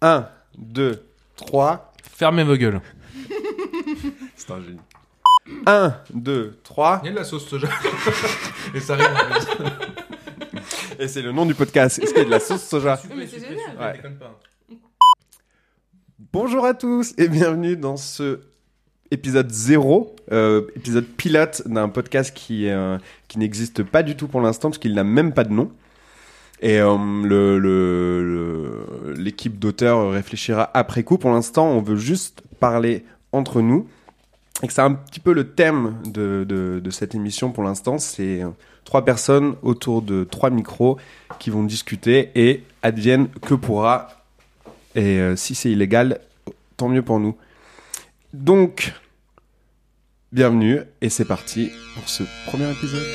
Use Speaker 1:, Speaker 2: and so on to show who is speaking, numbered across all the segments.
Speaker 1: 1, 2, 3.
Speaker 2: Fermez vos gueules.
Speaker 3: C'est un génie.
Speaker 1: 1, 2, 3.
Speaker 4: Il y a de la sauce soja. Et ça rime. en plus.
Speaker 1: Et c'est le nom du podcast. Est-ce qu'il y a de la sauce soja
Speaker 4: Super,
Speaker 5: Mais c'est
Speaker 4: super,
Speaker 5: génial.
Speaker 4: super,
Speaker 1: Ouais.
Speaker 4: déconne pas. hein.
Speaker 1: Bonjour à tous et bienvenue dans ce épisode 0, euh, épisode pilote d'un podcast qui, euh, qui n'existe pas du tout pour l'instant parce qu'il n'a même pas de nom. Et euh, le- le- le- l'équipe d'auteurs réfléchira après coup. Pour l'instant, on veut juste parler entre nous. Et que c'est un petit peu le thème de, de- de cette émission pour l'instant. C'est euh, trois personnes autour de trois micros qui vont discuter et advienne que pourra. Et euh, si c'est illégal, tant mieux pour nous. Donc, bienvenue et c'est parti pour ce premier épisode.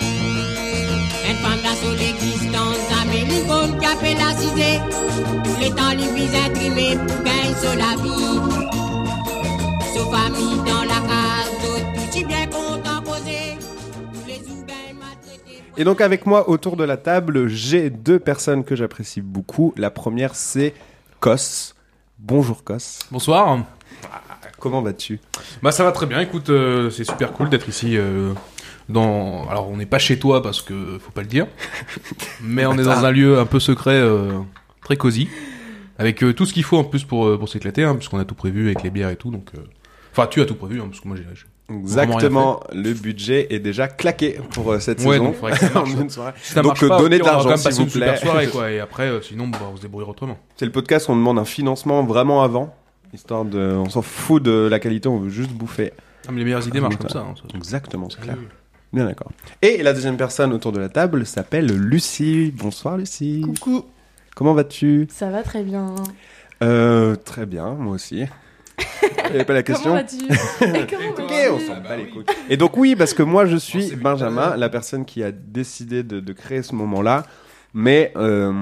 Speaker 6: Un panda sur l'existence d'un bélicole qui appelle la cisée. Tous les temps, les vies imprimées pour gagner sur la vie. Sauf famille dans la case, d'autres petits bien contents posés. Tous les oubains maltraités.
Speaker 1: Et donc avec moi autour de la table, j'ai deux personnes que j'apprécie beaucoup. La première c'est Cos. Bonjour Cos.
Speaker 2: Bonsoir.
Speaker 1: Comment vas-tu
Speaker 4: Bah ça va très bien, écoute, euh, c'est super cool d'être ici. euh, dans... Alors on n'est pas chez toi parce que faut pas le dire, mais on est dans un lieu un peu secret, euh, très cosy, avec euh, tout ce qu'il faut en plus pour, euh, pour s'éclater, hein, puisqu'on a tout prévu avec les bières et tout. Donc, euh, Enfin tu as tout prévu, hein, parce que moi j'ai... j'ai-
Speaker 1: Exactement, le budget est déjà claqué pour euh, cette
Speaker 4: Ouais,
Speaker 1: saison.
Speaker 4: donc faudrait que ça marche. hein.
Speaker 1: En une soirée.
Speaker 4: Si ça
Speaker 1: Donc,
Speaker 4: marche
Speaker 1: euh,
Speaker 4: pas, au
Speaker 1: donnez
Speaker 4: pire,
Speaker 1: de
Speaker 4: on
Speaker 1: l'argent,
Speaker 4: va quand même
Speaker 1: s'il
Speaker 4: passer
Speaker 1: vous
Speaker 4: une super
Speaker 1: plaît.
Speaker 4: soirée, quoi, et après euh, sinon bah, on se débrouillera autrement.
Speaker 1: C'est le podcast où on demande un financement vraiment avant, histoire de... On s'en fout de la qualité, on veut juste bouffer.
Speaker 4: Ah, mais les meilleures idées marchent comme ça. hein, ça.
Speaker 1: Exactement, c'est clair. Bien d'accord. Et la deuxième personne autour de la table s'appelle Lucie. Bonsoir Lucie. Coucou. Comment vas-tu
Speaker 5: Ça va très bien.
Speaker 1: Euh, très bien, moi aussi. Il n'y pas la
Speaker 5: Comment
Speaker 1: question.
Speaker 5: vas-tu Et comment
Speaker 4: toi
Speaker 1: Ok,
Speaker 5: vas-tu
Speaker 1: on s'en
Speaker 4: Ah bah
Speaker 1: bat les
Speaker 4: oui.
Speaker 1: couilles. Et donc oui, parce que moi je suis
Speaker 4: s'est vu tout à
Speaker 1: Benjamin,
Speaker 4: l'heure.
Speaker 1: la personne qui a décidé de, de créer ce moment-là. Mais euh,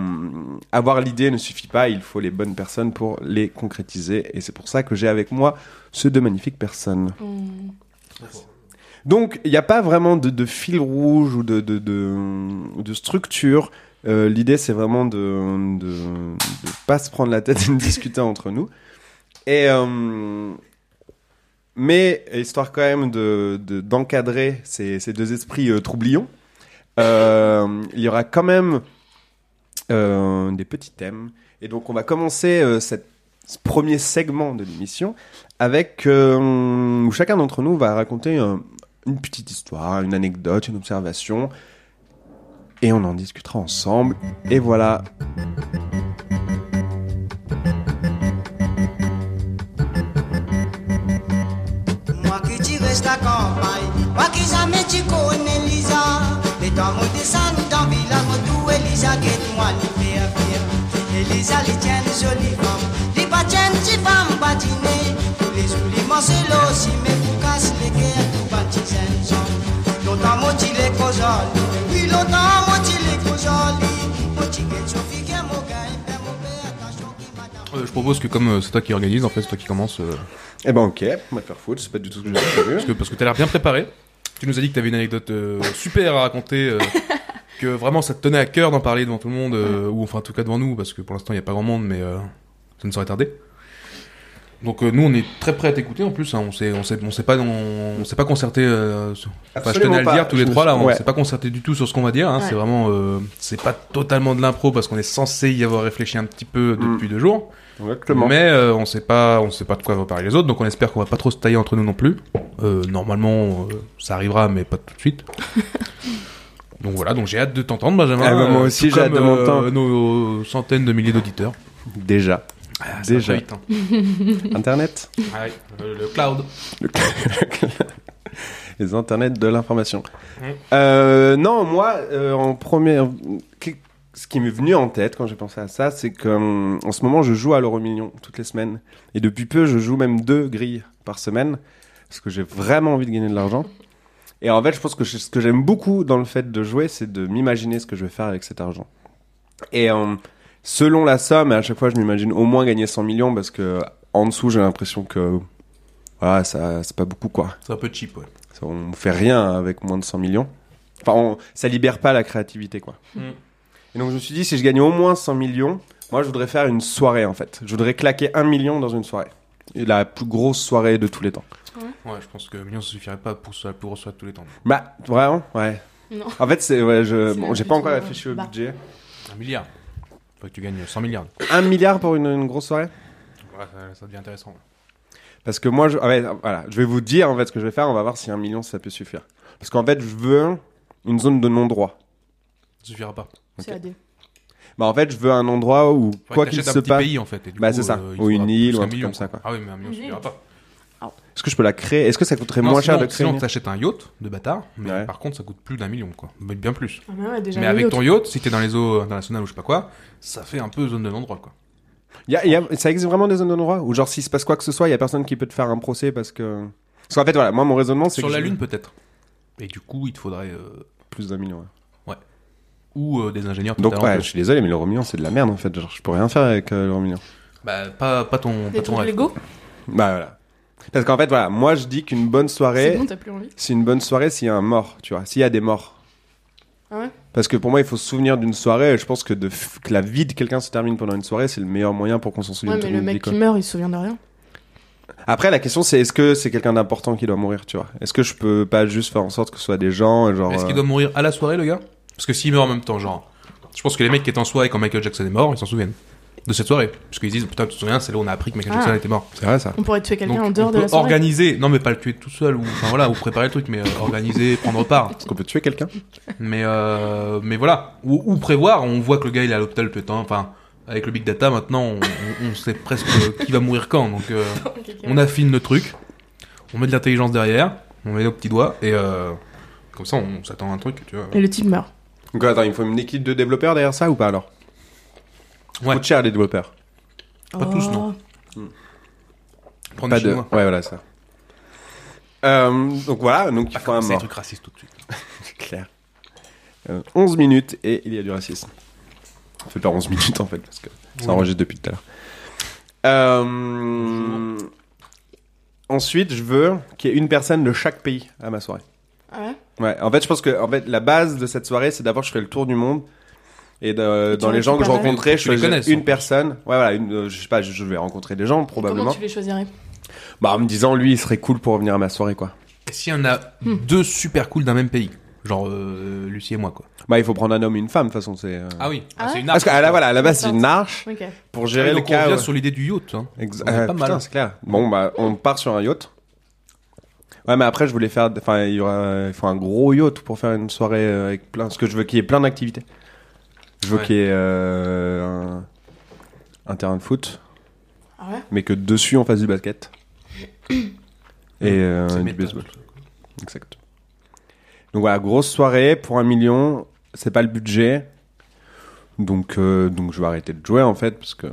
Speaker 1: avoir l'idée ne suffit pas, il faut les bonnes personnes pour les concrétiser. Et c'est pour ça que j'ai avec moi ces deux magnifiques personnes.
Speaker 5: Hmm.
Speaker 1: Donc, il n'y a pas vraiment de, de fil rouge ou de, de, de, de structure. Euh, L'idée, c'est vraiment de ne de, de pas se prendre la tête et de discuter entre nous. Et, euh, mais, histoire quand même d'encadrer de, d'encadrer ces, ces deux esprits euh, troublions, euh, il y aura quand même euh, des petits thèmes. Et donc, on va commencer euh, cette- ce premier segment de l'émission avec euh, où chacun d'entre nous va raconter un- une petite histoire, une anecdote, une observation, et on en discutera ensemble. Et voilà.
Speaker 7: Moi qui tu restes à campagne, moi qui jamais tu connais Lisa. Les temps mon descend dans Villa Modou, Elisa guette moi les fiers fiers. Elisa les tiens les jolies femmes, les bâtiennes qui femmes bâtiner. Tous les jours les morceaux aussi, mais pour casser les guerres tout bâtissent un son. Longtemps mon tu les causoles, oui longtemps mon tu les causoles. Mon tu guette son fille, mon gars, et mon père, attention qui m'a dans-
Speaker 4: Euh, je propose que comme euh, c'est toi qui organise, en fait c'est toi qui commence, euh,
Speaker 1: Eh ben ok, on va te faire foutre, c'est pas du tout ce que j'avais prévu.
Speaker 4: parce que, parce que t'as l'air bien préparé. Tu nous as dit que t'avais une anecdote euh, super à raconter, euh, que vraiment ça te tenait à cœur d'en parler devant tout le monde, euh, ou enfin en tout cas devant nous, parce que pour l'instant il n'y a pas grand monde, mais euh, ça ne saurait tarder. Donc euh, nous on est très prêts à t'écouter en plus, hein, on s'est on s'est on s'est pas on s'est pas concerté. euh, sur- enfin, je
Speaker 1: Absolument
Speaker 4: tenais à le
Speaker 1: pas.
Speaker 4: dire tous
Speaker 1: Je
Speaker 4: les
Speaker 1: me
Speaker 4: trois là,
Speaker 1: suis-
Speaker 4: on
Speaker 1: ouais.
Speaker 4: s'est pas concerté du tout sur ce qu'on va dire. hein,
Speaker 5: Ouais.
Speaker 4: C'est vraiment euh, c'est pas totalement de l'impro parce qu'on est censé y avoir réfléchi un petit peu depuis deux jours.
Speaker 1: Exactement.
Speaker 4: Mais euh, on sait pas, on sait pas de quoi vont parler les autres, donc on espère qu'on va pas trop se tailler entre nous non plus. Euh, normalement, euh, ça arrivera, mais pas tout de suite. donc voilà, donc j'ai hâte de t'entendre, Benjamin.
Speaker 1: Ah bah, moi
Speaker 4: euh,
Speaker 1: aussi,
Speaker 4: tout
Speaker 1: j'ai hâte
Speaker 4: comme,
Speaker 1: de m'entendre.
Speaker 4: euh, Nos centaines de milliers d'auditeurs.
Speaker 1: Déjà.
Speaker 4: Ça va
Speaker 1: Déjà.
Speaker 4: très vite, hein.
Speaker 1: Internet.
Speaker 4: Ah ouais, euh, le cloud.
Speaker 1: Les internets de l'information. Euh, non, moi, euh, en premier, que- ce qui m'est venu en tête quand j'ai pensé à ça, c'est que hum, en ce moment, je joue à l'euro million toutes les semaines. Et depuis peu, je joue même deux grilles par semaine, parce que j'ai vraiment envie de gagner de l'argent. Et en fait, je pense que je- ce que j'aime beaucoup dans le fait de jouer, c'est de m'imaginer ce que je vais faire avec cet argent. Et hum, Selon la somme, et à chaque fois, je m'imagine au moins gagner 100 millions parce que en dessous, j'ai l'impression que voilà, ça c'est pas beaucoup quoi.
Speaker 4: C'est un peu cheap, ouais.
Speaker 1: Ça, on fait rien avec moins de 100 millions. Enfin, on- ça libère pas la créativité quoi.
Speaker 4: Mm.
Speaker 1: Et donc je me suis dit, si je gagne au moins 100 millions, moi je voudrais faire une soirée en fait. Je voudrais claquer 1 million dans une soirée. Et la plus grosse soirée de tous les temps.
Speaker 4: Ouais, je pense que million, ça suffirait pas pour ça, la plus grosse soirée de tous les temps.
Speaker 1: Bah, vraiment Ouais.
Speaker 2: Non.
Speaker 1: En fait, c'est, ouais, je,
Speaker 2: C'est
Speaker 1: bon,
Speaker 2: le
Speaker 1: j'ai
Speaker 2: but,
Speaker 1: pas encore
Speaker 2: euh,
Speaker 1: réfléchi au
Speaker 2: bah.
Speaker 1: budget.
Speaker 4: Un milliard. Faut que tu gagnes 100 milliards.
Speaker 1: Un milliard pour une, une grosse soirée
Speaker 4: Ouais, ça, ça devient intéressant.
Speaker 1: Parce que moi, je, ouais, voilà, je vais vous dire en fait ce que je vais faire. On va voir si un million ça peut suffire. Parce qu'en fait, je veux une zone de non-droit.
Speaker 4: Ça suffira pas. Faudrait
Speaker 2: C'est AD.
Speaker 1: Bah, en fait, je veux un endroit où,
Speaker 4: que
Speaker 1: quoi qu'il
Speaker 4: t'achètes un
Speaker 1: se
Speaker 4: petit
Speaker 1: passe,
Speaker 4: pays en fait. et du
Speaker 1: Bah,
Speaker 4: coup,
Speaker 1: c'est ça.
Speaker 4: euh, il
Speaker 1: Ou une
Speaker 4: faudra
Speaker 1: île, ou
Speaker 4: plus
Speaker 1: un
Speaker 4: qu'un
Speaker 1: truc
Speaker 4: million,
Speaker 1: comme ça,
Speaker 4: Ah oui, mais un million,
Speaker 2: Une
Speaker 4: ça suffira
Speaker 2: île.
Speaker 4: pas.
Speaker 1: est-ce que je peux la créer Est-ce que ça coûterait
Speaker 4: Non,
Speaker 1: moins
Speaker 4: sinon,
Speaker 1: cher de créer
Speaker 4: Sinon,
Speaker 1: une-
Speaker 4: t'achètes un yacht de bâtard, mais
Speaker 1: Ouais.
Speaker 4: par contre, ça coûte plus d'un million, quoi. Mais Bien plus.
Speaker 2: Ah, mais ouais, déjà,
Speaker 4: mais
Speaker 2: le
Speaker 4: avec
Speaker 2: yacht.
Speaker 4: ton yacht, si t'es dans les eaux euh, internationales ou je sais pas quoi, ça fait un peu zone de l'endroit, quoi.
Speaker 1: Y a- y a- ça existe vraiment des zones de non-droit où genre s'il se passe quoi que ce soit, il y a personne qui peut te faire un procès parce que parce qu'en fait voilà, moi mon raisonnement c'est
Speaker 4: Sur
Speaker 1: que
Speaker 4: la
Speaker 1: je-
Speaker 4: Lune, peut-être. Et du coup, il te faudrait. euh,
Speaker 1: plus d'un million. ouais.
Speaker 4: ou euh, des ingénieurs tout
Speaker 1: Donc
Speaker 4: talentueux.
Speaker 1: ouais, je suis désolé mais l'euro million c'est de la merde en fait, genre je peux rien faire avec euh, l'euro million.
Speaker 4: Bah, pas, pas ton, pas
Speaker 2: Des
Speaker 4: ton
Speaker 2: trucs
Speaker 4: rêve.
Speaker 2: Lego
Speaker 1: Bah voilà. Parce qu'en fait voilà, moi je dis qu'une bonne
Speaker 2: C'est
Speaker 1: soirée,
Speaker 2: bon, t'as plus envie.
Speaker 1: c'est une bonne soirée s'il y a un mort, tu vois, s'il y a des morts.
Speaker 2: Ah ouais
Speaker 1: Parce que pour moi, il faut se souvenir d'une soirée. et Je pense que, de f- que la vie de quelqu'un se termine pendant une soirée, c'est le meilleur moyen pour qu'on s'en souvienne.
Speaker 2: Ouais, mais
Speaker 1: tout-
Speaker 2: le
Speaker 1: oublie,
Speaker 2: mec
Speaker 1: quoi.
Speaker 2: qui meurt, il se souvient de rien.
Speaker 1: Après, la question, c'est est-ce que c'est quelqu'un d'important qui doit mourir, tu vois Est-ce que je peux pas juste faire en sorte que ce soit des gens, et genre...
Speaker 4: Mais Est-ce qu'il
Speaker 1: euh,
Speaker 4: doit mourir à la soirée, le gars Parce que s'il meurt en même temps, genre. Je pense que les mecs qui étaient en soirée quand Michael Jackson est mort, ils s'en souviennent. De cette soirée. Parce qu'ils disent, putain, tu te souviens, c'est là où on a appris que Michael
Speaker 2: Ah.
Speaker 4: Jackson était mort.
Speaker 1: C'est vrai, ça
Speaker 2: On pourrait tuer
Speaker 4: Donc,
Speaker 2: quelqu'un en
Speaker 4: on
Speaker 2: dehors de
Speaker 4: peut
Speaker 2: la soirée.
Speaker 4: Organiser, non mais pas le tuer tout seul ou enfin voilà, ou préparer le truc, mais euh, organiser, prendre part.
Speaker 1: Est-ce qu'on peut tuer quelqu'un
Speaker 4: Mais euh, mais voilà, ou, ou prévoir. On voit que le gars il est à l'hôpital tout le temps. Enfin, avec le big data maintenant, on, on- on sait presque euh, qui va mourir quand. Donc euh, on affine le truc, on met de l'intelligence derrière, on met nos petits doigts et euh, comme ça on s'attend à un truc, tu vois.
Speaker 2: Et le type meurt.
Speaker 1: Donc attends, il faut une équipe de développeurs derrière ça ou pas alors
Speaker 4: Ouais.
Speaker 1: Ça coûte cher les développeurs.
Speaker 4: Pas tous, non.
Speaker 2: Oh.
Speaker 4: Prendre
Speaker 1: Oh. Pas
Speaker 4: des
Speaker 1: de... Ouais,
Speaker 4: Chinois.
Speaker 1: voilà, ça. Euh, donc voilà, donc il
Speaker 4: Ah,
Speaker 1: faut un
Speaker 4: c'est un
Speaker 1: mort.
Speaker 4: truc raciste tout de suite.
Speaker 1: Clair. Euh, 11 minutes et il y a du racisme. On fait pas 11 minutes en fait parce que ça
Speaker 4: Oui.
Speaker 1: enregistre depuis tout à l'heure. Euh, Ensuite, je veux qu'il y ait une personne de chaque pays à ma soirée.
Speaker 2: Ah ouais
Speaker 1: Ouais, en fait, je pense que en fait, la base de cette soirée, c'est d'abord je fais le tour du monde. Et de-
Speaker 2: Et tu
Speaker 1: dans les gens que je
Speaker 2: récupères-
Speaker 1: rencontrais,
Speaker 4: Tu les
Speaker 1: je
Speaker 4: connais,
Speaker 1: choisis
Speaker 4: sans
Speaker 1: une
Speaker 4: plus.
Speaker 1: personne. Ouais, voilà, une, euh, je sais pas, je, je vais rencontrer des gens
Speaker 2: Comment
Speaker 1: probablement.
Speaker 2: tu les choisirais
Speaker 1: Bah, en me disant, lui, il serait cool pour revenir à ma soirée, quoi.
Speaker 4: Et s'il y en a deux super cool d'un même pays, genre euh, Lucie et moi quoi.
Speaker 1: Bah, il faut prendre un homme et une femme, de toute façon, c'est. euh,
Speaker 4: Ah oui,
Speaker 2: Ah ouais
Speaker 4: c'est une Ah
Speaker 1: Parce que à la, voilà, à la base, c'est
Speaker 2: D'accord.
Speaker 1: une arche
Speaker 2: Ok.
Speaker 1: pour gérer le
Speaker 4: donc on
Speaker 1: cas.
Speaker 4: revient
Speaker 1: ouais.
Speaker 4: sur l'idée du yacht. Hein.
Speaker 1: Exa-
Speaker 4: On est
Speaker 1: euh,
Speaker 4: pas
Speaker 1: putain,
Speaker 4: mal.
Speaker 1: c'est clair. Bon, bah, on part sur un yacht. Ouais, mais après, je voulais faire. Enfin, il y aura. Il faut un gros yacht pour faire une soirée euh, avec plein. Parce que je veux qu'il y ait plein d'activités. Je veux
Speaker 4: Ouais.
Speaker 1: qu'il y ait euh, un... un terrain de foot,
Speaker 2: Ah ouais
Speaker 1: mais que dessus on fasse du basket. Et euh,
Speaker 4: C'est
Speaker 1: du
Speaker 4: métal.
Speaker 1: baseball. Exact. Donc voilà, grosse soirée pour un million. C'est pas le budget. Donc, euh, donc je vais arrêter de jouer en fait parce que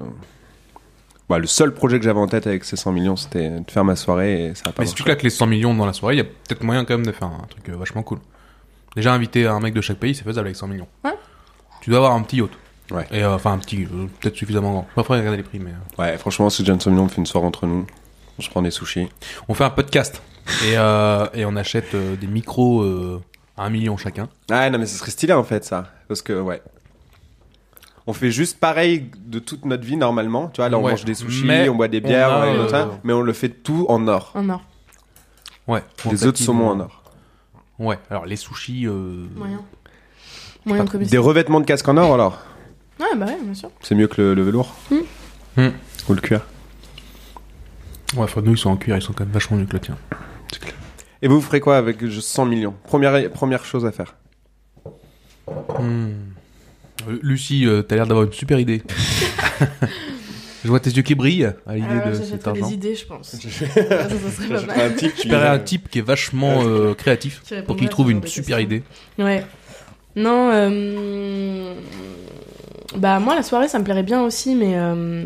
Speaker 1: bah, le seul projet que j'avais en tête avec ces 100 millions c'était de faire ma soirée et ça a pas
Speaker 4: Mais si tu
Speaker 1: marché.
Speaker 4: claques les 100 millions dans la soirée, il y a peut-être moyen quand même de faire un truc euh, vachement cool. Déjà, inviter un mec de chaque pays, c'est faisable avec 100 millions.
Speaker 2: Ouais.
Speaker 4: Tu dois avoir un petit yacht.
Speaker 1: Ouais.
Speaker 4: Et euh, enfin, un petit, euh, peut-être suffisamment grand. Pas faudrait regarder les prix, mais. euh,
Speaker 1: Ouais, franchement, si John 100 millions on fait une soirée entre nous, on se prend des sushis.
Speaker 4: On fait un podcast. et, euh, et on achète euh, des micros euh, à 1 million chacun.
Speaker 1: Ah non, mais ce serait stylé en fait ça. Parce que ouais. On fait juste pareil de toute notre vie normalement. Tu vois, là on
Speaker 4: Ouais.
Speaker 1: mange des sushis,
Speaker 4: Mais
Speaker 1: on boit des
Speaker 4: on
Speaker 1: bières,
Speaker 4: a,
Speaker 1: on a
Speaker 4: euh,
Speaker 1: tout ça, mais on le fait tout en or.
Speaker 2: En or.
Speaker 4: Ouais.
Speaker 1: Les œufs de saumon en
Speaker 4: or.
Speaker 1: or.
Speaker 4: Ouais. Alors, les sushis. euh,
Speaker 1: Mmh.
Speaker 2: Moyen. Moyen de
Speaker 1: Des revêtements de casque en or alors
Speaker 2: Ouais, bah ouais, bien sûr.
Speaker 1: C'est mieux que le, le velours
Speaker 4: Hmm.
Speaker 1: Ou le cuir
Speaker 4: Ouais, faut- nous, ils sont en cuir, ils sont quand même vachement mieux que le tien.
Speaker 1: Et vous, vous ferez quoi avec juste 100 millions première, première chose à faire.
Speaker 4: Hmm. Euh, Lucie, euh, t'as l'air d'avoir une super idée. Je vois tes yeux qui brillent à l'idée
Speaker 2: Alors,
Speaker 4: de cet
Speaker 2: j'achèterais
Speaker 4: argent.
Speaker 2: Ah, des idées, je pense. Ah, ça, ça serait pas mal.
Speaker 1: type,
Speaker 4: Je paierais un type qui est vachement euh, créatif
Speaker 2: Qui répondrait
Speaker 4: pour qu'il
Speaker 2: à
Speaker 4: trouve
Speaker 2: ce genre
Speaker 4: une
Speaker 2: de
Speaker 4: super
Speaker 2: questions.
Speaker 4: idée.
Speaker 2: Ouais. Non, euh... Bah, moi, la soirée, ça me plairait bien aussi, mais... euh,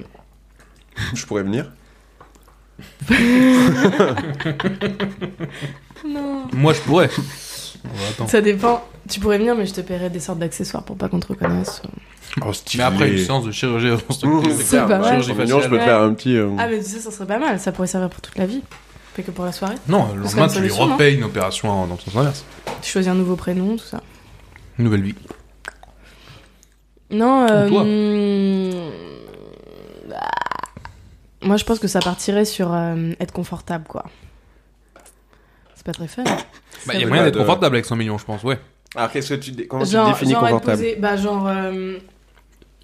Speaker 1: Je pourrais venir.
Speaker 2: Non.
Speaker 4: Moi, je pourrais. Bon, attends.
Speaker 2: Ça dépend. Tu pourrais venir, mais je te paierais des sortes d'accessoires pour pas qu'on te reconnaisse.
Speaker 4: Mmh.
Speaker 1: Oh, stylé.
Speaker 4: Mais après une séance de chirurgie reconstructive,
Speaker 1: C'est
Speaker 4: clair,
Speaker 2: pas mal.
Speaker 1: Sur
Speaker 4: chirurgie
Speaker 1: l'union, Hmm. je peux
Speaker 4: faciale.
Speaker 1: te faire un petit. euh,
Speaker 2: Ah, mais tu sais, ça serait pas mal. Ça pourrait servir pour toute la vie. Pas que pour la soirée.
Speaker 4: Non, le
Speaker 2: C'est
Speaker 4: lendemain,
Speaker 2: comme
Speaker 4: tu lui
Speaker 2: solution, non
Speaker 4: repayes une opération en- dans le sens inverse.
Speaker 2: Tu choisis un nouveau prénom, tout ça.
Speaker 4: Une nouvelle vie.
Speaker 2: Non, euh,
Speaker 4: toi.
Speaker 2: hmm, ah. Moi, je pense que ça partirait sur euh, être confortable, quoi. C'est pas très fun.
Speaker 4: Bah,
Speaker 2: Ça
Speaker 4: il y a
Speaker 2: veut-
Speaker 4: moyen
Speaker 1: pas
Speaker 4: d'être
Speaker 1: de-
Speaker 4: confortable avec 100 millions, je pense, ouais.
Speaker 1: Alors, Ah, qu'est-ce que tu dé- comment
Speaker 2: genre,
Speaker 1: tu définis
Speaker 2: genre être
Speaker 1: confortable
Speaker 2: posé- bah, genre euh,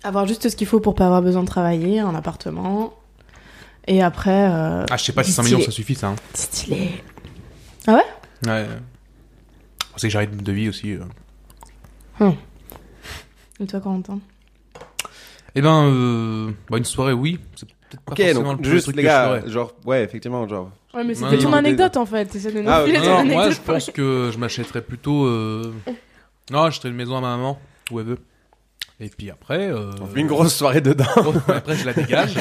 Speaker 2: avoir juste ce qu'il faut pour pas avoir besoin de travailler, un appartement. Et après, euh,
Speaker 4: Ah, je sais pas si 100
Speaker 2: Stylé.
Speaker 4: millions ça suffit, ça. hein.
Speaker 2: stylé.
Speaker 4: Ouais. C'est que j'ai un rythme de vie aussi. euh.
Speaker 2: Et toi, Corentin
Speaker 4: Eh ben, euh, bah, une soirée, oui. C'est peut-être pas
Speaker 1: Ok,
Speaker 4: forcément le
Speaker 1: donc
Speaker 4: premier
Speaker 1: juste
Speaker 4: truc
Speaker 1: les
Speaker 4: que je
Speaker 1: gars,
Speaker 4: ferais. Euh,
Speaker 1: genre ouais, effectivement, genre.
Speaker 2: Ouais, mais
Speaker 4: Non,
Speaker 2: c'était ton
Speaker 1: non.
Speaker 2: anecdote en fait. Essaie de nous
Speaker 1: Ah,
Speaker 2: filer
Speaker 1: non,
Speaker 2: ton
Speaker 4: Non, non,
Speaker 2: anecdote.
Speaker 4: moi, je pense que je m'achèterais plutôt. euh, Non, j'achèterais une maison à ma maman, où elle veut. Et puis après. euh,
Speaker 1: On fait une grosse soirée dedans.
Speaker 4: Après, je la dégage.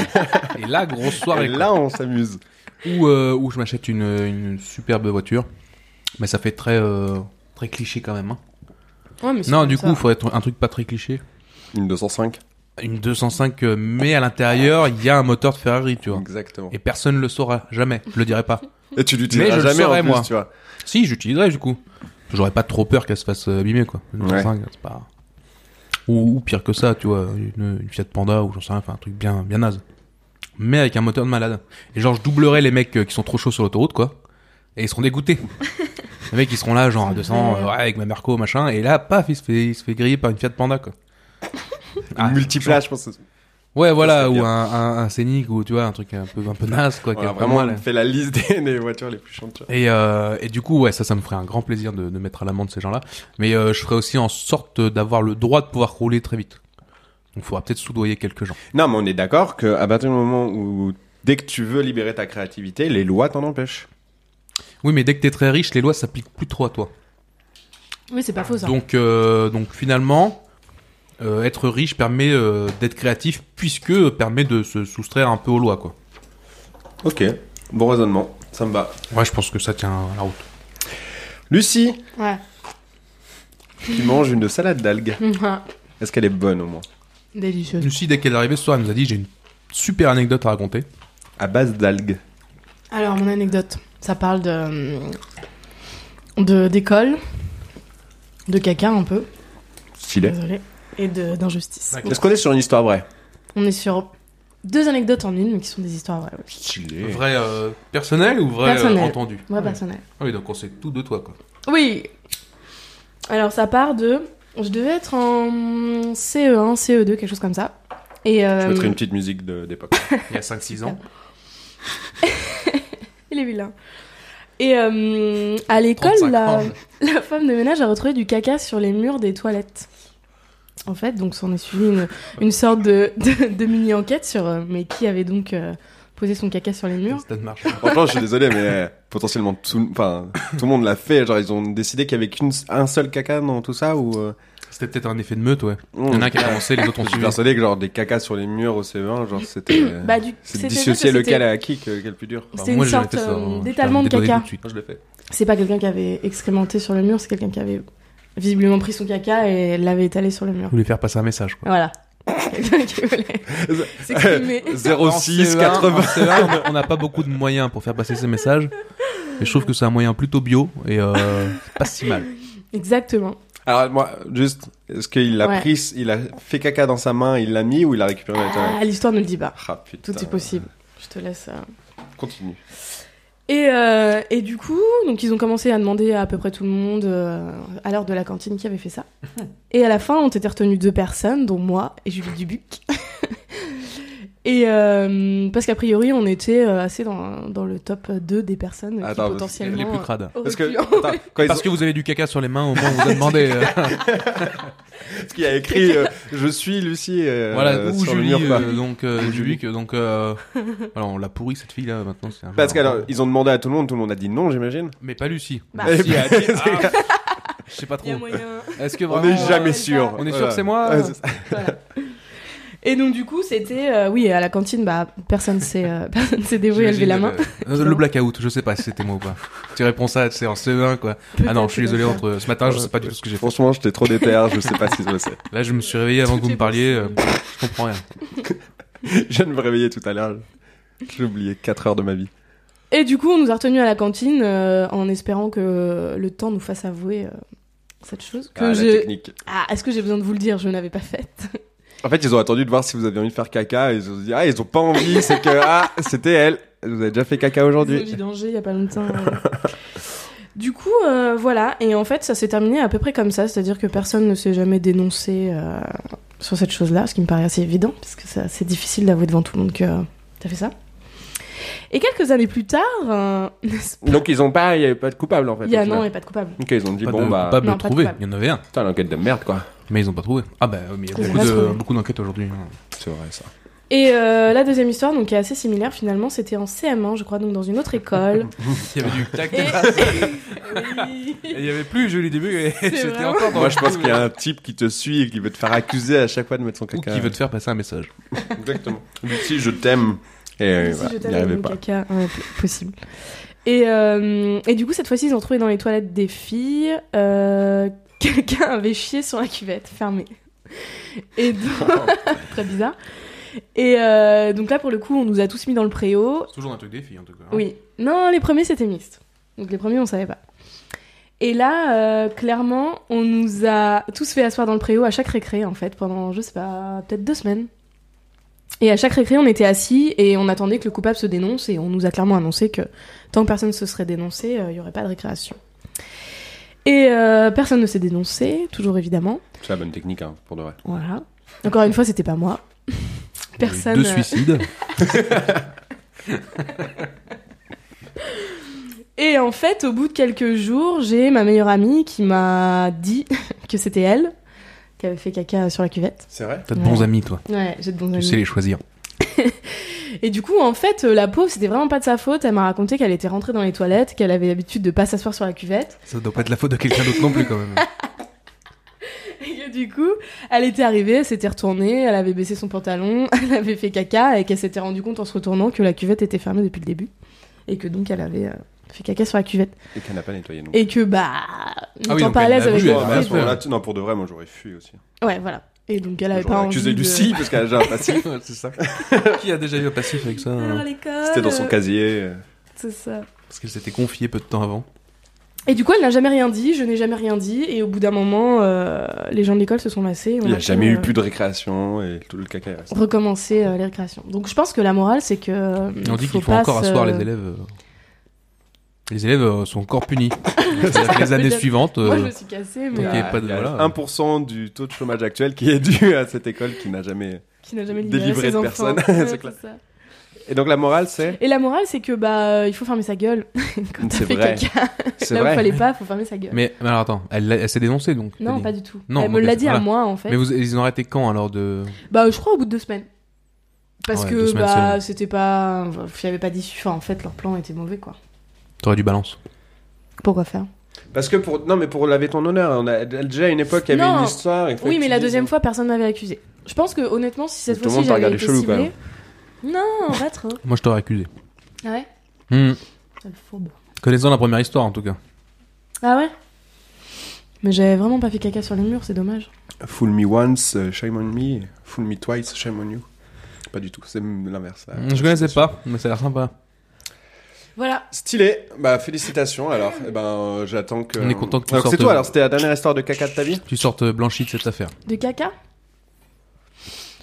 Speaker 4: Et là, grosse soirée.
Speaker 1: Et
Speaker 4: quoi.
Speaker 1: là, on s'amuse.
Speaker 4: Ou euh, ou je m'achète une, une superbe voiture. Mais ça fait très, euh, très cliché quand même. hein.
Speaker 2: Ouais, mais c'est
Speaker 4: Non,
Speaker 2: comme
Speaker 4: du
Speaker 2: ça.
Speaker 4: coup, il faudrait être un truc pas très cliché.
Speaker 1: Une 205.
Speaker 4: Une 205, euh, mais à l'intérieur, il y a un moteur de Ferrari, tu vois.
Speaker 1: Exactement.
Speaker 4: Et personne le saura, jamais, je le dirai pas.
Speaker 1: Et tu
Speaker 4: Mais
Speaker 1: l'utiliseras
Speaker 4: je le
Speaker 1: jamais
Speaker 4: saurais,
Speaker 1: en plus,
Speaker 4: moi.
Speaker 1: tu vois.
Speaker 4: Si, j'utiliserai du coup. J'aurais pas trop peur qu'elle se fasse euh, abîmer, quoi. Une
Speaker 1: Ouais.
Speaker 4: 205, c'est pas... ou, ou pire que ça, tu vois, une, une Fiat Panda ou j'en sais rien, enfin un truc bien, bien naze. Mais avec un moteur de malade. Et genre, je doublerai les mecs euh, qui sont trop chauds sur l'autoroute, quoi. Et ils seront dégoûtés. les mecs, ils seront là, genre à 200, euh, ouais, avec ma Merco, machin. Et là, paf, il se fait, il se fait griller par une Fiat Panda, quoi. Ah,
Speaker 1: Une multiplage, je pense. que c'est-
Speaker 4: Ouais, voilà,
Speaker 1: serait
Speaker 4: ou
Speaker 1: bien.
Speaker 4: un, un, un Scénic, ou tu vois, un truc un peu, un peu naze, quoi. qui
Speaker 1: Voilà,
Speaker 4: est
Speaker 1: vraiment,
Speaker 4: pas mal.
Speaker 1: on fait la liste des, des voitures les plus chiantes, tu vois.
Speaker 4: Et, euh, et du coup, ouais, ça, ça me ferait un grand plaisir de, de mettre à l'amende ces gens-là. Mais euh, je ferais aussi en sorte d'avoir le droit de pouvoir rouler très vite. Donc, faudra peut-être soudoyer quelques gens.
Speaker 1: Non, mais on est d'accord que à partir du moment où dès que tu veux libérer ta créativité, les lois t'en empêchent.
Speaker 4: Oui, mais dès que t'es très riche, les lois s'appliquent plus trop à toi.
Speaker 2: Oui, c'est pas faux ça.
Speaker 4: Donc, euh, donc finalement, euh, être riche permet euh, d'être créatif, puisque permet de se soustraire un peu aux lois, quoi.
Speaker 1: Ok. Bon raisonnement. Ça me va.
Speaker 4: Ouais, je pense que ça tient la route.
Speaker 1: Lucie,
Speaker 2: Ouais.
Speaker 1: qui mange une salade d'algues. Est-ce qu'elle est bonne au moins
Speaker 2: Délicieux.
Speaker 4: Lucie, dès qu'elle est arrivée ce soir, elle nous a dit j'ai une super anecdote à raconter.
Speaker 1: À base d'algues.
Speaker 2: Alors, mon anecdote, ça parle de. euh, de- d'école, de caca un peu,
Speaker 1: Stylé.
Speaker 2: désolé, et de- d'injustice.
Speaker 4: D'accord.
Speaker 1: Est-ce qu'on est sur une histoire vraie
Speaker 2: On est sur deux anecdotes en une, mais qui sont des histoires vraies. oui.
Speaker 1: Stylé.
Speaker 4: Vrai euh, personnel ou vrai euh,
Speaker 2: Personnel.
Speaker 4: entendu
Speaker 2: Moi, personnel.
Speaker 4: Ah oui, donc on sait tout de toi, quoi.
Speaker 2: Oui Alors, ça part de. Je devais être en E CE1, CE2, quelque chose comme ça. Et.
Speaker 1: Je
Speaker 2: euh,
Speaker 1: mettrai une petite musique de- d'époque.
Speaker 4: Il y a 5-6 ans.
Speaker 2: Il est vilain. Et euh, à l'école,
Speaker 4: 35
Speaker 2: la,
Speaker 4: ans.
Speaker 2: la femme de ménage a retrouvé du caca sur les murs des toilettes. En fait, donc s'en est suivi une, une sorte de, de- de mini-enquête sur euh, mais qui avait donc euh, posé son caca sur les murs.
Speaker 4: Stan Marshall.
Speaker 1: Franchement, je suis désolé, mais euh, potentiellement tout, enfin, tout le monde l'a fait. Genre, ils ont décidé qu'il y avait qu'un seul caca dans tout ça ou. euh,
Speaker 4: C'était peut-être un effet de meute, ouais.
Speaker 1: on-
Speaker 4: Il y en a un qui a commencé, les autres ont
Speaker 1: Je suis
Speaker 4: suivi.
Speaker 1: persuadé que genre des cacas sur les murs au CE1, genre c'était. euh,
Speaker 2: Bah, du-
Speaker 1: c'est
Speaker 2: c'était
Speaker 1: dissocier
Speaker 2: juste que
Speaker 1: lequel
Speaker 2: c'était-
Speaker 1: à qui, que- quel plus dur.
Speaker 2: C'était une sorte, euh, d'étalement de caca.
Speaker 4: Je l'ai fait.
Speaker 2: C'est pas quelqu'un qui avait excrémenté sur le mur, c'est quelqu'un qui avait visiblement pris son caca et l'avait étalé sur le mur.
Speaker 4: Je voulais faire passer un message, quoi.
Speaker 2: Voilà. quelqu'un qui voulait s'exprimer.
Speaker 4: Ah, E
Speaker 1: 06, 80.
Speaker 4: on n'a pas beaucoup de moyens pour faire passer ces messages. Mais je trouve que c'est un moyen plutôt bio et euh, c'est pas si mal.
Speaker 2: Exactement.
Speaker 1: Alors moi, juste, est-ce qu'il a
Speaker 2: Ouais.
Speaker 1: pris, il a fait caca dans sa main, il l'a mis ou il l'a récupéré à l'intérieur
Speaker 2: Ah, L'histoire ne le dit pas.
Speaker 1: Ah putain.
Speaker 2: Tout est possible. Je te laisse. euh,
Speaker 1: Continue.
Speaker 2: Et, euh, et du coup, donc ils ont commencé à demander à à peu près tout le monde euh, à l'heure de la cantine qui avait fait ça. Et à la fin, ont été retenues deux personnes, dont moi et Julie Dubuc. et euh, parce qu'a priori, on était euh, assez dans, dans le top 2 des personnes qui
Speaker 1: Attends, parce que
Speaker 4: Les
Speaker 2: potentiellement
Speaker 4: plus
Speaker 2: euh,
Speaker 4: crades.
Speaker 2: auraient
Speaker 1: Parce
Speaker 2: pu
Speaker 1: que,
Speaker 2: en-
Speaker 1: attends, quand ils
Speaker 4: Parce que vous avez du caca sur les mains au moment où on vous a demandé. euh,
Speaker 1: ont- parce qu'il a écrit, euh, je suis Lucie. euh,
Speaker 4: voilà, ou
Speaker 1: sur le
Speaker 4: Julie,
Speaker 1: mur, quoi.
Speaker 4: euh, donc euh, Julie, que- donc euh, alors on l'a pourri cette fille là maintenant. c'est un
Speaker 1: Parce que
Speaker 4: genre-
Speaker 1: alors, ils ont demandé à tout le monde, tout le monde a dit non, j'imagine.
Speaker 4: mais pas Lucie.
Speaker 2: Bah.
Speaker 4: Lucie a dit, ah, je sais pas
Speaker 2: Il y
Speaker 4: trop.
Speaker 2: a moyen.
Speaker 4: Est-ce que
Speaker 1: On
Speaker 4: vraiment
Speaker 1: n'est
Speaker 2: euh,
Speaker 1: jamais
Speaker 2: elle
Speaker 1: sûr.
Speaker 2: part.
Speaker 4: On est sûr
Speaker 1: Voilà.
Speaker 4: que c'est moi
Speaker 1: Ouais, c'est ça.
Speaker 2: Et donc, du coup, c'était. euh, oui, à la cantine, bah, personne s'est euh, personne s'est dévoué à lever la main.
Speaker 4: Le, euh, le blackout, je sais pas si c'était moi ou pas. Tu réponds ça, c'est en CE1 quoi.
Speaker 1: euh,
Speaker 4: Ah non, je suis désolé, entre ce matin, je sais pas du tout ce que j'ai fait.
Speaker 1: Franchement, j'étais trop déter, je sais pas si je sais.
Speaker 4: Là, je me suis réveillé avant que vous me parliez, euh, je comprends rien.
Speaker 1: Je viens de me réveiller tout à l'heure. J'ai oublié 4 heures de ma vie.
Speaker 2: Et du coup, on nous a retenus à la cantine euh, en espérant que le temps nous fasse avouer euh, cette chose. Que
Speaker 1: Ah, la
Speaker 2: j'ai-
Speaker 1: technique.
Speaker 2: Ah, est-ce que j'ai besoin de vous le dire Je n'avais pas faite.
Speaker 1: En fait, ils ont attendu de voir si vous aviez envie de faire caca. Et ils ont dit, ah, ils ont pas envie, c'est que, ah, c'était elle. Vous avez déjà fait caca
Speaker 2: J'ai
Speaker 1: aujourd'hui.
Speaker 2: vidangé il y a pas longtemps. euh. du coup, euh, voilà. Et en fait, ça s'est terminé à peu près comme ça. C'est-à-dire que personne ne s'est jamais dénoncé euh, sur cette chose-là, ce qui me paraît assez évident, parce que ça- c'est difficile d'avouer devant tout le monde que euh, t'as fait ça. Et quelques années plus tard, euh, n'est-ce pas
Speaker 1: Donc, ils ont pas, il y avait pas de coupable, en fait.
Speaker 2: il y a
Speaker 1: au final.
Speaker 2: non et pas de coupable.
Speaker 1: Ok, ils ont dit,
Speaker 4: Pas
Speaker 1: bon,
Speaker 4: de,
Speaker 1: bah,
Speaker 4: pas de
Speaker 2: Non,
Speaker 4: le
Speaker 2: pas de
Speaker 4: trouver,
Speaker 2: coupable.
Speaker 4: il y en avait un,
Speaker 1: putain, l'enquête de merde, quoi.
Speaker 4: mais ils ont pas trouvé. Ah bah, mais il y a
Speaker 2: Ils ont
Speaker 4: beaucoup
Speaker 2: pas
Speaker 4: de-
Speaker 2: trouvé.
Speaker 4: beaucoup d'enquêtes aujourd'hui. hein.
Speaker 1: C'est vrai, ça.
Speaker 2: Et euh, la deuxième histoire, donc qui est assez similaire finalement, c'était en CM1, je crois, donc dans une autre école.
Speaker 4: Il y avait du tac,
Speaker 2: Et-
Speaker 4: tac, tac.
Speaker 2: Oui.
Speaker 4: Et il y avait plus le joli début, et j'étais
Speaker 2: vraiment-
Speaker 4: encore dans
Speaker 1: Moi,
Speaker 4: le
Speaker 1: je pense
Speaker 4: coup, euh,
Speaker 1: qu'il y a un type qui te suit et qui veut te faire accuser à chaque fois de mettre son
Speaker 4: Ou
Speaker 1: caca.
Speaker 4: qui veut te faire passer un message.
Speaker 1: Exactement. Lucie, je t'aime. Et euh,
Speaker 2: Si
Speaker 1: voilà,
Speaker 2: je
Speaker 1: il
Speaker 2: t'avais
Speaker 1: n'y arrivait
Speaker 2: mis
Speaker 1: pas.
Speaker 2: caca, ouais, p- possible. Et, euh, et du coup, cette fois-ci, ils ont trouvé dans les toilettes des filles. euh, Quelqu'un avait chié sur la cuvette fermée. Et donc, très bizarre. Et euh, donc là, pour le coup, on nous a tous mis dans le préau.
Speaker 4: C'est toujours un truc des filles en tout cas. hein.
Speaker 2: Oui. Non, les premiers, c'était mixte. Donc les premiers, on savait pas. Et là, euh, clairement, on nous a tous fait asseoir dans le préau à chaque récré, en fait, pendant, je sais pas, peut-être deux semaines. Et à chaque récré, on était assis et on attendait que le coupable se dénonce et on nous a clairement annoncé que tant que personne se serait dénoncé, euh, il y aurait pas de récréation. Et euh, personne ne s'est dénoncé, toujours évidemment.
Speaker 1: C'est la bonne technique, hein, pour de vrai.
Speaker 2: Voilà. Encore une fois, c'était pas moi.
Speaker 4: Il y a eu
Speaker 2: Personne.
Speaker 4: Deux
Speaker 2: euh,
Speaker 4: suicides.
Speaker 2: Et en fait, au bout de quelques jours, j'ai ma meilleure amie qui m'a dit que c'était elle qui avait fait caca sur la cuvette.
Speaker 1: C'est vrai
Speaker 4: T'as de bons amis toi.
Speaker 2: Ouais, j'ai de bons
Speaker 4: Tu
Speaker 2: amis.
Speaker 4: sais les choisir.
Speaker 2: Et du coup, en fait, euh, la pauvre, c'était vraiment pas de sa faute. Elle m'a raconté qu'elle était rentrée dans les toilettes, qu'elle avait l'habitude de pas s'asseoir sur la cuvette.
Speaker 4: Ça doit pas être la faute de quelqu'un d'autre non plus quand même.
Speaker 2: Et que du coup, elle était arrivée, elle s'était retournée, elle avait baissé son pantalon, elle avait fait caca et qu'elle s'était rendue compte en se retournant que la cuvette était fermée depuis le début. Et que donc, elle avait euh, fait caca sur la cuvette.
Speaker 1: Et qu'elle n'a pas nettoyé, non.
Speaker 2: Et que, bah, n'étant
Speaker 4: Ah oui, donc
Speaker 2: pas à
Speaker 4: elle
Speaker 2: l'aise
Speaker 4: l'a
Speaker 2: avec
Speaker 4: vu,
Speaker 2: le
Speaker 4: elle
Speaker 1: Ouais, mais à ce
Speaker 4: fait
Speaker 2: fait
Speaker 1: moment-là, tu- non, pour de vrai, moi j'aurais fui aussi.
Speaker 2: Ouais, voilà. Et donc elle avait pas
Speaker 1: J'aurais
Speaker 2: envie
Speaker 1: accusé
Speaker 2: de...
Speaker 1: Lucie parce qu'elle a déjà un passif.
Speaker 4: c'est ça. Qui a déjà eu un passif avec ça
Speaker 2: Alors, à
Speaker 4: hein
Speaker 2: l'école,
Speaker 1: Mmh. C'était dans son
Speaker 2: euh,
Speaker 1: casier. euh.
Speaker 2: C'est ça.
Speaker 4: Parce qu'elle s'était confiée peu de temps avant.
Speaker 2: Et du coup, elle n'a jamais rien dit, je n'ai jamais rien dit, et au bout d'un moment, euh, les gens de l'école se sont lassés.
Speaker 1: Il n'y a jamais eu plus de récréation et tout le caca est resté.
Speaker 2: Recommencer euh, les récréations. Donc je pense que la morale, c'est que. euh,
Speaker 4: Et on dit qu'il faut
Speaker 2: pas
Speaker 4: encore
Speaker 2: se-
Speaker 4: asseoir les élèves. euh, Les élèves euh, sont encore punis. C'est-à-dire que les années
Speaker 2: Peut-être.
Speaker 4: suivantes. euh,
Speaker 2: Moi, je me suis cassée,
Speaker 1: Il y
Speaker 2: mais euh,
Speaker 4: Ok,
Speaker 1: a,
Speaker 4: pas de-
Speaker 1: il y a
Speaker 4: voilà.
Speaker 1: 1% du taux de chômage actuel qui est dû à cette école qui n'a jamais.
Speaker 2: qui n'a jamais libéré
Speaker 1: Délivré
Speaker 2: ses
Speaker 1: de
Speaker 2: enfants.
Speaker 1: personne,
Speaker 2: Ouais,
Speaker 1: c'est
Speaker 2: c'est
Speaker 1: clair.
Speaker 2: ça.
Speaker 1: Et donc la morale, c'est
Speaker 2: Et la morale, c'est que bah, euh, il faut fermer sa gueule quand
Speaker 1: C'est
Speaker 2: t'as fait
Speaker 1: vrai.
Speaker 2: caca.
Speaker 1: C'est
Speaker 2: Là où il
Speaker 1: vrai.
Speaker 2: fallait pas, faut fermer sa gueule.
Speaker 4: Mais, mais alors attends, elle, l'a- elle s'est dénoncée donc. t'as
Speaker 2: Non,
Speaker 4: dit.
Speaker 2: pas du tout.
Speaker 4: Non,
Speaker 2: elle me
Speaker 4: donc,
Speaker 2: l'a dit à
Speaker 4: voilà.
Speaker 2: moi, en fait.
Speaker 4: Mais vous, ils ont arrêté quand alors de.
Speaker 2: Bah, je crois au bout de deux semaines. Parce
Speaker 4: Ouais, deux
Speaker 2: que
Speaker 4: semaines,
Speaker 2: bah,
Speaker 4: c'est
Speaker 2: c'était pas. Il n'y avait pas d'issue. Enfin, en fait, leur plan était mauvais, quoi.
Speaker 4: T'aurais dû balance.
Speaker 2: Pourquoi faire
Speaker 1: Parce que pour non mais pour laver ton honneur, on a déjà à une époque il y avait
Speaker 2: Non.
Speaker 1: une histoire. il fallait
Speaker 2: Oui,
Speaker 1: que
Speaker 2: mais
Speaker 1: tu
Speaker 2: la
Speaker 1: dises-
Speaker 2: deuxième fois, personne m'avait accusé. Je pense que honnêtement, si cette
Speaker 1: Tout le
Speaker 2: fois-ci
Speaker 1: monde t'a
Speaker 2: j'avais
Speaker 1: regardé
Speaker 2: été
Speaker 1: chelou, quand
Speaker 2: ciblée... Non, pas trop.
Speaker 4: Moi je t'aurais accusé.
Speaker 2: Ah ouais
Speaker 4: Hmm.
Speaker 2: Putain, Ah, le fourbe.
Speaker 4: Connaissant la première histoire en tout cas.
Speaker 2: Ah ouais Mais j'avais vraiment pas fait caca sur les murs, c'est dommage.
Speaker 1: Fool me once, euh, shame on me. Fool me twice, shame on you. Pas du tout, c'est même l'inverse. là.
Speaker 4: Euh, je connaissais pas, mais ça a l'air sympa.
Speaker 2: Voilà.
Speaker 1: Stylé, bah félicitations alors. Eh ben euh, j'attends que.
Speaker 4: On est content que tu
Speaker 1: Alors, C'est
Speaker 4: sortes-
Speaker 1: toi alors, c'était la dernière histoire de caca de ta vie.
Speaker 4: Tu sortes blanchi de cette affaire.
Speaker 2: De caca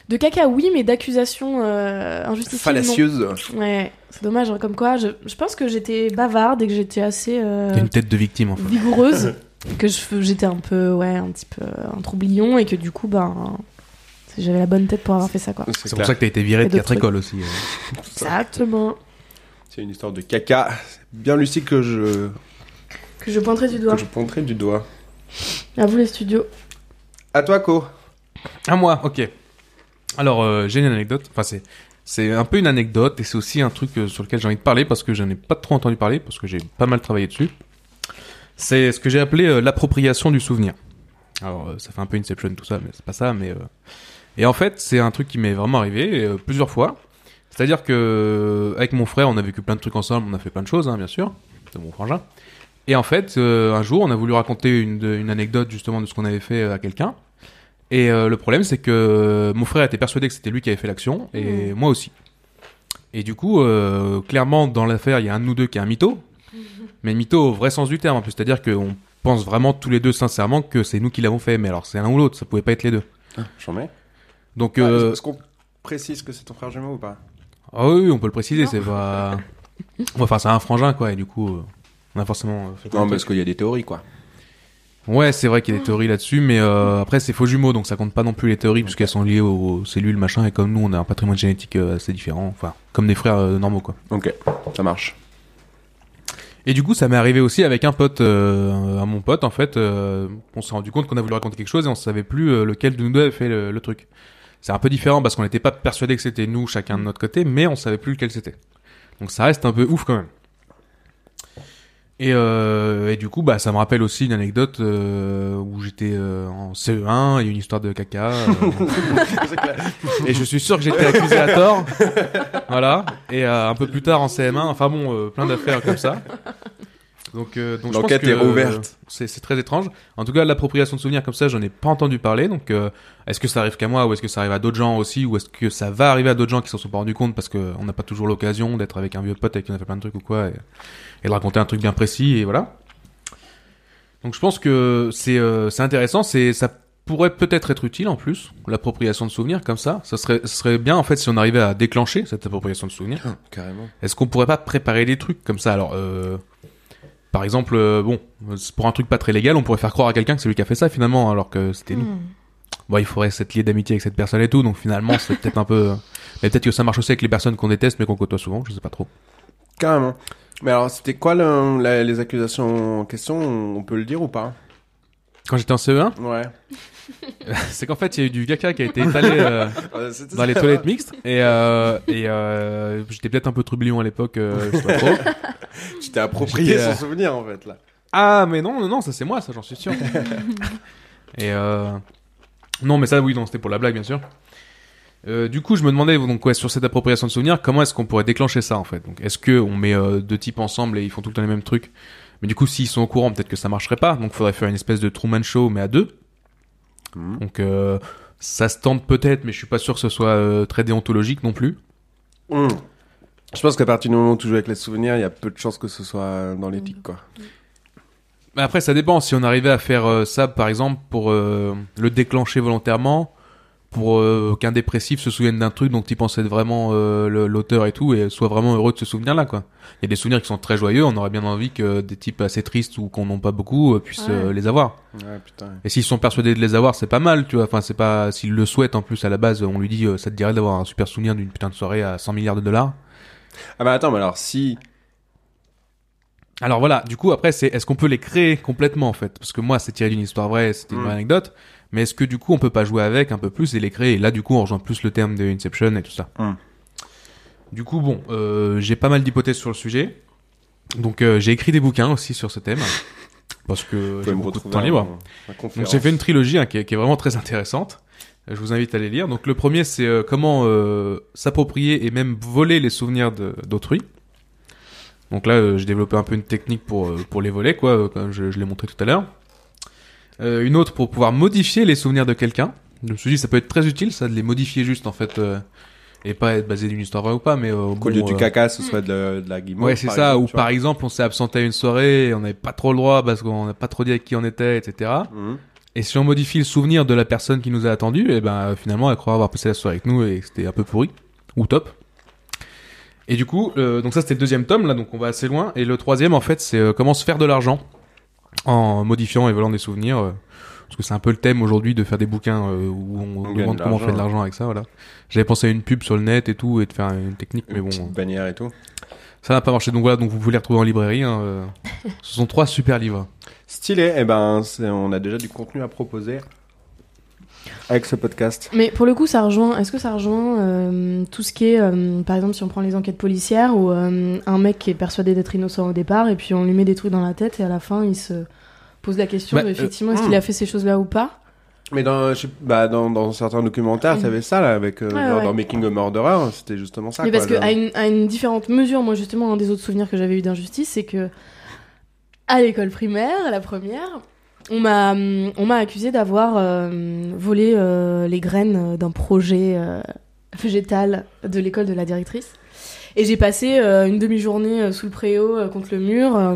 Speaker 2: De caca, oui, mais d'accusation euh, injustifiée. non. Ouais, c'est dommage. hein, Comme quoi, je, je pense que j'étais bavarde et que j'étais assez. euh,
Speaker 4: T'as une tête de victime en fait.
Speaker 2: vigoureuse que je- j'étais un peu ouais un petit peu un troublion et que du coup ben j'avais la bonne tête pour avoir fait ça quoi
Speaker 4: C'est pour ça que t'as été viré
Speaker 2: Et
Speaker 4: de
Speaker 2: de
Speaker 4: quatre
Speaker 2: trucs.
Speaker 4: écoles aussi. euh.
Speaker 2: exactement
Speaker 1: C'est une histoire de caca. C'est bien Lucie que je
Speaker 2: que je pointerai du doigt
Speaker 1: que je pointerai du doigt.
Speaker 2: à vous les studios
Speaker 1: À toi Co.
Speaker 4: À moi, ok. Alors, euh, j'ai une anecdote. Enfin, c'est, c'est un peu une anecdote et c'est aussi un truc euh, sur lequel j'ai envie de parler parce que j'en ai pas trop entendu parler parce que j'ai pas mal travaillé dessus. C'est ce que j'ai appelé euh, l'appropriation du souvenir. Alors, euh, ça fait un peu Inception tout ça, mais c'est pas ça, mais euh, Et en fait, c'est un truc qui m'est vraiment arrivé euh, plusieurs fois. C'est-à-dire que euh, avec mon frère, on a vécu plein de trucs ensemble, on a fait plein de choses, hein, bien sûr, de mon frangin. Et en fait, euh, un jour, on a voulu raconter une, de- une anecdote justement de ce qu'on avait fait euh, à quelqu'un. Et euh, le problème, c'est que euh, mon frère était persuadé que c'était lui qui avait fait l'action, et moi aussi. Et du coup, euh, clairement, dans l'affaire, il y a un de nous deux qui est un mytho, mais mytho au vrai sens du terme, en plus, c'est-à-dire qu'on pense vraiment tous les deux sincèrement que c'est nous qui l'avons fait, mais alors c'est l'un ou l'autre, ça pouvait pas être les deux.
Speaker 1: Ah, J'en mets.
Speaker 4: Donc,
Speaker 1: Ah,
Speaker 4: euh,
Speaker 1: Est-ce qu'on précise que c'est ton frère jumeau ou pas
Speaker 4: ah oui, oui, on peut le préciser, c'est pas. Enfin, c'est un frangin, quoi, et du coup, euh, on a forcément. euh, fait plein de trucs.
Speaker 1: qu'il y a des théories, quoi.
Speaker 4: Ouais, c'est vrai qu'il y a des théories là-dessus, mais euh, après, c'est faux jumeaux, donc ça compte pas non plus les théories, puisqu'elles sont liées aux cellules, machin, et comme nous, on a un patrimoine génétique euh, assez différent, enfin, comme des frères euh, normaux, quoi.
Speaker 1: Ok, ça marche.
Speaker 4: Et du coup, ça m'est arrivé aussi avec un pote, euh, à mon pote, en fait, euh, on s'est rendu compte qu'on a voulu raconter quelque chose et on savait plus euh, lequel de nous deux avait fait le, le truc. C'est un peu différent parce qu'on n'était pas persuadé que c'était nous, chacun de notre côté, mais on savait plus lequel c'était. Donc ça reste un peu ouf quand même. Et, euh, et du coup, bah, ça me rappelle aussi une anecdote euh, où j'étais euh, en CE1, il y a une histoire de caca. euh, et je suis sûr que j'étais accusé à tort. voilà. Et euh, un peu plus tard en CM1, enfin bon, euh, plein d'affaires comme ça. Donc, euh, donc je pense
Speaker 1: L'enquête
Speaker 4: que,
Speaker 1: est
Speaker 4: euh,
Speaker 1: ouverte.
Speaker 4: c'est c'est très étrange. En tout cas, l'appropriation de souvenirs comme ça, j'en ai pas entendu parler. Donc, euh, est-ce que ça arrive qu'à moi, ou est-ce que ça arrive à d'autres gens aussi, ou est-ce que ça va arriver à d'autres gens qui s'en sont pas rendus compte parce que on n'a pas toujours l'occasion d'être avec un vieux pote avec qui on a fait plein de trucs ou quoi, et, et de raconter un truc bien précis et voilà. Donc, je pense que c'est euh, c'est intéressant. C'est ça pourrait peut-être être utile en plus, l'appropriation de souvenirs comme ça. Ça serait, ça serait bien en fait si on arrivait à déclencher cette appropriation de souvenirs.
Speaker 1: Carrément.
Speaker 4: Est-ce qu'on pourrait pas préparer des trucs comme ça Alors, euh, par exemple, euh, bon, euh, c'est pour un truc pas très légal, on pourrait faire croire à quelqu'un que c'est lui qui a fait ça finalement, alors que c'était nous. Bon, il faudrait s'être lié d'amitié avec cette personne et tout, donc finalement, c'est peut-être un peu. euh, Mais peut-être que ça marche aussi avec les personnes qu'on déteste mais qu'on côtoie souvent, je sais pas trop.
Speaker 1: Carrément. Mais alors, c'était quoi le- la- les accusations en question On peut le dire ou pas
Speaker 4: Quand j'étais en E CE1,
Speaker 1: Ouais.
Speaker 4: c'est qu'en fait, il y a eu du caca qui a été étalé. euh,
Speaker 1: Bah,
Speaker 4: dans les toilettes mixtes et, euh, et euh, j'étais peut-être un peu trublion à l'époque euh, je sais pas trop.
Speaker 1: Tu t'es approprié
Speaker 4: J'étais,
Speaker 1: son
Speaker 4: euh,
Speaker 1: souvenir en fait là.
Speaker 4: ah mais non non non ça c'est moi ça j'en suis sûr et euh, non mais ça oui non c'était pour la blague bien sûr Euh, du coup, je me demandais donc ouais, sur cette appropriation de souvenirs, comment est-ce qu'on pourrait déclencher ça en fait Donc, est-ce que on met euh, deux types ensemble et ils font tout le temps les mêmes trucs Mais du coup, s'ils sont au courant, peut-être que ça marcherait pas. Donc, faudrait faire une espèce de Truman Show mais à deux.
Speaker 1: Mhm.
Speaker 4: Donc, euh, ça se tente peut-être, mais je suis pas sûr que ce soit euh, très déontologique non plus.
Speaker 1: Hum. Je pense qu'à partir du moment où tu joues avec les souvenirs, il y a peu de chances que ce soit
Speaker 4: Mm.
Speaker 1: dans l'éthique quoi.
Speaker 4: Mais après, ça dépend. Si on arrivait à faire euh, ça, par exemple, pour euh, le déclencher volontairement, pour euh, qu'un dépressif se souvienne d'un truc dont il pensait vraiment euh, le- l'auteur et tout, et soit vraiment heureux de ce souvenir-là, quoi. Il y a des souvenirs qui sont très joyeux. On aurait bien envie que des types assez tristes ou qu'on n'en pas beaucoup euh, puissent
Speaker 2: Ouais.
Speaker 4: euh, les avoir.
Speaker 1: Ouais, putain.
Speaker 4: Et s'ils sont persuadés de les avoir, c'est pas mal, tu vois. Enfin, c'est pas s'ils le souhaitent en plus à la base. On lui dit, euh, ça te dirait d'avoir un super souvenir d'une putain de soirée à 100 milliards de dollars.
Speaker 1: Ah bah attends, mais alors si.
Speaker 4: Alors voilà, du coup après c'est est-ce qu'on peut les créer complètement en fait Parce que moi c'est tiré d'une histoire vraie, c'était une
Speaker 1: Mm.
Speaker 4: vraie anecdote, mais est-ce que du coup on peut pas jouer avec un peu plus et les créer Et là du coup on rejoint plus le terme de Inception et tout ça.
Speaker 1: Mm.
Speaker 4: Du coup bon, euh, j'ai pas mal d'hypothèses sur le sujet, donc euh, j'ai écrit des bouquins aussi sur ce thème, parce que
Speaker 1: Tu
Speaker 4: j'ai
Speaker 1: peux me
Speaker 4: beaucoup de
Speaker 1: retrouver
Speaker 4: temps
Speaker 1: en-
Speaker 4: libre.
Speaker 1: en
Speaker 4: Donc
Speaker 1: conférence.
Speaker 4: j'ai fait une trilogie hein, qui, est, qui est vraiment très intéressante. Euh, Je vous invite à les lire. Donc le premier c'est euh, comment euh, s'approprier et même voler les souvenirs de- d'autrui. Donc là euh, j'ai développé un peu une technique pour euh, pour les voler quoi, euh, comme je, je l'ai montré tout à l'heure. Euh, une autre pour pouvoir modifier les souvenirs de quelqu'un. Je me suis dit ça peut être très utile ça de les modifier juste en fait euh, et pas être basé d'une histoire vraie ou pas mais euh,
Speaker 1: Qu'au
Speaker 4: bon,
Speaker 1: lieu du
Speaker 4: euh,
Speaker 1: caca, ce soit de, la- de la guimauve.
Speaker 4: Ouais, c'est
Speaker 1: par
Speaker 4: ça.
Speaker 1: exemple,
Speaker 4: Ou
Speaker 1: tu vois.
Speaker 4: par exemple, on s'est absenté à une soirée, et on n'avait pas trop le droit parce qu'on n'a pas trop dit avec qui on était, etc.
Speaker 1: Hum.
Speaker 4: Et si on modifie le souvenir de la personne qui nous a attendu, et ben finalement elle croit avoir passé la soirée avec nous et que c'était un peu pourri ou top. Et du coup, euh, donc ça c'était le deuxième tome là, donc on va assez loin. Et le troisième en fait, c'est euh, comment se faire de l'argent en modifiant et volant des souvenirs, euh, parce que c'est un peu le thème aujourd'hui de faire des bouquins euh, où on,
Speaker 1: On gagne
Speaker 4: demande
Speaker 1: de
Speaker 4: comment on fait de
Speaker 1: l'argent.
Speaker 4: l'argent avec ça. Voilà. J'avais pensé à une pub sur le net et tout et de faire une technique, mais
Speaker 1: Une
Speaker 4: bon,
Speaker 1: petite bannière et tout.
Speaker 4: ça n'a pas marché. Donc voilà, donc vous pouvez les retrouver en librairie. hein, euh. Ce sont trois super livres.
Speaker 1: Stylé, eh ben c'est- on a déjà du contenu à proposer avec ce podcast.
Speaker 2: Mais pour le coup, ça rejoint. Est-ce que ça rejoint euh, tout ce qui est, euh, par exemple, si on prend les enquêtes policières où euh, un mec qui est persuadé d'être innocent au départ et puis on lui met des trucs dans la tête et à la fin il se pose la question
Speaker 4: Bah,
Speaker 2: de,
Speaker 4: euh,
Speaker 2: effectivement est-ce qu'il a fait ces choses-là ou pas
Speaker 1: Mais dans, je sais- bah, dans, dans certains documentaires,
Speaker 2: Mm.
Speaker 1: tu avais ça, là, avec, euh,
Speaker 2: Ouais,
Speaker 1: genre
Speaker 2: ouais.
Speaker 1: dans Making a Murderer, hein, c'était justement ça.
Speaker 2: Mais
Speaker 1: quoi,
Speaker 2: parce qu'à
Speaker 1: genre.
Speaker 2: une, à une différente mesure, moi justement, un des autres souvenirs que j'avais eu d'injustice, c'est que à l'école primaire, la première, on m'a hum, on m'a accusé d'avoir euh, volé euh, les graines d'un projet euh, végétal de l'école de la directrice. Et j'ai passé euh, une demi-journée euh, sous le préau euh, contre le mur euh,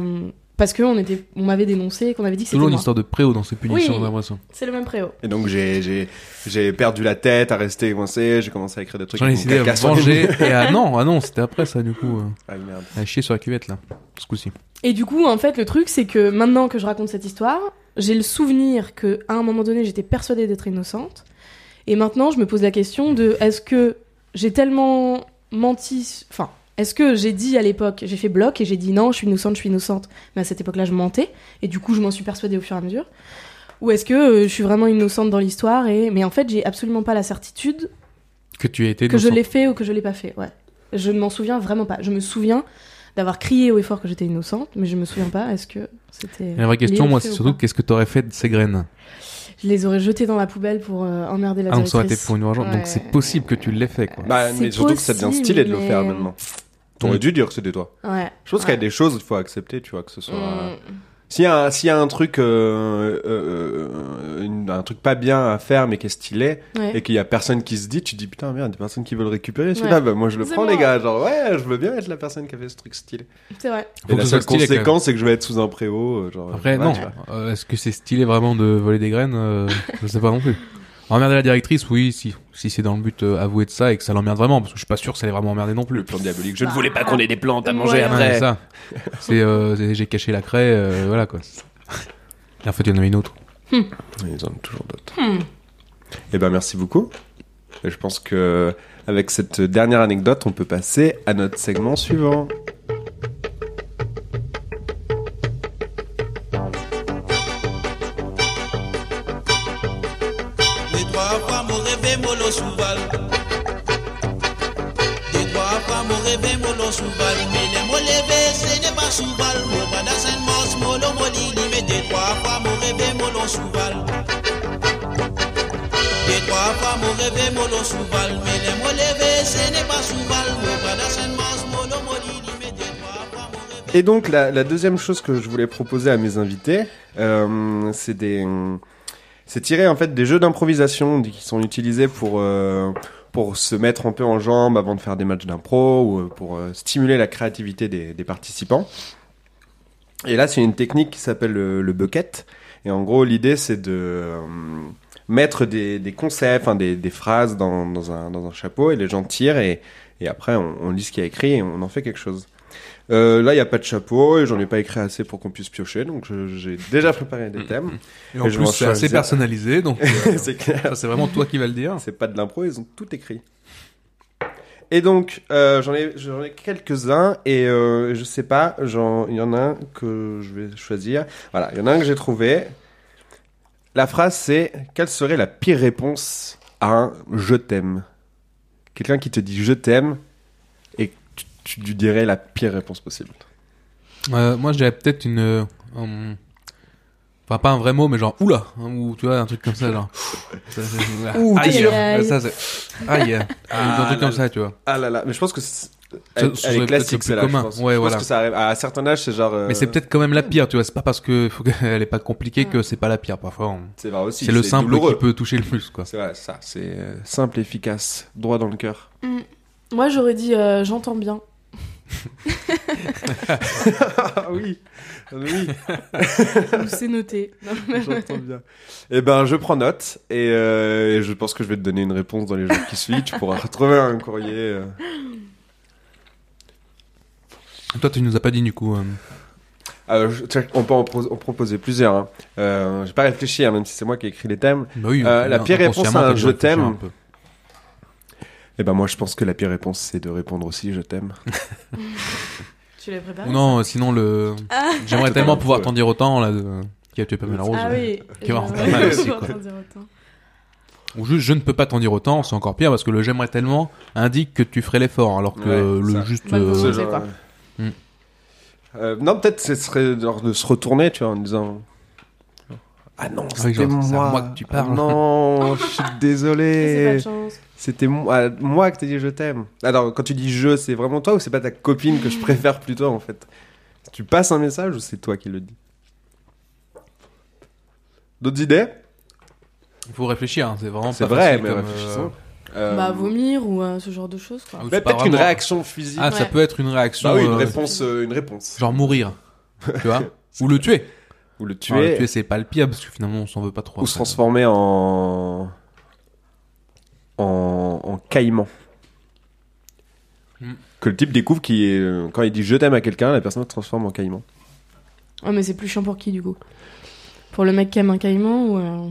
Speaker 2: parce qu'on était on m'avait dénoncé qu'on avait dit que c'était
Speaker 4: Toujours une
Speaker 2: moi.
Speaker 4: histoire de préau dans ces punitions,
Speaker 2: Oui.
Speaker 4: j'ai l'impression.
Speaker 2: C'est le même préau.
Speaker 1: Et donc, j'ai- j'ai j'ai perdu la tête, à rester coincé, j'ai commencé à écrire des trucs.
Speaker 4: J'en ai
Speaker 1: qui
Speaker 4: décidé
Speaker 1: m'ont
Speaker 4: à me
Speaker 1: caca sur les
Speaker 4: venger.
Speaker 1: murs.
Speaker 4: Et ah non, ah non, c'était après ça, du coup. euh,
Speaker 1: Ah, merde.
Speaker 4: à chier sur la cuvette, là. Ce coup-ci.
Speaker 2: Et du coup, en fait, le truc, c'est que maintenant que je raconte cette histoire, j'ai le souvenir que à un moment donné, j'étais persuadée d'être innocente. Et maintenant, je me pose la question de est-ce que j'ai tellement menti, enfin, est-ce que j'ai dit à l'époque, j'ai fait bloc et j'ai dit non, je suis innocente, je suis innocente. Mais à cette époque-là, je mentais et du coup, je m'en suis persuadée au fur et à mesure. Ou est-ce que euh, je suis vraiment innocente dans l'histoire et mais en fait, j'ai absolument pas la certitude
Speaker 4: Que tu as été
Speaker 2: que je
Speaker 4: innocent.
Speaker 2: l'ai fait ou que je l'ai pas fait. Ouais. Je ne m'en souviens vraiment pas. Je me souviens d'avoir crié au effort que j'étais innocente, mais je me souviens pas. Est-ce que c'était.
Speaker 4: Et La vraie
Speaker 2: lié
Speaker 4: question,
Speaker 2: au
Speaker 4: moi,
Speaker 2: fait
Speaker 4: c'est
Speaker 2: ou
Speaker 4: surtout
Speaker 2: pas
Speaker 4: qu'est-ce que t'aurais fait de ces graines
Speaker 2: Je les aurais jetées dans la poubelle pour euh, emmerder la
Speaker 4: Ah, donc
Speaker 2: directrice.
Speaker 4: ça aurait été pour une urgence.
Speaker 2: Ouais.
Speaker 4: Donc c'est possible que tu l'aies fait, quoi.
Speaker 1: Bah,
Speaker 2: C'est
Speaker 1: mais surtout que ça devient
Speaker 2: possible,
Speaker 1: stylé de le faire
Speaker 2: mais-
Speaker 1: maintenant. T'aurais
Speaker 4: Mm.
Speaker 1: dû dire que c'était toi.
Speaker 2: Ouais.
Speaker 1: Je pense qu'il y a
Speaker 2: Ouais.
Speaker 1: des choses qu'il faut accepter, tu vois, que ce soit.
Speaker 2: Mm.
Speaker 1: S'il y, a un- s'il y a un truc, euh, euh, une- un truc pas bien à faire, mais qui est stylé,
Speaker 2: Ouais.
Speaker 1: et qu'il y a personne qui se dit, tu te dis putain merde, il y a personne qui veut le récupérer, celui-là, bah, moi je le
Speaker 2: C'est
Speaker 1: prends
Speaker 2: moi.
Speaker 1: les gars, genre ouais, je veux bien être la personne qui a fait ce truc stylé.
Speaker 2: C'est vrai.
Speaker 4: Faut
Speaker 1: Et
Speaker 4: que
Speaker 1: la
Speaker 4: ce soit
Speaker 1: seule
Speaker 4: stylé, quand même.
Speaker 1: conséquence, c'est que je vais être sous un préau, euh, genre.
Speaker 4: Après,
Speaker 1: ouais,
Speaker 4: non.
Speaker 1: tu vois.
Speaker 4: Euh, Est-ce que c'est stylé vraiment de voler des graines Euh, Je sais pas non plus. Emmerder la directrice, oui, si, si c'est dans le but euh, avoué de ça et que ça l'emmerde vraiment, parce que je suis pas sûr que ça l'ait vraiment emmerdé non plus.
Speaker 1: Le plan diabolique, je ne
Speaker 2: Bah,
Speaker 1: voulais pas qu'on ait des plantes à manger
Speaker 2: ouais.
Speaker 4: Ah,
Speaker 1: après.
Speaker 4: c'est ça. C'est, euh, c'est- j'ai caché la craie, euh, voilà quoi. Et en fait, il y en avait une autre.
Speaker 1: Ils en ont toujours d'autres. Eh ben merci beaucoup. Et je pense que avec cette dernière anecdote, on peut passer à notre segment suivant.
Speaker 5: Les trois femmes au rêve molo souval. Les trois femmes au rêve molo souval. Mais les mots levés, ce n'est pas souval. Mon badass en mos molo molili. Mais des trois femmes au rêve molo souval. Des trois femmes au rêve molo souval. Mais les mots levés, ce n'est pas souval. Mon badass en mos molo molili. Mais des trois femmes au rêve
Speaker 1: Et donc la, la deuxième chose que je voulais proposer à mes invités, euh, c'est des, c'est tiré en fait des jeux d'improvisation qui sont utilisés pour euh, pour se mettre un peu en jambe avant de faire des matchs d'impro ou euh, pour euh, stimuler la créativité des, des participants. Et là, c'est une technique qui s'appelle le, le bucket. Et en gros, l'idée c'est de euh, mettre des, des concepts, hein, des, des phrases dans, dans un dans un chapeau et les gens tirent et et après on, on lit ce qu'il y a écrit et on en fait quelque chose. Euh, là, il n'y a pas de chapeau et j'en ai pas écrit assez pour qu'on puisse piocher, donc je- j'ai déjà préparé des thèmes.
Speaker 4: Et
Speaker 1: en
Speaker 4: en
Speaker 1: Et je plus, m'en
Speaker 4: plus,
Speaker 1: c'est
Speaker 4: c'est
Speaker 1: souviens. assez euh,
Speaker 4: assez personnalisé, donc
Speaker 1: c'est clair,
Speaker 4: c'est vraiment toi qui vas le dire.
Speaker 1: c'est pas de l'impro, ils ont tout écrit. Et donc, euh, j'en ai, j'en ai quelques-uns et euh, je sais pas, j'en- il y en a un que je vais choisir. Voilà, il y en a un que j'ai trouvé. La phrase c'est Quelle serait la pire réponse à un je t'aime Quelqu'un qui te dit je t'aime et tu, tu lui dirais la pire réponse possible.
Speaker 4: Euh, moi, j'avais peut-être une. euh, un- Enfin, pas un vrai mot, mais genre oula, hein, ou tu vois, un truc comme ça, genre. Ça, ça, ça,
Speaker 1: Ouh,
Speaker 4: aïe,
Speaker 2: t'es
Speaker 4: euh,
Speaker 2: sûr
Speaker 4: ça, c'est- aïe, euh, un truc
Speaker 1: là,
Speaker 4: comme ça, tu vois.
Speaker 1: Ah là là, mais je pense que c'est-
Speaker 4: Ça,
Speaker 1: elle,
Speaker 4: ça
Speaker 1: elle
Speaker 4: serait
Speaker 1: est classique celle-là.
Speaker 4: peut-être le plus
Speaker 1: Je
Speaker 4: commun.
Speaker 1: pense, Je
Speaker 4: Ouais,
Speaker 1: pense
Speaker 4: voilà.
Speaker 1: que ça arrive à un certain âge, c'est genre. euh,
Speaker 4: Mais c'est peut-être quand même la pire, tu vois. C'est pas parce que faut qu'elle est pas compliquée que c'est pas la pire. Parfois, on-
Speaker 1: C'est vrai aussi.
Speaker 4: c'est le simple
Speaker 1: douloureux.
Speaker 4: qui peut toucher le plus, quoi.
Speaker 1: C'est voilà, ça. C'est euh, simple, efficace, droit dans le cœur.
Speaker 2: Moi, j'aurais dit euh, j'entends bien.
Speaker 1: Ah oui, oui,
Speaker 2: Ou c'est noté. Non, mais-
Speaker 1: j'entends bien. Eh ben, je prends note et euh, et je pense que je vais te donner une réponse dans les jours qui suivent. Tu pourras retrouver un courrier. euh.
Speaker 4: Toi, tu nous as pas dit du coup. euh,
Speaker 1: Euh, je- tiens, on peut en, pro- en proposer plusieurs. Hein. Euh, J'ai pas réfléchi, hein, même si c'est moi qui ai écrit les thèmes.
Speaker 4: bah oui,
Speaker 1: Euh, la pire réponse
Speaker 4: inconsciemment,
Speaker 1: à un
Speaker 4: t'as dû
Speaker 1: je
Speaker 4: réfléchir
Speaker 1: t'aime.
Speaker 4: un peu.
Speaker 1: Eh ben, moi, je pense que la pire réponse, c'est de répondre aussi, je t'aime.
Speaker 2: tu l'as préparé
Speaker 4: Ou non, euh, sinon le. J'aimerais tellement pouvoir
Speaker 1: Ouais.
Speaker 4: t'en dire autant là. de- Qui a tué Pamela Rose.
Speaker 2: Ah oui.
Speaker 4: Qui va en
Speaker 2: J'aurais
Speaker 4: faire mal aussi,
Speaker 2: dû
Speaker 4: quoi.
Speaker 2: entendre dire autant.
Speaker 4: Ou juste je ne peux pas t'en dire autant, c'est encore pire parce que le j'aimerais tellement indique que tu ferais l'effort alors que
Speaker 1: Ouais,
Speaker 4: euh, le
Speaker 1: ça.
Speaker 4: juste.
Speaker 2: Bonne
Speaker 4: euh,
Speaker 2: volonté.
Speaker 1: Ce
Speaker 2: Euh,
Speaker 1: genre,
Speaker 2: quoi.
Speaker 1: euh.
Speaker 4: Hmm.
Speaker 1: Euh, non, peut-être ce serait genre de se retourner, tu vois, en disant Ah non,
Speaker 4: oui,
Speaker 1: c'était
Speaker 4: genre,
Speaker 1: moi.
Speaker 4: c'est à moi que tu parles.
Speaker 1: Ah non, je suis
Speaker 2: C'est pas de
Speaker 1: désolé.
Speaker 2: chance.
Speaker 1: C'était mo- à moi que t'as dit je t'aime. Alors, quand tu dis je, c'est vraiment toi ou c'est pas ta copine
Speaker 2: Hmm.
Speaker 1: que je préfère plutôt en fait Tu passes un message ou c'est toi qui le dis D'autres idées
Speaker 4: Il faut réfléchir, hein, c'est vraiment
Speaker 1: C'est
Speaker 4: pas
Speaker 1: vrai,
Speaker 4: facile
Speaker 1: mais
Speaker 4: comme, euh,
Speaker 1: réfléchissons. Euh,
Speaker 2: Bah, vomir ou euh, ce genre de choses, quoi.
Speaker 4: ah, ou
Speaker 1: mais
Speaker 4: c'est pas
Speaker 1: peut-être qu'une
Speaker 4: vraiment-
Speaker 1: réaction physique.
Speaker 4: Ah, ça
Speaker 2: Ouais.
Speaker 4: peut être une réaction.
Speaker 1: Bah oui, une
Speaker 4: euh,
Speaker 1: réponse, euh, une réponse.
Speaker 4: Genre mourir. Tu vois Ou le tuer.
Speaker 1: Ou le
Speaker 4: Alors, le
Speaker 1: tuer,
Speaker 4: tuer, c'est pas le pire parce que finalement, on s'en veut pas trop.
Speaker 1: ou
Speaker 4: après.
Speaker 1: se transformer en en, en caïman.
Speaker 4: Hmm.
Speaker 1: Que le type découvre qu'il est euh, quand il dit je t'aime à quelqu'un, la personne se transforme en caïman.
Speaker 2: Ah, mais c'est plus chiant pour qui, du coup Pour le mec qui aime un caïman ou. euh,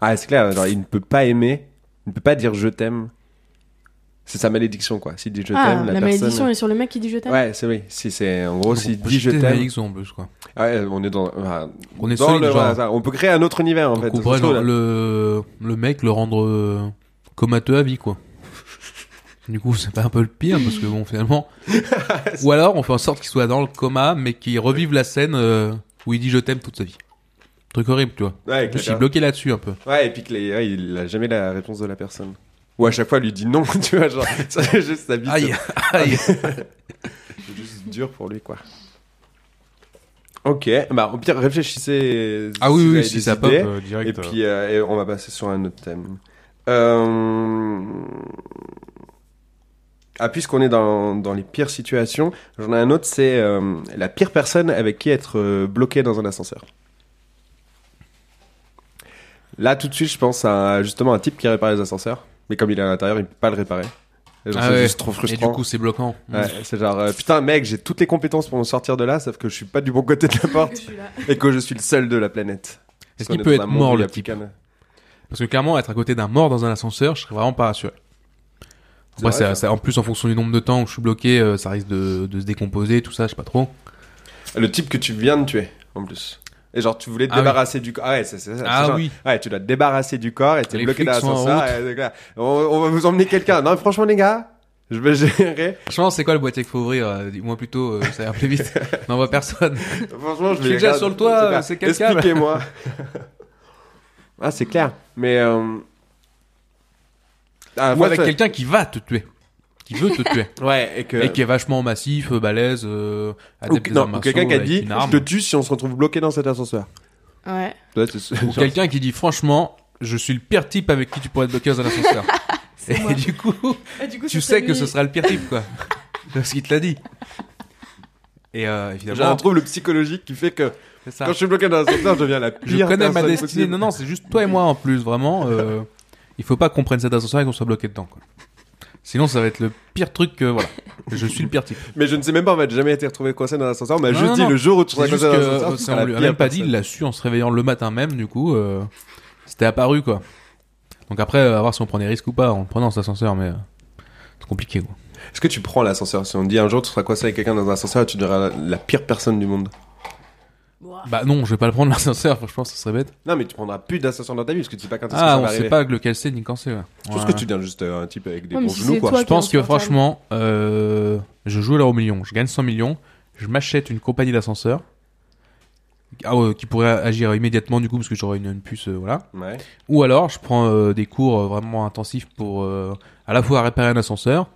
Speaker 1: Ah, c'est clair, genre, il ne peut pas aimer, il ne peut pas dire je t'aime. C'est sa malédiction, quoi. S'il dit je
Speaker 2: Ah,
Speaker 1: t'aime, la,
Speaker 2: la
Speaker 1: personne.
Speaker 2: malédiction est sur le mec qui dit je t'aime
Speaker 1: Ouais, c'est oui. Si c'est en gros,
Speaker 4: On
Speaker 1: s'il
Speaker 4: peut
Speaker 1: dit je
Speaker 4: jeter
Speaker 1: t'aime,
Speaker 4: Alix en plus, quoi.
Speaker 1: Ouais, on est dans, enfin,
Speaker 4: On est
Speaker 1: dans
Speaker 4: solide,
Speaker 1: le-
Speaker 4: genre.
Speaker 1: voilà, ça, on peut créer un autre univers en
Speaker 4: Donc,
Speaker 1: fait.
Speaker 4: on
Speaker 1: Ça
Speaker 4: pourrait
Speaker 1: se trouve,
Speaker 4: le,
Speaker 1: là.
Speaker 4: le, le mec le rendre euh, comateux à vie, quoi. Du coup, c'est pas un peu le pire, parce que bon, finalement. Ou alors, on fait en sorte qu'il soit dans le coma, mais qu'il revive la scène euh, où il dit je t'aime toute sa vie. Truc horrible, tu vois.
Speaker 1: Ouais,
Speaker 4: En plus,
Speaker 1: avec
Speaker 4: il est
Speaker 1: la-
Speaker 4: bloqué là-dessus un peu.
Speaker 1: Ouais, et puis que les- ouais, il a jamais la réponse de la personne. Ou à chaque fois, il lui dit non, tu vois, genre, ça, c'est juste sa vie,
Speaker 4: Aïe, aïe.
Speaker 1: c'est juste dur pour lui, quoi. Ok, bah, au pire, réfléchissez.
Speaker 4: Ah oui,
Speaker 1: vous
Speaker 4: oui,
Speaker 1: avez
Speaker 4: si
Speaker 1: des
Speaker 4: ça pop.
Speaker 1: idées.
Speaker 4: euh,
Speaker 1: Et
Speaker 4: direct.
Speaker 1: puis, euh, et on va passer sur un autre thème. Euh... Ah, puisqu'on est dans, dans les pires situations, j'en ai un autre, c'est euh, la pire personne avec qui être euh, bloqué dans un ascenseur. Là, tout de suite, je pense à justement un type qui répare les ascenseurs, mais comme il est à l'intérieur, il peut pas le réparer. Et genre,
Speaker 4: Ah
Speaker 1: c'est
Speaker 4: ouais.
Speaker 1: juste trop
Speaker 4: Et
Speaker 1: frustrant.
Speaker 4: du coup, c'est bloquant.
Speaker 1: Ouais, c'est genre, euh, putain, mec, j'ai toutes les compétences pour me sortir de là, sauf que je suis pas du bon côté de la porte et que je suis le seul de la planète. Parce
Speaker 4: Est-ce
Speaker 1: qu'on
Speaker 4: qu'il
Speaker 1: est
Speaker 4: peut
Speaker 1: dans
Speaker 4: être
Speaker 1: un monde
Speaker 4: mort,
Speaker 1: où il y
Speaker 4: le
Speaker 1: a plus
Speaker 4: type
Speaker 1: qu'un-
Speaker 4: Parce que clairement, être à côté d'un mort dans un ascenseur, je serais vraiment pas rassuré.
Speaker 1: C'est
Speaker 4: Après,
Speaker 1: vrai, ça.
Speaker 4: ça, ça- en plus, en fonction du nombre de temps où je suis bloqué, euh, ça risque de, de se décomposer, tout ça, je sais pas trop.
Speaker 1: Le type que tu viens de tuer, en plus. Et genre, tu voulais te
Speaker 4: Ah oui.
Speaker 1: débarrasser du corps. Ah ouais, c'est c'est ça. c'est
Speaker 4: Ah
Speaker 1: genre-
Speaker 4: oui.
Speaker 1: Ouais, tu dois te débarrasser du corps et t'es
Speaker 4: Les
Speaker 1: bloqué dans
Speaker 4: flics sont en
Speaker 1: l'ascenseur. et c'est clair. On, on va vous emmener quelqu'un. Non, franchement, les gars, je vais gérer.
Speaker 4: Franchement, c'est quoi le boîtier qu'il faut ouvrir euh, Dis-moi plutôt, euh, ça va plus vite. N'en voit personne.
Speaker 1: Franchement, je,
Speaker 4: Je
Speaker 1: les
Speaker 4: suis déjà
Speaker 1: regarde.
Speaker 4: sur le toit,
Speaker 1: C'est clair.
Speaker 4: c'est quelqu'un, là.
Speaker 1: Expliquez-moi. ah, c'est clair. Mais. euh, à la
Speaker 4: Ou
Speaker 1: fois,
Speaker 4: avec
Speaker 1: ça-
Speaker 4: quelqu'un qui va te tuer. Qui veut te tuer.
Speaker 1: Ouais, et que.
Speaker 4: Et qui est vachement massif, euh, balèze, euh,
Speaker 1: Ou,
Speaker 4: adepte des arts
Speaker 1: non, ou
Speaker 4: martiaux,
Speaker 1: quelqu'un qui a
Speaker 4: avec
Speaker 1: dit
Speaker 4: une
Speaker 1: Je
Speaker 4: arme.
Speaker 1: te tue si on se retrouve bloqué dans cet ascenseur.
Speaker 2: Ouais.
Speaker 1: Ouais, c'est-
Speaker 4: Ou quelqu'un qui dit franchement, je suis le pire type avec qui tu pourrais être bloqué dans un ascenseur.
Speaker 2: C'est moi.
Speaker 4: Et du coup,
Speaker 2: Et du coup,
Speaker 4: tu
Speaker 2: ça, c'est
Speaker 4: sais que
Speaker 2: lui.
Speaker 4: ce sera le pire type, quoi. Parce qu'il te l'a dit. Et euh,
Speaker 1: J'ai un
Speaker 4: évidemment,
Speaker 1: trouble psychologique qui fait que
Speaker 4: c'est ça.
Speaker 1: quand je suis bloqué dans un ascenseur, je deviens la pire
Speaker 4: Je connais ma
Speaker 1: personne
Speaker 4: destinée.
Speaker 1: possible.
Speaker 4: Non, non, c'est juste toi et moi en plus, vraiment. euh, il faut pas qu'on prenne cet ascenseur et qu'on soit bloqué dedans. Quoi. Sinon, ça va être le pire truc que voilà. Je suis le pire type.
Speaker 1: Mais je ne sais même pas, on m'a jamais été retrouvé coincé dans l'ascenseur. On m'a
Speaker 4: Non,
Speaker 1: juste
Speaker 4: non,
Speaker 1: dit
Speaker 4: non.
Speaker 1: le jour où tu seras
Speaker 4: C'est juste
Speaker 1: coincé dans l'ascenseur.
Speaker 4: que euh,
Speaker 1: tu
Speaker 4: ça,
Speaker 1: seras
Speaker 4: on
Speaker 1: la
Speaker 4: lui a
Speaker 1: pire
Speaker 4: même pas dit. Il
Speaker 1: personne.
Speaker 4: l'a su en se réveillant le matin même. Du coup, euh, c'était apparu quoi. Donc après, euh, à voir si on prend des risques ou pas. On le prend dans cet ascenseur, mais euh, c'est compliqué quoi.
Speaker 1: Est-ce que tu prends l'ascenseur Si on te dit un jour tu seras coincé avec quelqu'un dans un ascenseur, tu deviendras la, la pire personne du monde.
Speaker 2: Ouah.
Speaker 4: Bah non, je vais pas le prendre l'ascenseur. Franchement, ça serait bête.
Speaker 1: Non, mais tu prendras plus d'ascenseur dans ta vie parce que tu sais pas quand est-ce que
Speaker 4: Ah,
Speaker 1: ça
Speaker 4: on
Speaker 1: va
Speaker 4: sait
Speaker 1: arriver.
Speaker 4: pas lequel c'est ni quand c'est. ouais.
Speaker 1: Je pense
Speaker 4: Ouais.
Speaker 1: que tu deviens juste euh, un type avec des
Speaker 2: Ouais, mais
Speaker 1: bons
Speaker 2: si
Speaker 1: genoux,
Speaker 2: c'est
Speaker 1: quoi.
Speaker 2: toi-
Speaker 4: Je pense que
Speaker 2: Aucun insupportable.
Speaker 4: franchement, euh, je joue à l'euro million, je gagne 100 millions, je m'achète une compagnie d'ascenseurs ah ouais, qui pourrait agir immédiatement du coup parce que j'aurais une, une puce, euh, voilà.
Speaker 1: Ouais.
Speaker 4: Ou alors je prends euh, des cours euh, vraiment intensifs pour euh, à la fois réparer un ascenseur,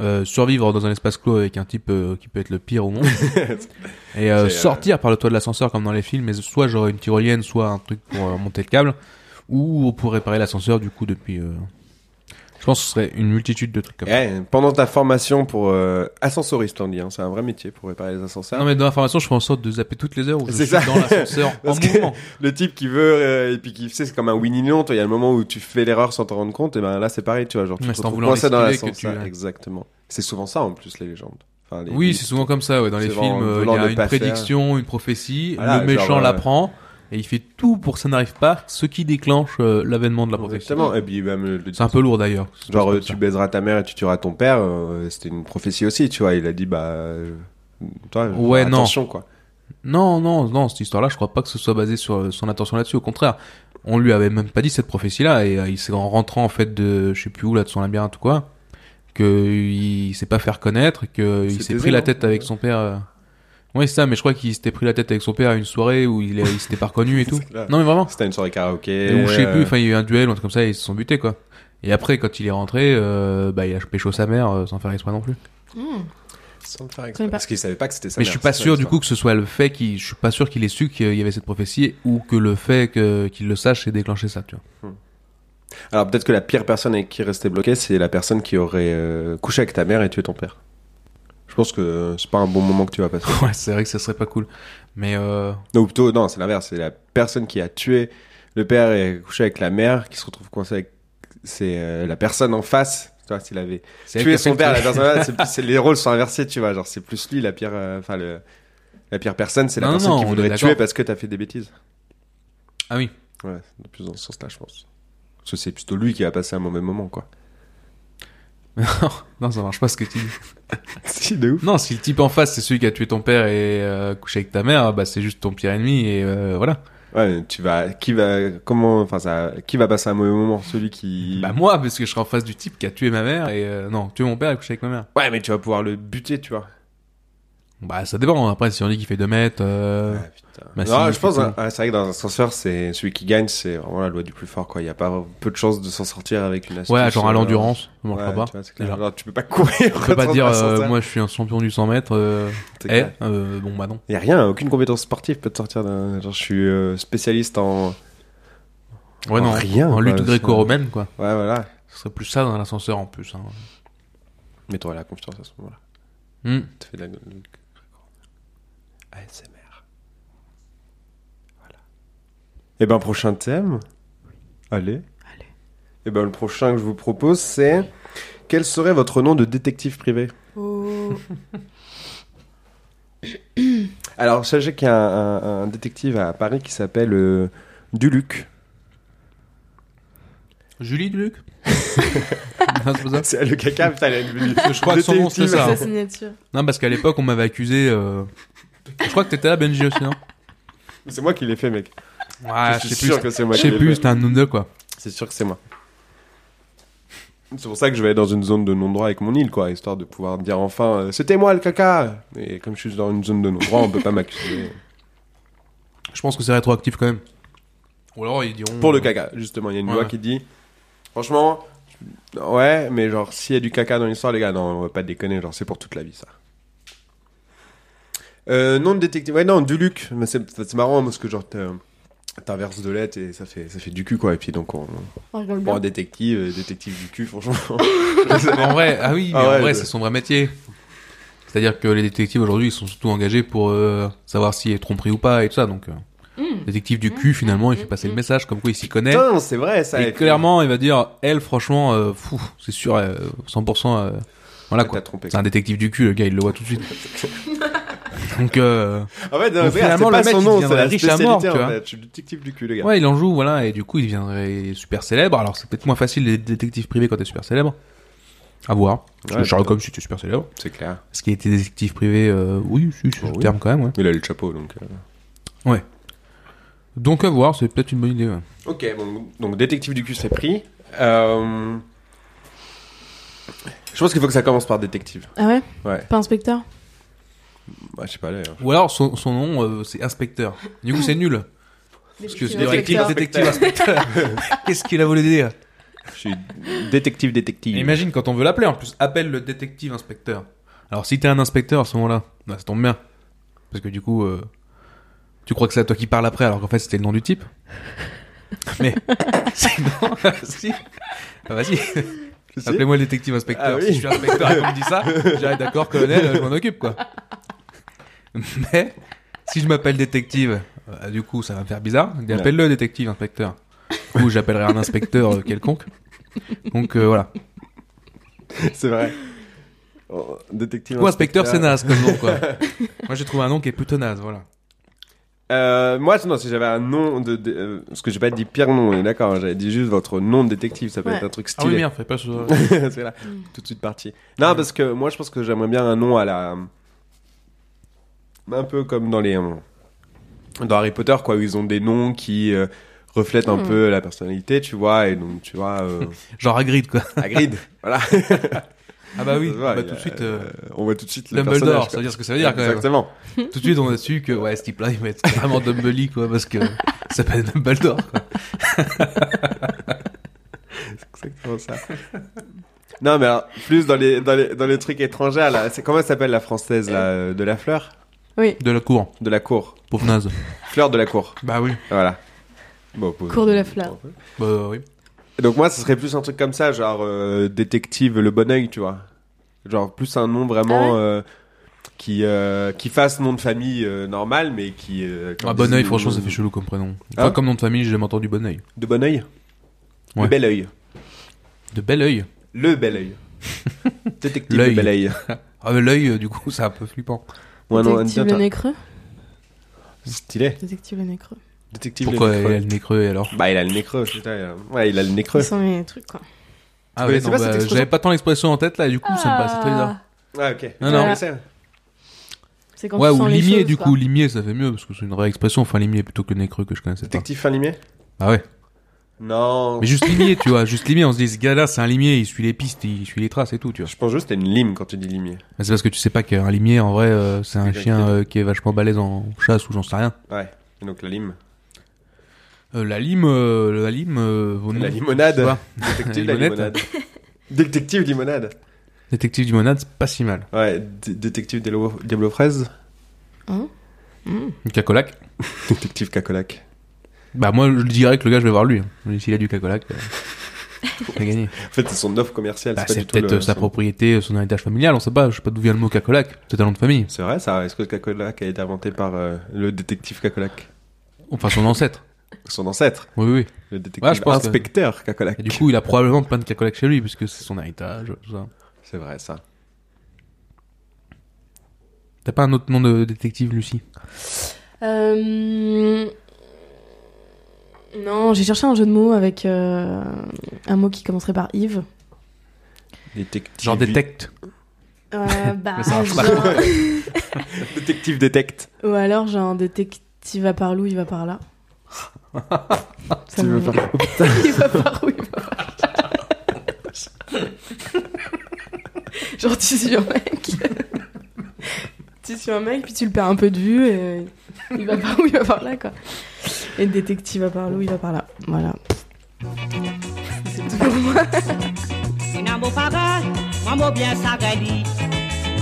Speaker 4: euh, survivre dans un espace clos avec un type euh, qui peut être le pire au monde, et euh,
Speaker 1: C'est, euh,
Speaker 4: sortir par le toit de l'ascenseur comme dans les films, mais soit j'aurais une tyrolienne, soit un truc pour euh, monter le câble, ou pour réparer l'ascenseur du coup depuis... euh, Je pense que ce serait une multitude de trucs comme ça.
Speaker 1: Eh, pendant ta formation pour euh, ascensoriste, on dit, hein, c'est un vrai métier pour réparer les ascenseurs.
Speaker 4: Non mais dans l'information, je fais en sorte de zapper toutes les heures où je
Speaker 1: C'est
Speaker 4: suis
Speaker 1: ça.
Speaker 4: dans l'ascenseur en
Speaker 1: Parce que-
Speaker 4: mouvement.
Speaker 1: Le type qui veut euh, et puis qui tu sais, c'est comme un win-in-long, il y a le moment où tu fais l'erreur sans t'en rendre compte, et ben là c'est pareil, tu vois, genre tu
Speaker 4: Ouais,
Speaker 1: te
Speaker 4: c'est en
Speaker 1: retrouves
Speaker 4: voulant
Speaker 1: coincé dans
Speaker 4: l'esquiver que
Speaker 1: l'ascenseur.
Speaker 4: tu-
Speaker 1: Exactement. C'est souvent ça en plus les légendes. Enfin, les-
Speaker 4: Oui, c'est souvent comme ça. Ouais. Dans les
Speaker 1: C'est
Speaker 4: films,
Speaker 1: vraiment
Speaker 4: euh, il
Speaker 1: voulant
Speaker 4: y
Speaker 1: ne
Speaker 4: a une
Speaker 1: pas
Speaker 4: prédiction, une prophétie,
Speaker 1: Voilà,
Speaker 4: le méchant
Speaker 1: hein. genre, euh,
Speaker 4: la prend et il fait tout pour que ça n'arrive pas, ce qui déclenche euh, l'avènement de la prophétie.
Speaker 1: Exactement. Et puis même le- le-
Speaker 4: C'est un peu lourd d'ailleurs.
Speaker 1: genre euh,
Speaker 4: C'est
Speaker 1: tu
Speaker 4: comme
Speaker 1: baiseras ta mère et tu tueras ton père, euh, c'était une prophétie aussi, tu vois. Il a dit bah euh, toi
Speaker 4: Ouais,
Speaker 1: fais
Speaker 4: non.
Speaker 1: attention quoi.
Speaker 4: ça. Non, non, non, cette histoire-là, je crois pas que ce soit basé sur euh, son attention là-dessus. Au contraire, on lui avait même pas dit cette prophétie-là et euh, il s'est en rentrant en fait de, je sais plus où là, de son labyrinthe ou quoi, que il s'est pas fait reconnaître, que il
Speaker 1: C'était
Speaker 4: s'est pris la
Speaker 1: Zénon.
Speaker 4: tête avec son père. euh, Ouais, c'est ça, mais je crois qu'il s'était pris la tête avec son père à une soirée où il, il s'était pas reconnu et tout.
Speaker 1: clair.
Speaker 4: Non, mais vraiment.
Speaker 1: C'était une soirée karaoké.
Speaker 4: Et où je sais
Speaker 1: euh,
Speaker 4: plus, enfin, il y a eu un duel, ou un truc comme ça, et ils se sont butés, quoi. Et après, quand il est rentré, euh, bah, il a pécho sa mère euh, sans faire exprès non plus.
Speaker 2: Hmm.
Speaker 1: sans le faire exprès.
Speaker 2: Je connais pas.
Speaker 1: Parce qu'il savait pas que c'était ça.
Speaker 4: mais je suis pas sûr, du coup, que ce soit le fait qui, je suis pas sûr qu'il ait su qu'il y avait cette prophétie ou que le fait que- qu'il le sache ait déclenché ça, tu vois.
Speaker 1: Alors peut-être que la pire personne avec qui rester bloqué, c'est la personne qui aurait euh, couché avec ta mère et tué ton père. Je pense que c'est pas un bon moment que tu vas passer.
Speaker 4: Ouais, c'est vrai que ça serait pas cool. Mais euh,
Speaker 1: Non, ou plutôt, non, c'est l'inverse. C'est la personne qui a tué le père et couché avec la mère qui se retrouve coincée avec. C'est euh, la personne en face. Tu vois, s'il avait
Speaker 4: c'est
Speaker 1: tué
Speaker 4: elle qui
Speaker 1: son
Speaker 4: a fait le
Speaker 1: père, la
Speaker 4: truc.
Speaker 1: personne en face, c'est plus- c'est- les rôles sont inversés, tu vois. Genre, c'est plus lui la pire. euh, Enfin, le- La pire personne, c'est la
Speaker 4: Non,
Speaker 1: personne
Speaker 4: non,
Speaker 1: qui
Speaker 4: on est
Speaker 1: voudrait
Speaker 4: d'accord.
Speaker 1: tuer parce que t'as fait des bêtises.
Speaker 4: Ah oui.
Speaker 1: Ouais, c'est de plus dans ce sens-là, je pense. Parce que c'est plutôt lui qui va passer un mauvais moment, quoi.
Speaker 4: non, ça marche pas ce que tu dis.
Speaker 1: si, de ouf.
Speaker 4: Non, si le type en face c'est celui qui a tué ton père et euh, couché avec ta mère, bah c'est juste ton pire ennemi et euh, voilà.
Speaker 1: Ouais, mais tu vas, qui va, comment, enfin ça, qui va passer un mauvais moment, celui qui.
Speaker 4: Bah moi, parce que je serai en face du type qui a tué ma mère et euh, non, tué mon père et couché avec ma mère.
Speaker 1: ouais, mais tu vas pouvoir le buter, tu vois.
Speaker 4: Bah ça dépend. Après, si on dit qu'il fait 2 mètres, euh,
Speaker 1: Ah, putain.
Speaker 4: bah,
Speaker 1: non,
Speaker 4: si,
Speaker 1: je pense,
Speaker 4: c'est
Speaker 1: hein, ah, c'est vrai que dans un ascenseur, c'est celui qui gagne, c'est vraiment la loi du plus fort, quoi. Il y a pas peu de chances de s'en sortir avec une astuce.
Speaker 4: ouais, genre à
Speaker 1: euh,
Speaker 4: l'endurance, ça
Speaker 1: Ouais,
Speaker 4: marchera
Speaker 1: tu
Speaker 4: pas.
Speaker 1: vois, c'est clair.
Speaker 4: Déjà.
Speaker 1: Alors, tu peux pas courir.
Speaker 4: On peut pas
Speaker 1: dans
Speaker 4: dire,
Speaker 1: l'ascenseur.
Speaker 4: euh, moi je suis un champion du 100 mètres. Euh,
Speaker 1: C'est
Speaker 4: eh,
Speaker 1: clair.
Speaker 4: euh, bon bah non.
Speaker 1: Y a rien, aucune compétence sportive peut te sortir d'un. Genre, je suis euh, spécialiste en.
Speaker 4: Ouais
Speaker 1: En
Speaker 4: non.
Speaker 1: rien,
Speaker 4: En
Speaker 1: quoi,
Speaker 4: lutte
Speaker 1: ça-
Speaker 4: gréco-romaine quoi.
Speaker 1: Ouais, voilà.
Speaker 4: Ce serait plus ça dans l'ascenseur en plus. Hein.
Speaker 1: Mais t'aurais la confiance à ce moment-là.
Speaker 4: Hmm.
Speaker 1: Tu fais de la. ASMR. Voilà. Et ben, prochain thème. Allez.
Speaker 2: Allez.
Speaker 1: Et ben, le prochain que je vous propose, c'est. Quel serait votre nom de détective privé
Speaker 2: Oh.
Speaker 1: Alors, sachez qu'il y a un, un- un détective à Paris qui s'appelle euh, Duluc.
Speaker 4: Julie Duluc. non, c'est pas ça.
Speaker 1: C'est le caca, putain, il a une-
Speaker 4: Parce que je crois que son nom c'était ça.
Speaker 2: Sa
Speaker 4: hein.
Speaker 2: signature.
Speaker 4: Non, parce qu'à l'époque, on m'avait accusé. euh, Je crois que t'étais là, Benji aussi, non
Speaker 1: C'est moi qui l'ai fait, mec.
Speaker 4: Ouais,
Speaker 1: je
Speaker 4: Ah, je
Speaker 1: suis
Speaker 4: sais
Speaker 1: sûr
Speaker 4: plus.
Speaker 1: que c'est moi
Speaker 4: Je
Speaker 1: qui
Speaker 4: sais
Speaker 1: l'ai
Speaker 4: plus,
Speaker 1: fait.
Speaker 4: c'était un nom de quoi.
Speaker 1: C'est sûr que c'est moi. C'est pour ça que je vais aller dans une zone de non-droit avec mon île, quoi, histoire de pouvoir dire enfin euh, c'était moi le caca. Et comme je suis dans une zone de non-droit, on peut pas m'accuser.
Speaker 4: Je pense que c'est rétroactif quand même. Ou alors ils diront. euh,
Speaker 1: Pour le caca, justement, il y a une
Speaker 4: Ouais,
Speaker 1: loi
Speaker 4: ouais.
Speaker 1: qui dit franchement, ouais, mais genre s'il y a du caca dans l'histoire, les gars, non, on va pas déconner, genre c'est pour toute la vie ça. Euh, nom de détective, ouais, non, Duluc, mais c'est c'est marrant parce que genre t'as- t'inverses de lettres et ça fait, ça fait du cul, quoi, et puis donc on.
Speaker 2: On rigole
Speaker 1: Bon,
Speaker 2: bien.
Speaker 1: détective, euh, détective du cul, franchement.
Speaker 4: En vrai, ah oui, mais
Speaker 1: Ah ouais,
Speaker 4: en vrai,
Speaker 1: je-
Speaker 4: c'est son vrai métier. C'est-à-dire que les détectives aujourd'hui, ils sont surtout engagés pour euh, savoir s'il est tromperie ou pas et tout ça. Donc, euh,
Speaker 2: Mm.
Speaker 4: détective du cul, finalement, il fait passer le message comme quoi il s'y connaît.
Speaker 1: Putain, c'est vrai, ça.
Speaker 4: Et
Speaker 1: elle-
Speaker 4: clairement, il va dire, elle, franchement, euh, fou, c'est sûr, euh, 100%. euh, voilà
Speaker 1: t'as
Speaker 4: quoi.
Speaker 1: trompé.
Speaker 4: C'est un détective du cul, le gars, il le voit tout de suite. Donc, euh,
Speaker 1: En fait, regarde,
Speaker 4: Donc, finalement,
Speaker 1: c'est pas
Speaker 4: le mec,
Speaker 1: son
Speaker 4: il
Speaker 1: nom, c'est
Speaker 4: deviendrait
Speaker 1: la
Speaker 4: riche à mort,
Speaker 1: spécialité,
Speaker 4: tu
Speaker 1: en
Speaker 4: vois.
Speaker 1: fait. Je suis le détective du cul, les gars.
Speaker 4: Ouais, il en joue, voilà, et du coup, il deviendrait super célèbre. Alors, c'est peut-être moins facile les détectives privés quand t'es super célèbre. À voir. Parce
Speaker 1: Ouais,
Speaker 4: que Sherlock Holmes, c'était super célèbre.
Speaker 1: C'est clair.
Speaker 4: Parce qu'il était détective privé, euh, oui, si, c'est
Speaker 1: Oh,
Speaker 4: le
Speaker 1: oui.
Speaker 4: terme quand même, ouais.
Speaker 1: Il a le chapeau, donc. euh.
Speaker 4: Donc, à voir, c'est peut-être une bonne idée, ouais.
Speaker 1: Ok, bon, donc détective du cul, c'est pris. Euh, Je pense qu'il faut que ça commence par détective.
Speaker 2: Ah ouais
Speaker 1: Ouais.
Speaker 2: Pas inspecteur
Speaker 1: Bah, je sais pas, d'ailleurs.
Speaker 4: Ou alors, son, son nom, euh, c'est inspecteur. Du coup, c'est nul. Parce que c'est détective,
Speaker 2: Inspecteur.
Speaker 4: détective, inspecteur. Qu'est-ce qu'il a voulu dire
Speaker 1: Je suis détective, détective.
Speaker 4: Et Imagine quand on veut l'appeler, en plus, appelle le détective inspecteur. Alors, si t'es un inspecteur à ce moment-là, bah, ça tombe bien. Parce que du coup, euh, tu crois que c'est à toi qui parle après, alors qu'en fait, c'était le nom du type. Mais, sinon, si. Ah, vas-y,
Speaker 1: Je sais.
Speaker 4: appelez-moi le détective inspecteur.
Speaker 1: Ah oui.
Speaker 4: Si je suis inspecteur et qu'on me dit ça, j'arrête d'accord, colonel, je m'en occupe, quoi. Mais, si je m'appelle détective, euh, du coup, ça va me faire bizarre. Je dis, Appelle-le détective inspecteur. Ou j'appellerai un inspecteur euh, quelconque. Donc, euh, voilà.
Speaker 1: C'est vrai. Oh, détective.
Speaker 4: Ou inspecteur, c'est naze comme nom, quoi. Moi, j'ai trouvé un nom qui est plutôt naze, voilà.
Speaker 1: Euh, moi, non, si j'avais un nom de. de- euh, parce que j'ai pas dit pire nom, on est d'accord. hein, J'avais dit juste votre nom de détective, ça peut
Speaker 2: Ouais.
Speaker 1: être un truc
Speaker 4: Ah oui,
Speaker 1: stylé.
Speaker 4: merde, Mm. fais pas ce...
Speaker 1: c'est là, tout de suite parti. Non, parce que moi, je pense que j'aimerais bien un nom à la. Un peu comme dans les. euh, Dans Harry Potter, quoi, où ils ont des noms qui euh, reflètent un
Speaker 2: Hmm.
Speaker 1: peu la personnalité, tu vois, et donc, tu vois, euh,
Speaker 4: Genre Hagrid, quoi.
Speaker 1: Hagrid, voilà.
Speaker 4: Ah bah oui,
Speaker 1: Ça se voit,
Speaker 4: bah,
Speaker 1: il y
Speaker 4: tout
Speaker 1: a,
Speaker 4: de suite,
Speaker 1: euh,
Speaker 4: euh,
Speaker 1: on voit tout de suite le personnage,
Speaker 4: Dumbledore,
Speaker 1: quoi.
Speaker 4: ça veut dire ce que ça veut dire quand même.
Speaker 1: Exactement.
Speaker 4: Tout de suite, on a su que ouais, ce type-là, il va être vraiment Dumbledore, quoi, parce que il s'appelle Dumbledore. quoi.
Speaker 1: Exactement ça. non, mais alors, plus dans les, dans les, dans les trucs étrangers, là, c'est, comment elle s'appelle la française là, euh, de la fleur
Speaker 4: De la cour,
Speaker 1: De la cour.
Speaker 4: pauvre naze.
Speaker 1: Fleur de la cour.
Speaker 4: Bah oui.
Speaker 1: Voilà. Bon, pause.
Speaker 2: Cour de la fleur.
Speaker 4: Bah oui.
Speaker 1: Donc, moi, ce serait plus un truc comme ça, genre euh, détective le bon oeil, tu vois. Genre, plus un nom vraiment.
Speaker 2: Ah ouais
Speaker 1: euh, qui, euh, qui fasse nom de famille euh, normal, mais qui. euh,
Speaker 4: Ah,
Speaker 1: qu'on
Speaker 4: bon
Speaker 1: dise
Speaker 4: oeil,
Speaker 1: le-
Speaker 4: franchement, ça fait chelou comme prénom.
Speaker 1: Ah.
Speaker 4: Enfin, comme nom de famille, j'ai jamais entendu bon oeil.
Speaker 1: De bon oeil
Speaker 4: Ouais.
Speaker 1: Le bel oeil.
Speaker 4: De bel oeil.
Speaker 1: Le bel oeil. détective
Speaker 4: L'œil.
Speaker 1: le bel oeil.
Speaker 4: Ah, mais l'œil, euh, du coup, c'est un peu flippant.
Speaker 1: Ou un nom
Speaker 2: Détective le
Speaker 1: indien,
Speaker 2: nez creux.
Speaker 1: t'as- Stylé.
Speaker 2: Détective le nez creux.
Speaker 1: Détective
Speaker 4: Pourquoi
Speaker 1: le
Speaker 4: il
Speaker 1: nez creux.
Speaker 4: a le nez creux et alors
Speaker 1: Bah, il a le nez creux, putain. il a- Ouais, il a le nez creux.
Speaker 2: Ils sont mes trucs quoi.
Speaker 4: Ah
Speaker 1: ouais,
Speaker 4: ouais,
Speaker 1: c'est
Speaker 4: non,
Speaker 1: pas cette
Speaker 4: bah,
Speaker 1: expression.
Speaker 4: j'avais pas tant l'expression en tête là, et du coup, ça me passe, c'est très bizarre.
Speaker 1: Ah, ok.
Speaker 4: Non, non.
Speaker 1: Mais c'est-
Speaker 2: C'est quand
Speaker 4: Ouais,
Speaker 2: tu
Speaker 4: ou
Speaker 2: sens les
Speaker 4: limier,
Speaker 2: choses,
Speaker 4: du
Speaker 2: quoi.
Speaker 4: coup, limier, ça fait mieux, parce que c'est une vraie expression, enfin, limier plutôt que nez creux que je connaissais pas.
Speaker 1: Détective fin limier
Speaker 4: Ah ouais.
Speaker 1: Non.
Speaker 4: Mais juste limier, tu vois, juste limier, on se dit, ce gars-là, c'est un limier, il suit les pistes, il suit les traces et tout, tu vois.
Speaker 1: Je pense juste que t'as une lime quand tu dis limier.
Speaker 4: Mais c'est parce que tu sais pas qu'un limier, en vrai, euh, c'est un
Speaker 1: Quelqu'un
Speaker 4: chien
Speaker 1: qui-
Speaker 4: euh, qui est vachement balèze en chasse ou j'en sais rien.
Speaker 1: Ouais. Et donc la lime.
Speaker 4: Euh, la lime, euh, la lime, euh, vaut
Speaker 1: La
Speaker 4: nom,
Speaker 1: limonade.
Speaker 4: tu vois.
Speaker 1: Détective
Speaker 4: La
Speaker 1: la
Speaker 4: limonade.
Speaker 1: limonade. Détective limonade.
Speaker 4: Détective du monade, c'est pas si mal.
Speaker 1: Ouais, d- détective Diablo, Diablo Fraise.
Speaker 4: Du cacolac.
Speaker 1: Détective Cacolac.
Speaker 4: Bah, moi, je dirais que le gars, je vais voir lui. Mais S'il a du cacolac, euh, il a gagné.
Speaker 1: En fait, c'est son offre commerciale.
Speaker 4: Bah,
Speaker 1: pas
Speaker 4: c'est
Speaker 1: du tout
Speaker 4: peut-être
Speaker 1: le-
Speaker 4: euh, sa
Speaker 1: son-
Speaker 4: propriété, son héritage familial, on sait pas, je sais pas d'où vient le mot cacolac. Peut-être un nom de famille.
Speaker 1: C'est vrai ça Est-ce que Cacolac a été inventé par euh, le détective Cacolac
Speaker 4: Enfin, son ancêtre.
Speaker 1: Son ancêtre,
Speaker 4: Oui, oui, oui.
Speaker 1: le détective
Speaker 4: Ouais, je pense que-
Speaker 1: inspecteur Cacolac.
Speaker 4: Et du coup, il a probablement plein de cacolac chez lui, puisque c'est son héritage, tout ça.
Speaker 1: C'est vrai ça.
Speaker 4: T'as pas un autre nom de détective, Lucie
Speaker 2: Euh, Non, j'ai cherché un jeu de mots avec euh, un mot qui commencerait par Yves.
Speaker 1: Détective.
Speaker 4: Genre détecte.
Speaker 2: Euh, bah,
Speaker 4: Mais ça marche pas.
Speaker 2: genre-
Speaker 1: Détective détecte.
Speaker 2: Ou alors j'ai un détective va par là, il va par là. Ça
Speaker 1: Tu
Speaker 2: me-
Speaker 1: veux faire-
Speaker 2: il va par où, il va par là. Genre tu suis un mec. tu suis un mec, puis tu le perds un peu de vue et euh, il va par où, il va par là quoi. Et le détective va par là, il va par là. Voilà. C'est tout pour moi.
Speaker 6: Se nan mou pare, mwen mou byen sa gali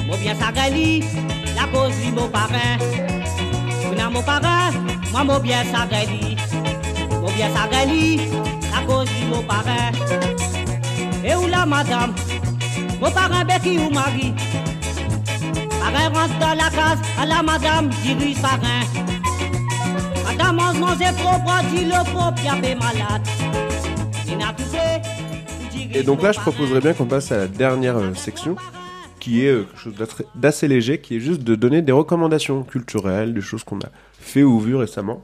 Speaker 6: Mou byen sa gali, la koz li mou pare Se nan mou pare, mwen mou byen sa gali Mou byen sa gali, la koz li mou pare E ou la madame, mou pare beki ou mari Pare rentre dans la case, à la madame diri sarin Madame mange manger propre, dit le propre, y'a pe malade Ni na touche, ou diri
Speaker 1: Et donc là, je
Speaker 6: mou
Speaker 1: proposerais bien qu'on passe à la dernière euh, section, qui est euh, quelque chose d'assez- d'assez léger, qui est juste de donner des recommandations culturelles, des choses qu'on a fait ou vues récemment.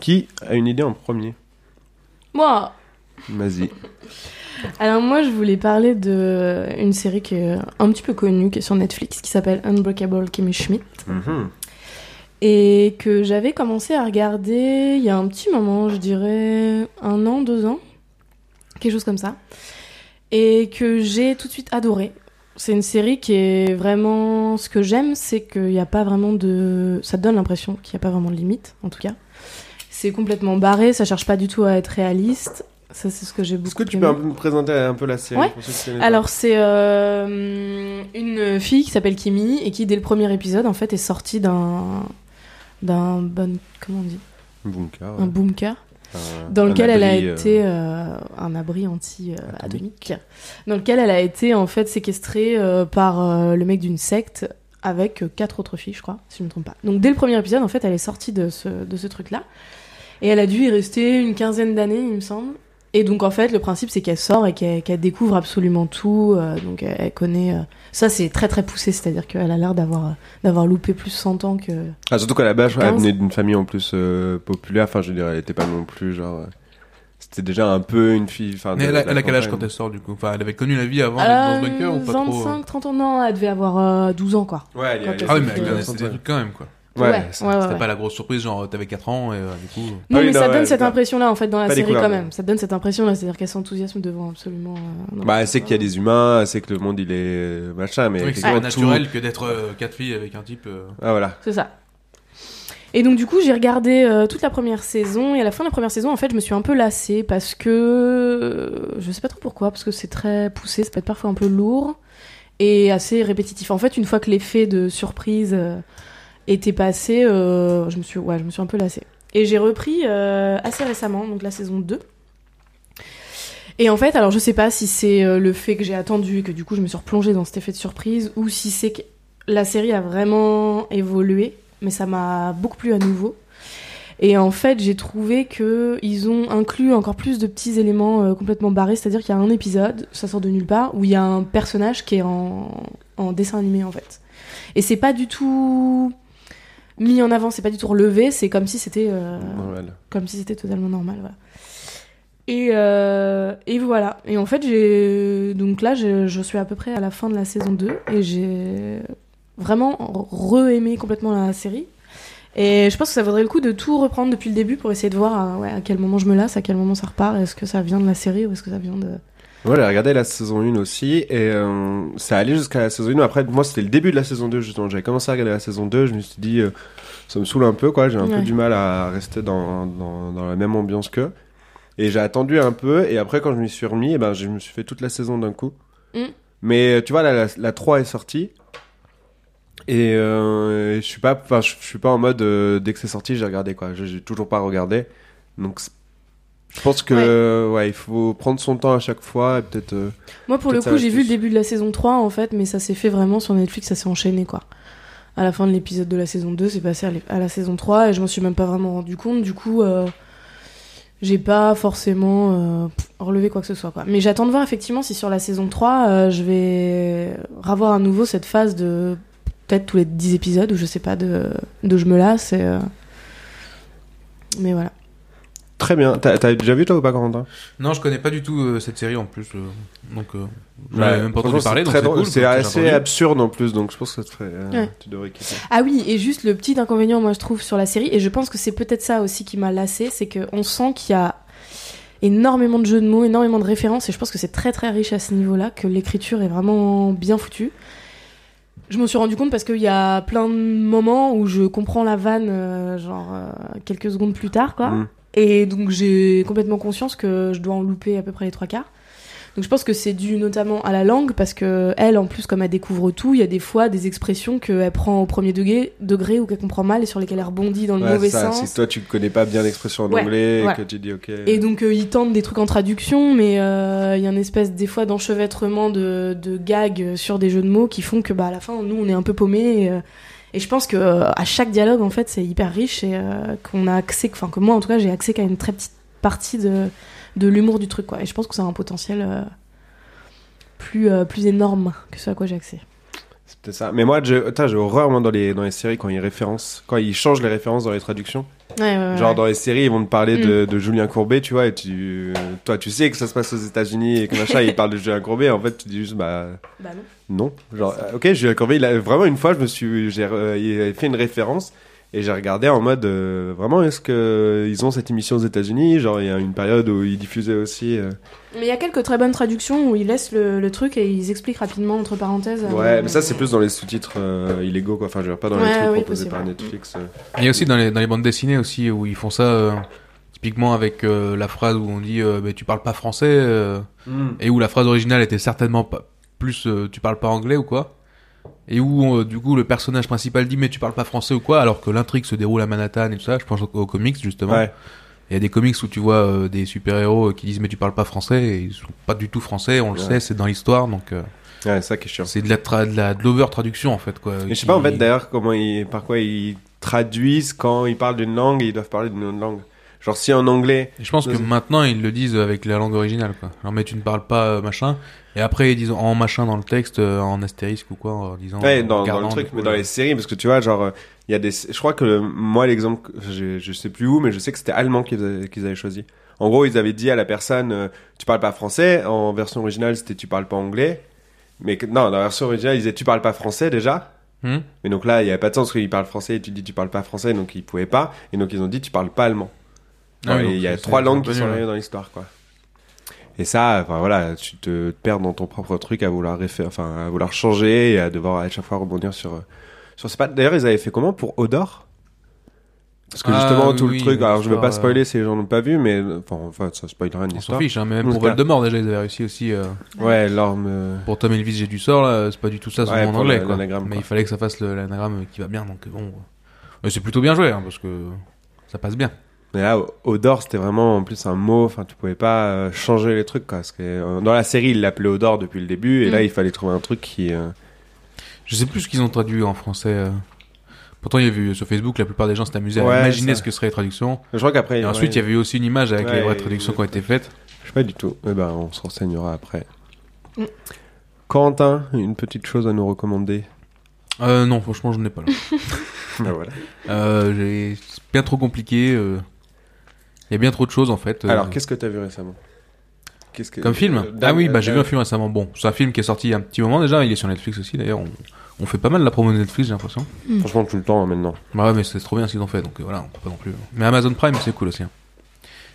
Speaker 1: Qui a une idée en premier
Speaker 2: Moi,
Speaker 1: Vas-y.
Speaker 2: alors moi je voulais parler de euh, une série qui est un petit peu connue, qui est sur Netflix, qui s'appelle Unbreakable Kimmy Schmidt.
Speaker 1: Mhm.
Speaker 2: et que j'avais commencé à regarder il y a un petit moment, je dirais un an, deux ans, quelque chose comme ça, et que j'ai tout de suite adoré. C'est une série qui est vraiment... Ce que j'aime, c'est qu'il n'y a pas vraiment de... Ça te donne l'impression qu'il n'y a pas vraiment de limite, en tout cas. C'est complètement barré, ça cherche pas du tout à être réaliste. Ça, c'est ce que j'ai beaucoup
Speaker 1: Est-ce que tu
Speaker 2: aimé.
Speaker 1: peux un peu me présenter un peu la série
Speaker 2: Mm-hmm. Ouais.
Speaker 1: pour ceux qui connaissent pas
Speaker 2: Alors c'est euh, une fille qui s'appelle Kimi et qui dès le premier épisode en fait est sortie d'un d'un bon comment on dit
Speaker 1: Bunker,
Speaker 2: un bunker
Speaker 1: un-
Speaker 2: dans
Speaker 1: un
Speaker 2: lequel elle a
Speaker 1: abri, euh,
Speaker 2: été euh, un abri anti-atomique, dans lequel elle a été en fait séquestrée euh, par euh, le mec d'une secte avec euh, quatre autres filles, je crois, si je ne me trompe pas. Donc dès le premier épisode, en fait, elle est sortie de ce, de ce truc-là. Et elle a dû y rester une quinzaine d'années, il me semble. Et donc en fait, le principe, c'est qu'elle sort et qu'elle qu'elle découvre absolument tout. euh, donc elle, elle connaît... euh, Ça, c'est très très poussé, c'est-à-dire qu'elle a l'air d'avoir euh, d'avoir loupé plus 100 ans que...
Speaker 1: Ah, surtout qu'à la base, elle
Speaker 2: 15.
Speaker 1: venait d'une famille en plus euh, populaire. Enfin, je veux dire, elle était pas non plus genre. euh, C'était déjà un peu une fille. Enfin,
Speaker 4: Mais
Speaker 1: Ah, de-
Speaker 4: elle a,
Speaker 1: de la
Speaker 4: elle a quel âge quand
Speaker 1: campagne.
Speaker 4: elle sort, du coup Enfin, elle avait connu la vie avant d'être dans ce bunker ou pas trop euh
Speaker 2: 25, 30 ans, non, elle devait avoir euh, 12 ans, quoi.
Speaker 1: Ouais, elle y a-
Speaker 2: Quand elle
Speaker 4: Ah oui, mais
Speaker 2: s'est
Speaker 4: elle
Speaker 2: fait-
Speaker 4: connaissait des trucs quand même, quoi.
Speaker 1: Ouais,
Speaker 4: C'était
Speaker 2: ouais, ouais, ouais.
Speaker 4: pas la grosse surprise, genre t'avais 4 ans et euh, du coup.
Speaker 1: Ah oui,
Speaker 2: Non,
Speaker 1: non,
Speaker 2: mais ça donne
Speaker 1: ouais,
Speaker 2: cette
Speaker 1: non.
Speaker 2: impression-là, en fait, dans la
Speaker 1: Pas les
Speaker 2: série
Speaker 1: couleurs,
Speaker 2: quand
Speaker 1: ouais.
Speaker 2: même. Ça donne cette impression-là, c'est-à-dire qu'elle s'enthousiasme devant absolument. euh, non.
Speaker 1: Bah, elle sait qu'il y a des humains, elle sait que le monde il est euh, machin, mais
Speaker 4: Oui, que c'est
Speaker 1: effectivement,
Speaker 4: pas
Speaker 1: tout-
Speaker 4: naturel que d'être 4 filles avec un type. euh,
Speaker 1: Ah voilà.
Speaker 2: C'est ça. Et donc du coup, j'ai regardé euh, toute la première saison et à la fin de la première saison, en fait, je me suis un peu lassée parce que euh, je sais pas trop pourquoi, parce que c'est très poussé, c'est peut-être parfois un peu lourd et assez répétitif. En fait, une fois que l'effet de surprise euh, était passé, euh, je me suis, ouais, je me suis un peu lassée. Et j'ai repris euh, assez récemment, donc la saison 2. Et en fait, alors je sais pas si c'est euh, le fait que j'ai attendu, que du coup je me suis replongée dans cet effet de surprise, ou si c'est que la série a vraiment évolué, mais ça m'a beaucoup plu à nouveau. Et en fait, j'ai trouvé que ils ont inclus encore plus de petits éléments euh, complètement barrés, c'est-à-dire qu'il y a un épisode, ça sort de nulle part, où il y a un personnage qui est en, en dessin animé en fait. Et c'est pas du tout mis en avant, c'est pas du tout relevé, c'est comme si c'était euh,
Speaker 1: Normal.
Speaker 2: comme si c'était totalement normal voilà et, euh, et voilà et en fait j'ai donc là je, je suis à peu près à la fin de la saison 2 et j'ai vraiment re-aimé complètement la série et je pense que ça vaudrait le coup de tout reprendre depuis le début pour essayer de voir euh, ouais, à quel moment je me lasse à quel moment ça repart est-ce que ça vient de la série ou est-ce que ça vient de
Speaker 1: Moi, j'ai regardé la saison 1 aussi, et euh, ça allait jusqu'à la saison 1. Après, moi, c'était le début de la saison 2, justement. J'avais commencé à regarder la saison 2, je me suis dit, euh, ça me saoule un peu, quoi. J'ai un
Speaker 2: Ouais.
Speaker 1: peu du mal à rester dans, dans, dans la même ambiance qu'eux. Et j'ai attendu un peu, et après, quand je m'y suis remis, eh ben, je me suis fait toute la saison d'un coup.
Speaker 2: Mm.
Speaker 1: Mais euh, tu vois, la, la, la 3 est sortie. Et euh, je suis pas, enfin, je je suis pas en mode euh, dès que c'est sorti, j'ai regardé quoi. Je- J'ai toujours pas regardé, donc c'est- je pense que
Speaker 2: Ouais.
Speaker 1: euh, ouais. il faut prendre son temps à chaque fois et peut-être. euh,
Speaker 2: Moi, pour le
Speaker 1: Peut-être ça
Speaker 2: coup,
Speaker 1: va
Speaker 2: j'ai
Speaker 1: être
Speaker 2: vu le
Speaker 1: plus.
Speaker 2: début de la saison 3, en fait, mais ça s'est fait vraiment sur Netflix, ça s'est enchaîné, quoi. À la fin de l'épisode de la saison 2, c'est passé à l'é- à la saison 3, et je m'en suis même pas vraiment rendu compte. Du coup, euh, j'ai pas forcément euh, pff, relevé quoi que ce soit, quoi. Mais j'attends de voir, effectivement, si sur la saison 3, euh, je vais revoir à nouveau cette phase de peut-être tous les 10 épisodes, ou je sais pas, de, de je me lasse, et, euh, Mais voilà.
Speaker 1: Très bien. T'as t'as déjà vu toi ou pas, Corentin
Speaker 4: Non, je connais pas du tout euh, cette série en plus, euh, donc euh, j'en
Speaker 1: Ouais,
Speaker 4: avais même pas
Speaker 1: franchement,
Speaker 4: entendu
Speaker 1: c'est
Speaker 4: parler. donc euh,
Speaker 1: très drôle.
Speaker 4: cool,
Speaker 1: C'est
Speaker 4: parce que j'ai
Speaker 1: assez
Speaker 4: entendu.
Speaker 1: absurde en plus, donc je pense que ça te ferait, euh,
Speaker 2: Ouais.
Speaker 1: tu devrais kiffer.
Speaker 2: Ah oui, et juste le petit inconvénient, moi, je trouve, sur la série, et je pense que c'est peut-être ça aussi qui m'a lassé, c'est qu'on sent qu'il y a énormément de jeux de mots, énormément de références, et je pense que c'est très très riche à ce niveau-là, que l'écriture est vraiment bien foutue. Je m'en suis rendu compte parce qu'il y a plein de moments où je comprends la vanne, euh, genre euh, quelques secondes plus tard, quoi.
Speaker 1: Mm.
Speaker 2: Et donc j'ai complètement conscience que je dois en louper à peu près les trois quarts. Donc je pense que c'est dû notamment à la langue parce que elle en plus comme elle découvre tout, il y a des fois des expressions qu'elle prend au premier degré, degré ou qu'elle comprend mal et sur lesquelles elle rebondit dans le
Speaker 1: Ouais,
Speaker 2: mauvais
Speaker 1: ça,
Speaker 2: sens.
Speaker 1: Si toi tu connais pas bien l'expression en
Speaker 2: Ouais,
Speaker 1: anglais
Speaker 2: voilà.
Speaker 1: et que tu dis ok.
Speaker 2: Et donc euh, ils tentent des trucs en traduction, mais euh, il y a une espèce des fois d'enchevêtrement de, de gags sur des jeux de mots qui font que bah à la fin nous on est un peu paumés. Et, euh, et je pense que euh, à chaque dialogue en fait c'est hyper riche et euh, qu'on a accès, enfin que moi en tout cas j'ai accès qu'à une très petite partie de, de l'humour du truc quoi. Et je pense que ça a un potentiel euh, plus euh, plus énorme que ce à quoi j'ai accès.
Speaker 1: C'est peut-être ça. Mais moi, j'ai putain, j'ai horreur moi, dans, les, dans les séries quand ils référencent, quand ils changent les références dans les traductions.
Speaker 2: Ouais, ouais, Mm. ouais,
Speaker 1: Genre
Speaker 2: ouais.
Speaker 1: dans les séries, ils vont te parler de, de Julien Courbet, tu vois, et tu, euh, toi, tu sais que ça se passe aux États-Unis et que machin, ils parlent de Julien Courbet. En fait, tu dis juste bah
Speaker 2: Bah non.
Speaker 1: non. Genre euh, ok, Julien Courbet, il a vraiment une fois, je me suis, j'ai euh, il avait fait une référence et j'ai regardé en mode euh, vraiment est-ce que ils ont cette émission aux États-Unis Genre il y a une période où ils diffusaient aussi. euh,
Speaker 2: Mais il y a quelques très bonnes traductions où ils laissent le, le truc et ils expliquent rapidement entre parenthèses.
Speaker 1: Ouais,
Speaker 2: euh,
Speaker 1: mais ça c'est plus dans les sous-titres euh, illégaux quoi. Enfin, je veux dire, pas dans
Speaker 2: Ouais,
Speaker 1: les trucs
Speaker 2: oui,
Speaker 1: proposés
Speaker 2: possible,
Speaker 1: par
Speaker 2: ouais.
Speaker 1: Netflix. euh.
Speaker 4: Il y a aussi dans les, dans les bandes dessinées aussi où ils font ça euh, typiquement avec euh, la phrase où on dit euh, mais tu parles pas français euh, et où la phrase originale était certainement pas plus euh, tu parles pas anglais ou quoi et où euh, du coup le personnage principal dit mais tu parles pas français ou quoi alors que l'intrigue se déroule à Manhattan et tout ça je pense aux, aux comics justement
Speaker 1: Ouais.
Speaker 4: il y a des comics où tu vois euh, des super héros qui disent mais tu parles pas français et ils sont pas du tout français on le
Speaker 1: Ouais.
Speaker 4: sait c'est dans l'histoire donc euh,
Speaker 1: Ouais, ça qui est chiant.
Speaker 4: c'est de la tra- de la de l'over traduction en fait quoi
Speaker 1: Mais je sais
Speaker 4: Qui-
Speaker 1: pas en fait d'ailleurs comment ils, par quoi ils traduisent quand ils parlent d'une langue et ils doivent parler d'une autre langue. Genre si en anglais,
Speaker 4: Et Je pense que
Speaker 1: Vas-y.
Speaker 4: maintenant ils le disent avec la langue originale quoi. Alors mais tu ne parles pas euh, machin et après ils disent en machin dans le texte euh, en astérisque ou quoi en disant
Speaker 1: ouais,
Speaker 4: en
Speaker 1: dans, dans
Speaker 4: regardant,
Speaker 1: le truc,
Speaker 4: du coup,
Speaker 1: mais dans
Speaker 4: euh,
Speaker 1: les séries, parce que tu vois, genre, euh, il y a des, je crois que euh, moi l'exemple, que- je, je sais plus où, mais je sais que c'était allemand qu'ils avaient, qu'ils avaient choisi. En gros, ils avaient dit à la personne, euh, tu parles pas français. En version originale, c'était tu parles pas anglais. Mais que- non, dans la version originale, ils disaient tu parles pas français déjà.
Speaker 4: Hmm.
Speaker 1: Mais donc là, il n'y avait pas de sens parce qu'il parle français et tu dis tu parles pas français, donc ils pouvaient pas. Et donc ils ont dit tu parles pas allemand.
Speaker 4: Ah oui,
Speaker 1: Ouais,
Speaker 4: donc
Speaker 1: il y a
Speaker 4: c'est-
Speaker 1: trois
Speaker 4: c'est
Speaker 1: langues
Speaker 4: pas hein.
Speaker 1: qui sont
Speaker 4: nul,
Speaker 1: arrivées dans l'histoire, quoi. Et ça, enfin voilà, tu te perds dans ton propre truc à vouloir réfé- enfin à vouloir changer et à devoir à chaque fois rebondir sur euh, sur ce pas. D'ailleurs, ils avaient fait comment pour Odor Parce que
Speaker 4: Ah,
Speaker 1: justement
Speaker 4: oui,
Speaker 1: tout
Speaker 4: oui,
Speaker 1: le truc. Alors je veux
Speaker 4: l'histoire,
Speaker 1: pas spoiler si les gens n'ont pas vu, mais euh, enfin en fait, ça spoil rien de
Speaker 4: On s'en
Speaker 1: l'histoire.
Speaker 4: fiche, hein, mais même
Speaker 1: En
Speaker 4: pour
Speaker 1: tout cas-
Speaker 4: Voldemort, déjà, ils avaient réussi aussi. euh,
Speaker 1: Ouais, l'orme. euh,
Speaker 4: pour Tom Elvis, j'ai du sort, là, c'est pas du tout ça, son
Speaker 1: Ouais,
Speaker 4: nom en
Speaker 1: pour
Speaker 4: anglais,
Speaker 1: le-
Speaker 4: quoi. Mais
Speaker 1: l'anagramme, quoi.
Speaker 4: il fallait que ça fasse le- l'anagramme qui va bien, donc bon. euh, Mais c'est plutôt bien joué, hein, parce que ça passe bien.
Speaker 1: Mais là, au- Odor, c'était vraiment en plus un mot. Enfin, tu pouvais pas euh, changer les trucs, quoi. Parce que euh, dans la série, ils l'appelaient Odor depuis le début, et
Speaker 2: Mm.
Speaker 1: là, il fallait trouver un truc qui. euh,
Speaker 4: Je sais plus ce qu'ils ont traduit en français. euh. Pourtant, il y avait eu sur Facebook, la plupart des gens s'étaient amusés
Speaker 1: Ouais,
Speaker 4: à imaginer
Speaker 1: ça.
Speaker 4: ce que serait les traductions.
Speaker 1: Je crois qu'après.
Speaker 4: Et ensuite, il y avait eu aussi une image avec les
Speaker 1: Ouais,
Speaker 4: vraies
Speaker 1: et-
Speaker 4: traductions qui ont été faites.
Speaker 1: Je sais pas du tout. Eh ben, on se renseignera après.
Speaker 2: Mm.
Speaker 1: Quentin, une petite chose à nous recommander.
Speaker 4: Euh, non, franchement, je n'ai pas là. Euh, j'ai- c'est bien trop compliqué. euh. Il y a bien trop de choses en fait. euh.
Speaker 1: Alors, qu'est-ce que t'as vu récemment Qu'est-ce que-
Speaker 4: Comme film
Speaker 1: Euh,
Speaker 4: Ah
Speaker 1: Dan-
Speaker 4: oui, bah, j'ai
Speaker 1: Dan-
Speaker 4: vu un film récemment. Bon, c'est un film qui est sorti il y a un petit moment déjà. Il est sur Netflix aussi d'ailleurs. On, on fait pas mal la promo de Netflix, j'ai l'impression.
Speaker 1: Franchement, tout le temps hein, maintenant.
Speaker 4: Bah ouais, mais c'est trop bien ce qu'ils ont fait, donc euh, voilà, on peut pas non plus. Mais Amazon Prime, c'est cool aussi. hein.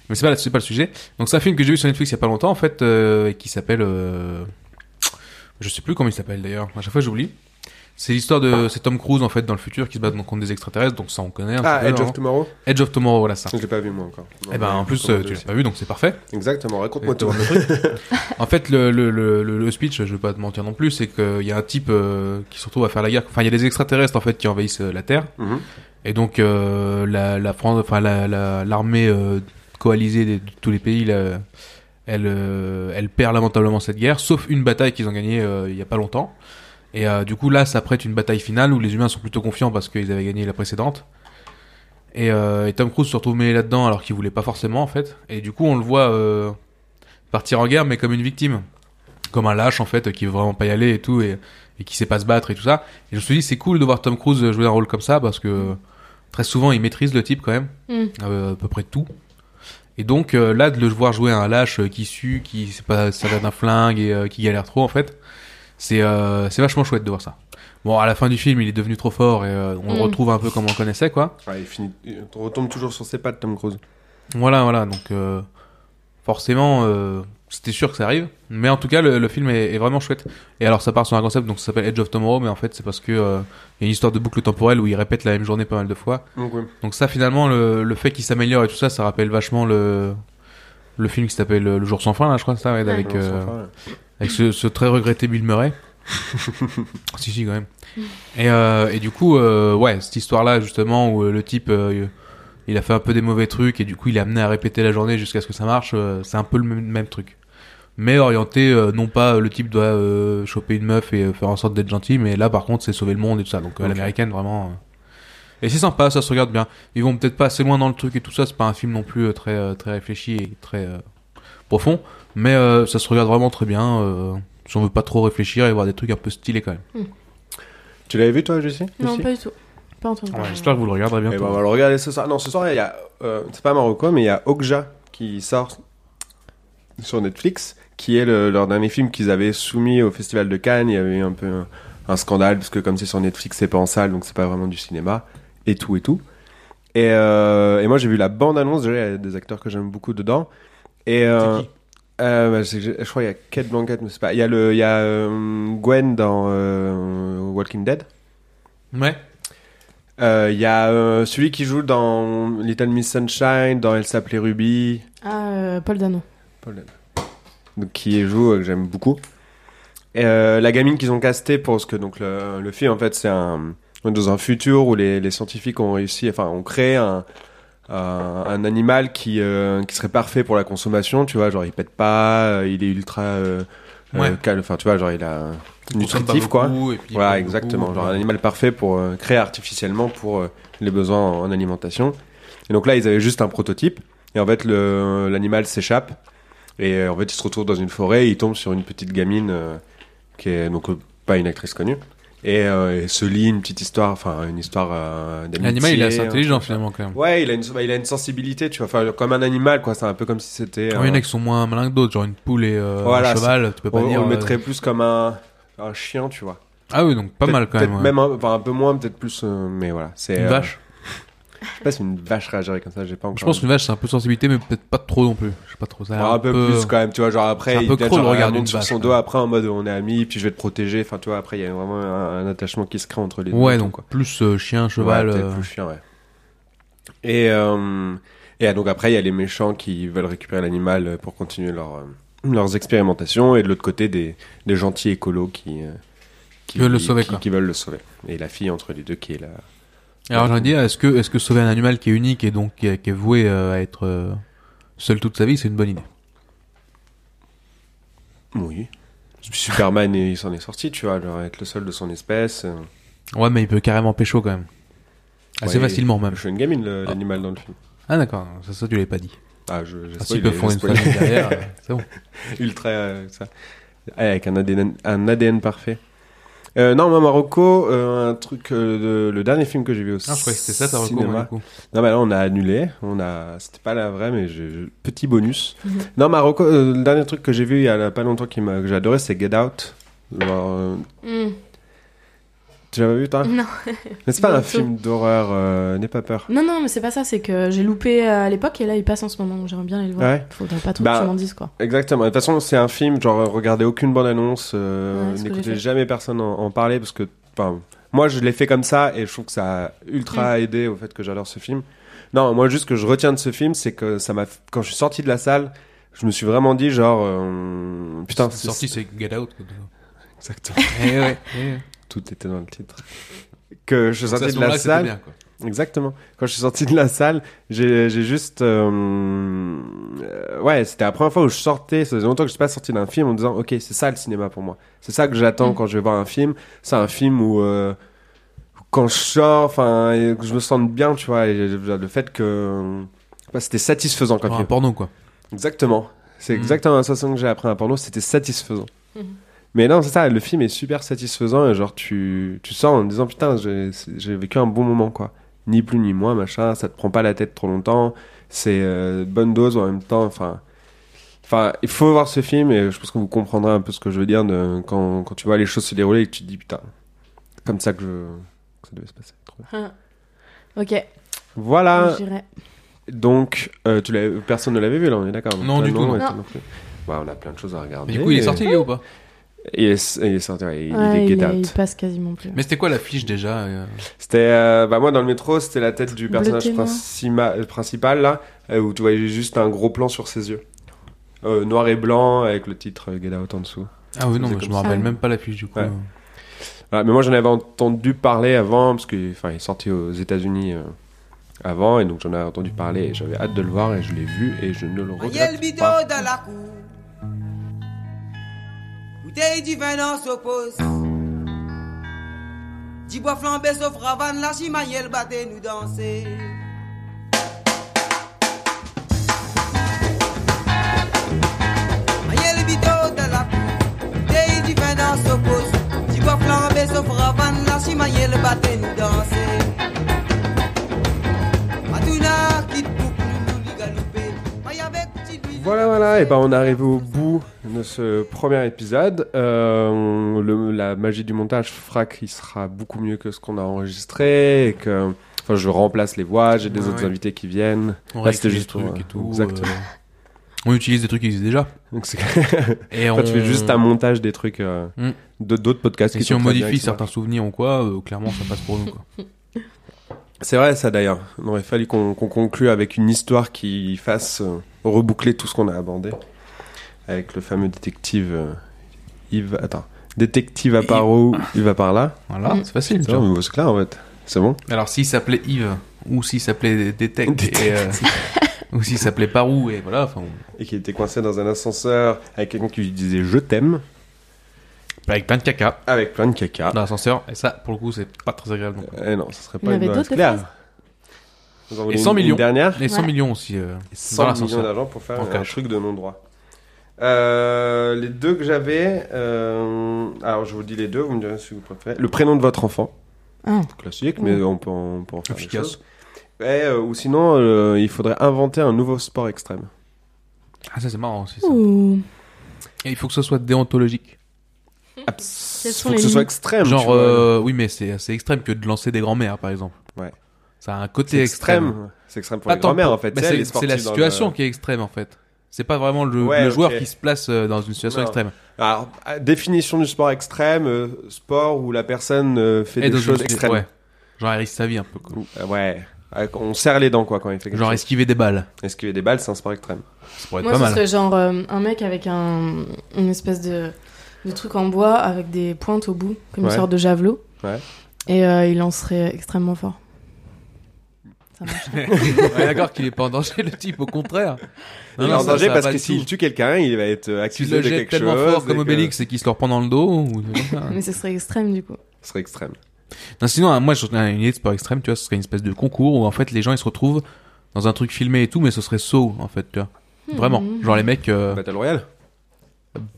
Speaker 4: Mais c'est pas, c'est pas le sujet. Donc c'est un film que j'ai vu sur Netflix il y a pas longtemps, en fait, euh, et qui s'appelle. euh, Je sais plus comment il s'appelle d'ailleurs, à chaque fois j'oublie. C'est l'histoire
Speaker 1: Ah.
Speaker 4: de c'est Tom Cruise en fait dans le futur qui se bat donc, contre des extraterrestres, donc ça on connaît. un petit
Speaker 1: Ah,
Speaker 4: peu,
Speaker 1: Edge
Speaker 4: hein.
Speaker 1: of Tomorrow
Speaker 4: Edge of Tomorrow, voilà ça.
Speaker 1: Je l'ai pas vu moi encore.
Speaker 4: Et ben en plus, euh, tu l'as pas vu, donc c'est parfait.
Speaker 1: Exactement, raconte-moi
Speaker 4: Et
Speaker 1: tout.
Speaker 4: En fait, le, le, le, le- le speech, je vais pas te mentir non plus, c'est qu'il y a un type euh, qui se retrouve à faire la guerre. Enfin, il y a des extraterrestres en fait qui envahissent euh, la Terre.
Speaker 1: Mhm.
Speaker 4: Et donc euh, la, la France, enfin la- la- l'armée euh, coalisée des- de tous les pays, là, elle, euh, elle perd lamentablement cette guerre, sauf une bataille qu'ils ont gagnée euh, il y a pas longtemps. Et euh, du coup là, ça prête une bataille finale où les humains sont plutôt confiants parce qu'ils avaient gagné la précédente. Et, euh, et Tom Cruise se retrouve mêlé là-dedans alors qu'il voulait pas forcément en fait. Et du coup, on le voit euh, partir en guerre mais comme une victime, comme un lâche en fait qui veut vraiment pas y aller et tout et, et qui sait pas se battre et tout ça. Et je me suis dit c'est cool de voir Tom Cruise jouer un rôle comme ça parce que très souvent il maîtrise le type quand même
Speaker 2: Mm.
Speaker 4: euh, à peu près tout et donc euh, là de le voir jouer un lâche euh, qui sue qui sait pas s'avère d'un flingue et euh, qui galère trop en fait c'est euh, c'est vachement chouette de voir ça bon à la fin du film il est devenu trop fort et euh, on le
Speaker 2: Mm.
Speaker 4: retrouve un peu comme on connaissait quoi
Speaker 1: Ouais, il finit... il retombe toujours sur ses pattes, Tom Cruise.
Speaker 4: voilà voilà donc euh, forcément euh, c'était sûr que ça arrive mais en tout cas le, le film est, est vraiment chouette et alors ça part sur un concept donc ça s'appelle Edge of Tomorrow mais en fait c'est parce que euh, il y a une histoire de boucle temporelle où il répète la même journée pas mal de fois
Speaker 1: Donc, ouais.
Speaker 4: Donc ça finalement le, le fait qu'il s'améliore et tout ça ça rappelle vachement le le film qui s'appelle euh, Le jour sans fin là je crois ça ouais, avec
Speaker 1: Non,
Speaker 4: euh,
Speaker 1: sans fin, ouais.
Speaker 4: avec ce, ce très regretté Bill Murray. si si quand même. Et euh, et du coup euh, ouais cette histoire là justement où euh, le type euh, il a fait un peu des mauvais trucs et du coup il est amené à répéter la journée jusqu'à ce que ça marche euh, c'est un peu le même, même truc. Mais orienté euh, non pas euh, le type doit euh, choper une meuf et euh, faire en sorte d'être gentil mais là par contre c'est sauver le monde et tout ça donc euh,
Speaker 1: Ok.
Speaker 4: l'américaine vraiment euh, et c'est sympa, ça se regarde bien. Ils vont peut-être pas assez loin dans le truc et tout ça, c'est pas un film non plus euh, très, euh, très réfléchi et très euh, profond, mais euh, ça se regarde vraiment très bien. euh, si on veut pas trop réfléchir et voir des trucs un peu stylés quand même.
Speaker 1: Tu l'avais vu toi, Jessie
Speaker 2: Non,
Speaker 1: aussi
Speaker 2: pas du tout. Pas entendu. parler.
Speaker 4: J'espère que vous le regarderez
Speaker 1: Eh
Speaker 4: bientôt.
Speaker 1: ben, on va le regarder ce soir. Non, ce soir, il y a. euh, c'est pas Marocco, mais il y a Okja qui sort sur Netflix, qui est le- leur dernier film qu'ils avaient soumis au Festival de Cannes. Il y avait eu un peu un, un scandale, parce que comme c'est sur Netflix, c'est pas en salle, donc c'est pas vraiment du cinéma, et tout, et tout. Et, euh, et moi, j'ai vu la bande-annonce, déjà, il y a des acteurs que j'aime beaucoup dedans. Et. euh, euh, bah, c'est que je, je crois qu'il y a Kate Blanchett, mais c'est pas. Il y a, le, il y a euh, Gwen dans euh, Walking Dead.
Speaker 4: Ouais.
Speaker 1: Euh, Il y a euh, celui qui joue dans Little Miss Sunshine, dans Elle s'appelait Ruby,
Speaker 2: Ah, euh, Paul Dano.
Speaker 1: donc, qui joue, euh, que j'aime beaucoup. Et, euh, la gamine qu'ils ont castée pour ce que donc le, le film en fait c'est un on est dans un futur où les, les scientifiques ont réussi enfin ont créé un un, un animal qui euh, qui serait parfait pour la consommation tu vois genre il pète pas euh, il est ultra euh, euh,
Speaker 4: Ouais.
Speaker 1: cal- enfin tu vois genre il a
Speaker 4: Consomme pas
Speaker 1: nutritif
Speaker 4: beaucoup,
Speaker 1: quoi
Speaker 4: et puis
Speaker 1: Voilà,
Speaker 4: beaucoup,
Speaker 1: exactement.
Speaker 4: beaucoup.
Speaker 1: Genre un animal parfait pour euh, créer artificiellement pour euh, les besoins en, en alimentation. Et donc là, ils avaient juste un prototype. Et en fait, le- l'animal s'échappe. Et euh, en fait, il se retrouve dans une forêt. Et il tombe sur une petite gamine euh, qui est donc euh, pas une actrice connue. Et, euh, et se lie une petite histoire, enfin une histoire euh, d'amitié.
Speaker 4: L'animal il est assez
Speaker 1: hein.
Speaker 4: intelligent finalement quand même.
Speaker 1: Ouais, il a une, bah, il a une sensibilité, tu vois. Enfin, comme un animal, quoi. C'est un peu comme si c'était.
Speaker 4: Ouais,
Speaker 1: un-
Speaker 4: Il y en a qui sont moins malins que d'autres, genre une poule et euh,
Speaker 1: Voilà,
Speaker 4: un cheval, tu peux
Speaker 1: on,
Speaker 4: pas dire.
Speaker 1: on le
Speaker 4: euh,
Speaker 1: mettrait plus comme un, un chien, tu vois.
Speaker 4: Ah oui, donc pas
Speaker 1: Peut-être-
Speaker 4: mal quand même.
Speaker 1: peut-être
Speaker 4: ouais.
Speaker 1: un, enfin, un peu moins, peut-être plus, euh, mais voilà. C'est,
Speaker 4: Une
Speaker 1: euh,
Speaker 4: vache.
Speaker 1: Je sais pas si une vache réagirait comme ça, j'ai pas encore.
Speaker 4: Je pense qu'une vache, c'est un peu de sensibilité, mais peut-être pas trop non plus. Je sais pas trop ça. a
Speaker 1: Ouais, un peu, plus quand même, tu vois, genre
Speaker 4: c'est un
Speaker 1: après, il
Speaker 4: peu
Speaker 1: vient
Speaker 4: creux
Speaker 1: genre,
Speaker 4: le regard
Speaker 1: elle monte
Speaker 4: d'une
Speaker 1: sur
Speaker 4: vache,
Speaker 1: son
Speaker 4: quand
Speaker 1: doigt
Speaker 4: même.
Speaker 1: après en mode on est amis, puis je vais te protéger, enfin tu vois, après il y a vraiment un, un attachement qui se crée entre les deux.
Speaker 4: Ouais,
Speaker 1: et tout,
Speaker 4: donc
Speaker 1: quoi.
Speaker 4: plus euh, chien, cheval.
Speaker 1: Ouais, peut-être
Speaker 4: euh,
Speaker 1: plus chien, ouais. Et, euh, et ah, donc après, il y a les méchants qui veulent récupérer l'animal pour continuer leur, euh, leurs expérimentations, et de l'autre côté, des, des gentils écolos qui, euh,
Speaker 4: Qui veulent le sauver,
Speaker 1: qui,
Speaker 4: quoi.
Speaker 1: qui veulent le sauver. Et la fille entre les deux qui est là.
Speaker 4: Alors j'ai envie de dire, est-ce que, est-ce que sauver un animal qui est unique et donc qui est, qui est voué euh, à être euh, seul toute sa vie, c'est une bonne idée
Speaker 1: Oui. Superman, il s'en est sorti, tu vois, genre être le seul de son espèce. euh,
Speaker 4: Ouais, mais il peut carrément pécho quand même. Assez
Speaker 1: ouais,
Speaker 4: facilement même.
Speaker 1: Je suis une gamine, le- l'animal dans le film.
Speaker 4: Ah d'accord, ça, ça tu l'as pas dit.
Speaker 1: Ah, je, je
Speaker 4: Ah,
Speaker 1: spoil,
Speaker 4: S'ils peuvent
Speaker 1: je
Speaker 4: fonder une
Speaker 1: spoil.
Speaker 4: famille derrière, euh, c'est bon.
Speaker 1: ultra euh, ça. Ouais, avec un ADN, un ADN parfait. Euh, non, moi, Marocco, euh, un truc, euh, de- le dernier film que j'ai vu au
Speaker 4: Ah, je croyais que c'était ça ta recours,
Speaker 1: cinéma.
Speaker 4: moi, du coup.
Speaker 1: Non, mais là, on a annulé. On a, c'était pas la vraie, mais j'ai- j'ai- petit bonus. non, Marocco, euh, le dernier truc que j'ai vu il y a pas longtemps qui m'a, que j'ai adoré, c'est Get Out. Genre, euh,
Speaker 2: Hmm.
Speaker 1: tu l'avais vu, toi
Speaker 2: Non.
Speaker 1: Mais c'est pas
Speaker 2: Pas
Speaker 1: un
Speaker 2: du
Speaker 1: film d'horreur, euh, n'aie pas peur.
Speaker 2: Non, non, mais c'est pas ça, c'est que j'ai loupé euh, à l'époque et là il passe en ce moment, donc j'aimerais bien aller le voir.
Speaker 1: Ouais.
Speaker 2: Faudrait pas trop
Speaker 1: Bah,
Speaker 2: que tu m'en dises quoi.
Speaker 1: Exactement. De toute façon, c'est un film, genre, regardez aucune bande-annonce, euh,
Speaker 2: Ouais, c'est ce que j'ai
Speaker 1: n'écoutez
Speaker 2: fait.
Speaker 1: jamais personne en, en parler parce que, enfin, moi, je l'ai fait comme ça et je trouve que ça a
Speaker 2: Mm.
Speaker 1: ultra aidé au fait que j'adore ce film. Non, moi, juste ce que je retiens de ce film, c'est que ça m'a, quand je suis sorti de la salle, je me suis vraiment dit, genre, euh, putain,
Speaker 4: C'est
Speaker 1: c'est-
Speaker 4: sorti, c'est Get Out. quoi.
Speaker 1: Exactement.
Speaker 4: Eh ouais. eh ouais.
Speaker 1: Tout était dans le titre. Que je suis
Speaker 4: Ça, à
Speaker 1: sorti
Speaker 4: ce
Speaker 1: de la
Speaker 4: moment-là, c'était
Speaker 1: salle.
Speaker 4: bien, quoi.
Speaker 1: Exactement. Quand je suis sorti de la salle, j'ai j'ai juste... euh, euh, ouais, c'était la première fois où je sortais, ça faisait longtemps que je suis pas sorti d'un film en me disant, ok, c'est ça le cinéma pour moi. C'est ça que j'attends
Speaker 2: Mm.
Speaker 1: quand je vais voir un film. C'est un film où... euh, quand je sors, enfin, et que je me sente bien, tu vois, et le fait que... bah, c'était satisfaisant comme
Speaker 4: Genre
Speaker 1: film.
Speaker 4: un Ah, porno quoi.
Speaker 1: Exactement. C'est
Speaker 4: Mm.
Speaker 1: exactement la façon que j'ai appris un porno, c'était satisfaisant.
Speaker 2: Mhm.
Speaker 1: Mais non, c'est ça, le film est super satisfaisant et genre tu, tu sors en te disant putain, j'ai j'ai vécu un bon moment quoi. Ni plus ni moins, machin, ça te prend pas la tête trop longtemps, c'est euh, bonne dose en même temps, enfin. Enfin, il faut voir ce film et je pense que vous comprendrez un peu ce que je veux dire de, quand, quand tu vois les choses se dérouler et que tu te dis putain, c'est comme ça que, je, que ça devait se passer. Trop bien.
Speaker 2: Ah. Ok,
Speaker 1: Voilà.
Speaker 2: j'irai.
Speaker 1: Donc, euh, tu l'as- personne ne l'avait vu là, on est d'accord
Speaker 4: Non,
Speaker 1: Toi,
Speaker 4: du tout,
Speaker 1: et
Speaker 2: non.
Speaker 1: toi plus. Bah, on a plein de choses à regarder.
Speaker 4: Mais du coup, il est
Speaker 1: Et-
Speaker 4: sorti, lui, ou pas
Speaker 1: Il est, il est sorti, ouais, il,
Speaker 2: Ouais,
Speaker 1: il est
Speaker 2: il,
Speaker 1: Get
Speaker 2: est- il
Speaker 1: Out.
Speaker 2: passe quasiment plus.
Speaker 4: Mais c'était quoi l'affiche déjà euh
Speaker 1: C'était, euh, bah moi dans le métro, c'était la tête du personnage
Speaker 2: Bloquez-moi.
Speaker 1: princima- euh, principal là, euh, où tu voyais juste un gros plan sur ses yeux. Euh, noir et blanc avec le titre euh, Get Out en dessous.
Speaker 4: Ah oui,
Speaker 1: Ça faisait
Speaker 4: non, mais je
Speaker 1: comme
Speaker 4: me
Speaker 1: ça.
Speaker 4: rappelle même pas l'affiche du coup.
Speaker 1: Ouais. Voilà, mais moi j'en avais entendu parler avant, parce qu'il est sorti aux États-Unis euh, avant, et donc j'en avais entendu parler et j'avais hâte de le voir et je l'ai vu et je ne le
Speaker 7: Ariel
Speaker 1: regrette
Speaker 7: Bidot
Speaker 1: pas.
Speaker 7: dans la cour. Bouteille du vin, on s'oppose. Du bois flambé, sauf ravane, la chimaïelle battait nous danser. Ariel Bidot dans la cour. Bouteille du vin, on s'oppose. Du bois flambé, sauf ravane, la chimaïelle battait nous danser. Matuna, kit pou pou nou li galope. Mayavek ti bi.
Speaker 1: Voilà, voilà, et ben on arrive au bout de ce premier épisode. Euh, on- le- la magie du montage fera qu'il sera beaucoup mieux que ce qu'on a enregistré et que. Enfin, je remplace les voix, j'ai des
Speaker 4: Ouais,
Speaker 1: autres
Speaker 4: ouais.
Speaker 1: invités qui viennent.
Speaker 4: On
Speaker 1: Là,
Speaker 4: réécrit
Speaker 1: c'était
Speaker 4: des
Speaker 1: juste pour,
Speaker 4: trucs
Speaker 1: euh,
Speaker 4: et tout.
Speaker 1: exactement.
Speaker 4: euh, On utilise des trucs qui existent déjà.
Speaker 1: Donc, c'est
Speaker 4: Et
Speaker 1: quand
Speaker 4: on
Speaker 1: tu fais juste un montage des trucs euh,
Speaker 4: Mm.
Speaker 1: de- d'autres podcasts
Speaker 4: Et
Speaker 1: qui
Speaker 4: si
Speaker 1: sont
Speaker 4: on
Speaker 1: très bien,
Speaker 4: modifie
Speaker 1: etc.
Speaker 4: certains souvenirs ou quoi, euh, clairement ça passe pour nous quoi.
Speaker 1: C'est vrai, ça d'ailleurs. Il aurait fallu qu'on qu'on conclue avec une histoire qui fasse euh, reboucler tout ce qu'on a abordé. Avec le fameux détective euh, Yves. Attends. Détective à par où Il va par là.
Speaker 4: Voilà,
Speaker 2: Mm.
Speaker 4: c'est facile.
Speaker 1: C'est bon, mais c'est clair en fait. C'est bon.
Speaker 4: Alors s'il s'appelait Yves ou s'il s'appelait Detect et, euh, ou s'il s'appelait Parou et voilà, enfin on-
Speaker 1: Et qu'il était coincé dans un ascenseur avec quelqu'un qui lui disait je t'aime,
Speaker 4: avec plein de caca
Speaker 1: avec plein de caca.
Speaker 4: dans Ah, l'ascenseur et ça pour le coup c'est pas très agréable. non plus.
Speaker 1: Eh non, ce serait
Speaker 2: Il y
Speaker 1: pas
Speaker 2: avait
Speaker 1: une bonne
Speaker 2: d'autres phrases
Speaker 1: Vous en voulez
Speaker 4: Et 100
Speaker 1: une- une
Speaker 4: millions.
Speaker 1: dernière
Speaker 4: Et 100
Speaker 2: Ouais.
Speaker 4: millions aussi euh, dans
Speaker 1: 100 millions
Speaker 4: l'ascenseur.
Speaker 1: d'argent pour faire
Speaker 4: En
Speaker 1: un
Speaker 4: cash.
Speaker 1: truc de non-droit. Euh, les deux que j'avais, euh, alors je vous dis les deux, vous me direz si vous préférez. Le prénom de votre enfant,
Speaker 2: Ah.
Speaker 1: classique,
Speaker 2: Ouais.
Speaker 1: mais on peut en, on peut en faire des
Speaker 4: Efficace.
Speaker 1: choses. Ouais, euh, ou sinon, euh, il faudrait inventer un nouveau sport extrême.
Speaker 4: Ah ça c'est marrant aussi ça.
Speaker 2: Ouh.
Speaker 4: Et il faut que ce soit déontologique.
Speaker 1: abs-
Speaker 2: Quels sont
Speaker 1: faut que
Speaker 2: les
Speaker 1: ce soit
Speaker 2: limites
Speaker 1: extrême. Ah, tu
Speaker 4: Genre,
Speaker 1: vois.
Speaker 4: euh, oui, mais c'est assez extrême que de lancer des grands-mères, par exemple.
Speaker 1: Ouais.
Speaker 4: Ça a un côté
Speaker 1: c'est
Speaker 4: extrême.
Speaker 1: extrême. C'est extrême pour les
Speaker 4: Attends,
Speaker 1: grands-mères en fait.
Speaker 4: bah,
Speaker 1: Tu sais, les
Speaker 4: c'est c'est
Speaker 1: sportifs
Speaker 4: la
Speaker 1: dans le-
Speaker 4: situation qui est extrême, en fait. C'est pas vraiment le,
Speaker 1: Ouais,
Speaker 4: le joueur
Speaker 1: ok.
Speaker 4: qui se place euh, dans une situation
Speaker 1: Non.
Speaker 4: extrême.
Speaker 1: Alors, à- définition du sport extrême, euh, sport où la personne euh, fait
Speaker 4: Et dans
Speaker 1: des
Speaker 4: une-
Speaker 1: choses extrêmes.
Speaker 4: Ouais. Genre, elle risque sa vie un peu. Quoi.
Speaker 1: Euh, ouais. Euh, On serre les dents quoi quand il fait quelque
Speaker 4: Genre,
Speaker 1: chose.
Speaker 4: esquiver des balles.
Speaker 1: Esquiver des balles, c'est un sport extrême.
Speaker 4: Ça pourrait être
Speaker 2: Moi,
Speaker 4: pas
Speaker 2: ce
Speaker 4: mal.
Speaker 2: serait genre euh, un mec avec un, une espèce de, de truc en bois avec des pointes au bout, comme
Speaker 1: Ouais.
Speaker 2: une sorte de javelot.
Speaker 1: Ouais.
Speaker 2: Et euh, il lancerait extrêmement fort.
Speaker 4: Ouais, D'accord qu'il est pas en danger, le type, au contraire.
Speaker 1: il est en
Speaker 4: ça-
Speaker 1: danger
Speaker 4: ça va
Speaker 1: parce
Speaker 4: pas
Speaker 1: que
Speaker 4: du
Speaker 1: s'il
Speaker 4: tout.
Speaker 1: tue quelqu'un, il va être euh,
Speaker 4: S'il
Speaker 1: accusé
Speaker 4: le
Speaker 1: de
Speaker 4: jette
Speaker 1: quelque
Speaker 4: tellement
Speaker 1: chose.
Speaker 4: fort comme
Speaker 1: et que-
Speaker 4: Obélix et qu'il se le reprend dans le dos. Ou... des trucs comme ça.
Speaker 2: Mais ce serait extrême du coup.
Speaker 1: Ce serait extrême.
Speaker 4: non, sinon, hein, moi, j'ai une idée de sport extrême, tu vois, ce serait une espèce de concours où en fait les gens ils se retrouvent dans un truc filmé et tout, mais ce serait saut en fait, tu vois. Vraiment. Genre les mecs. euh,
Speaker 1: Battle Royale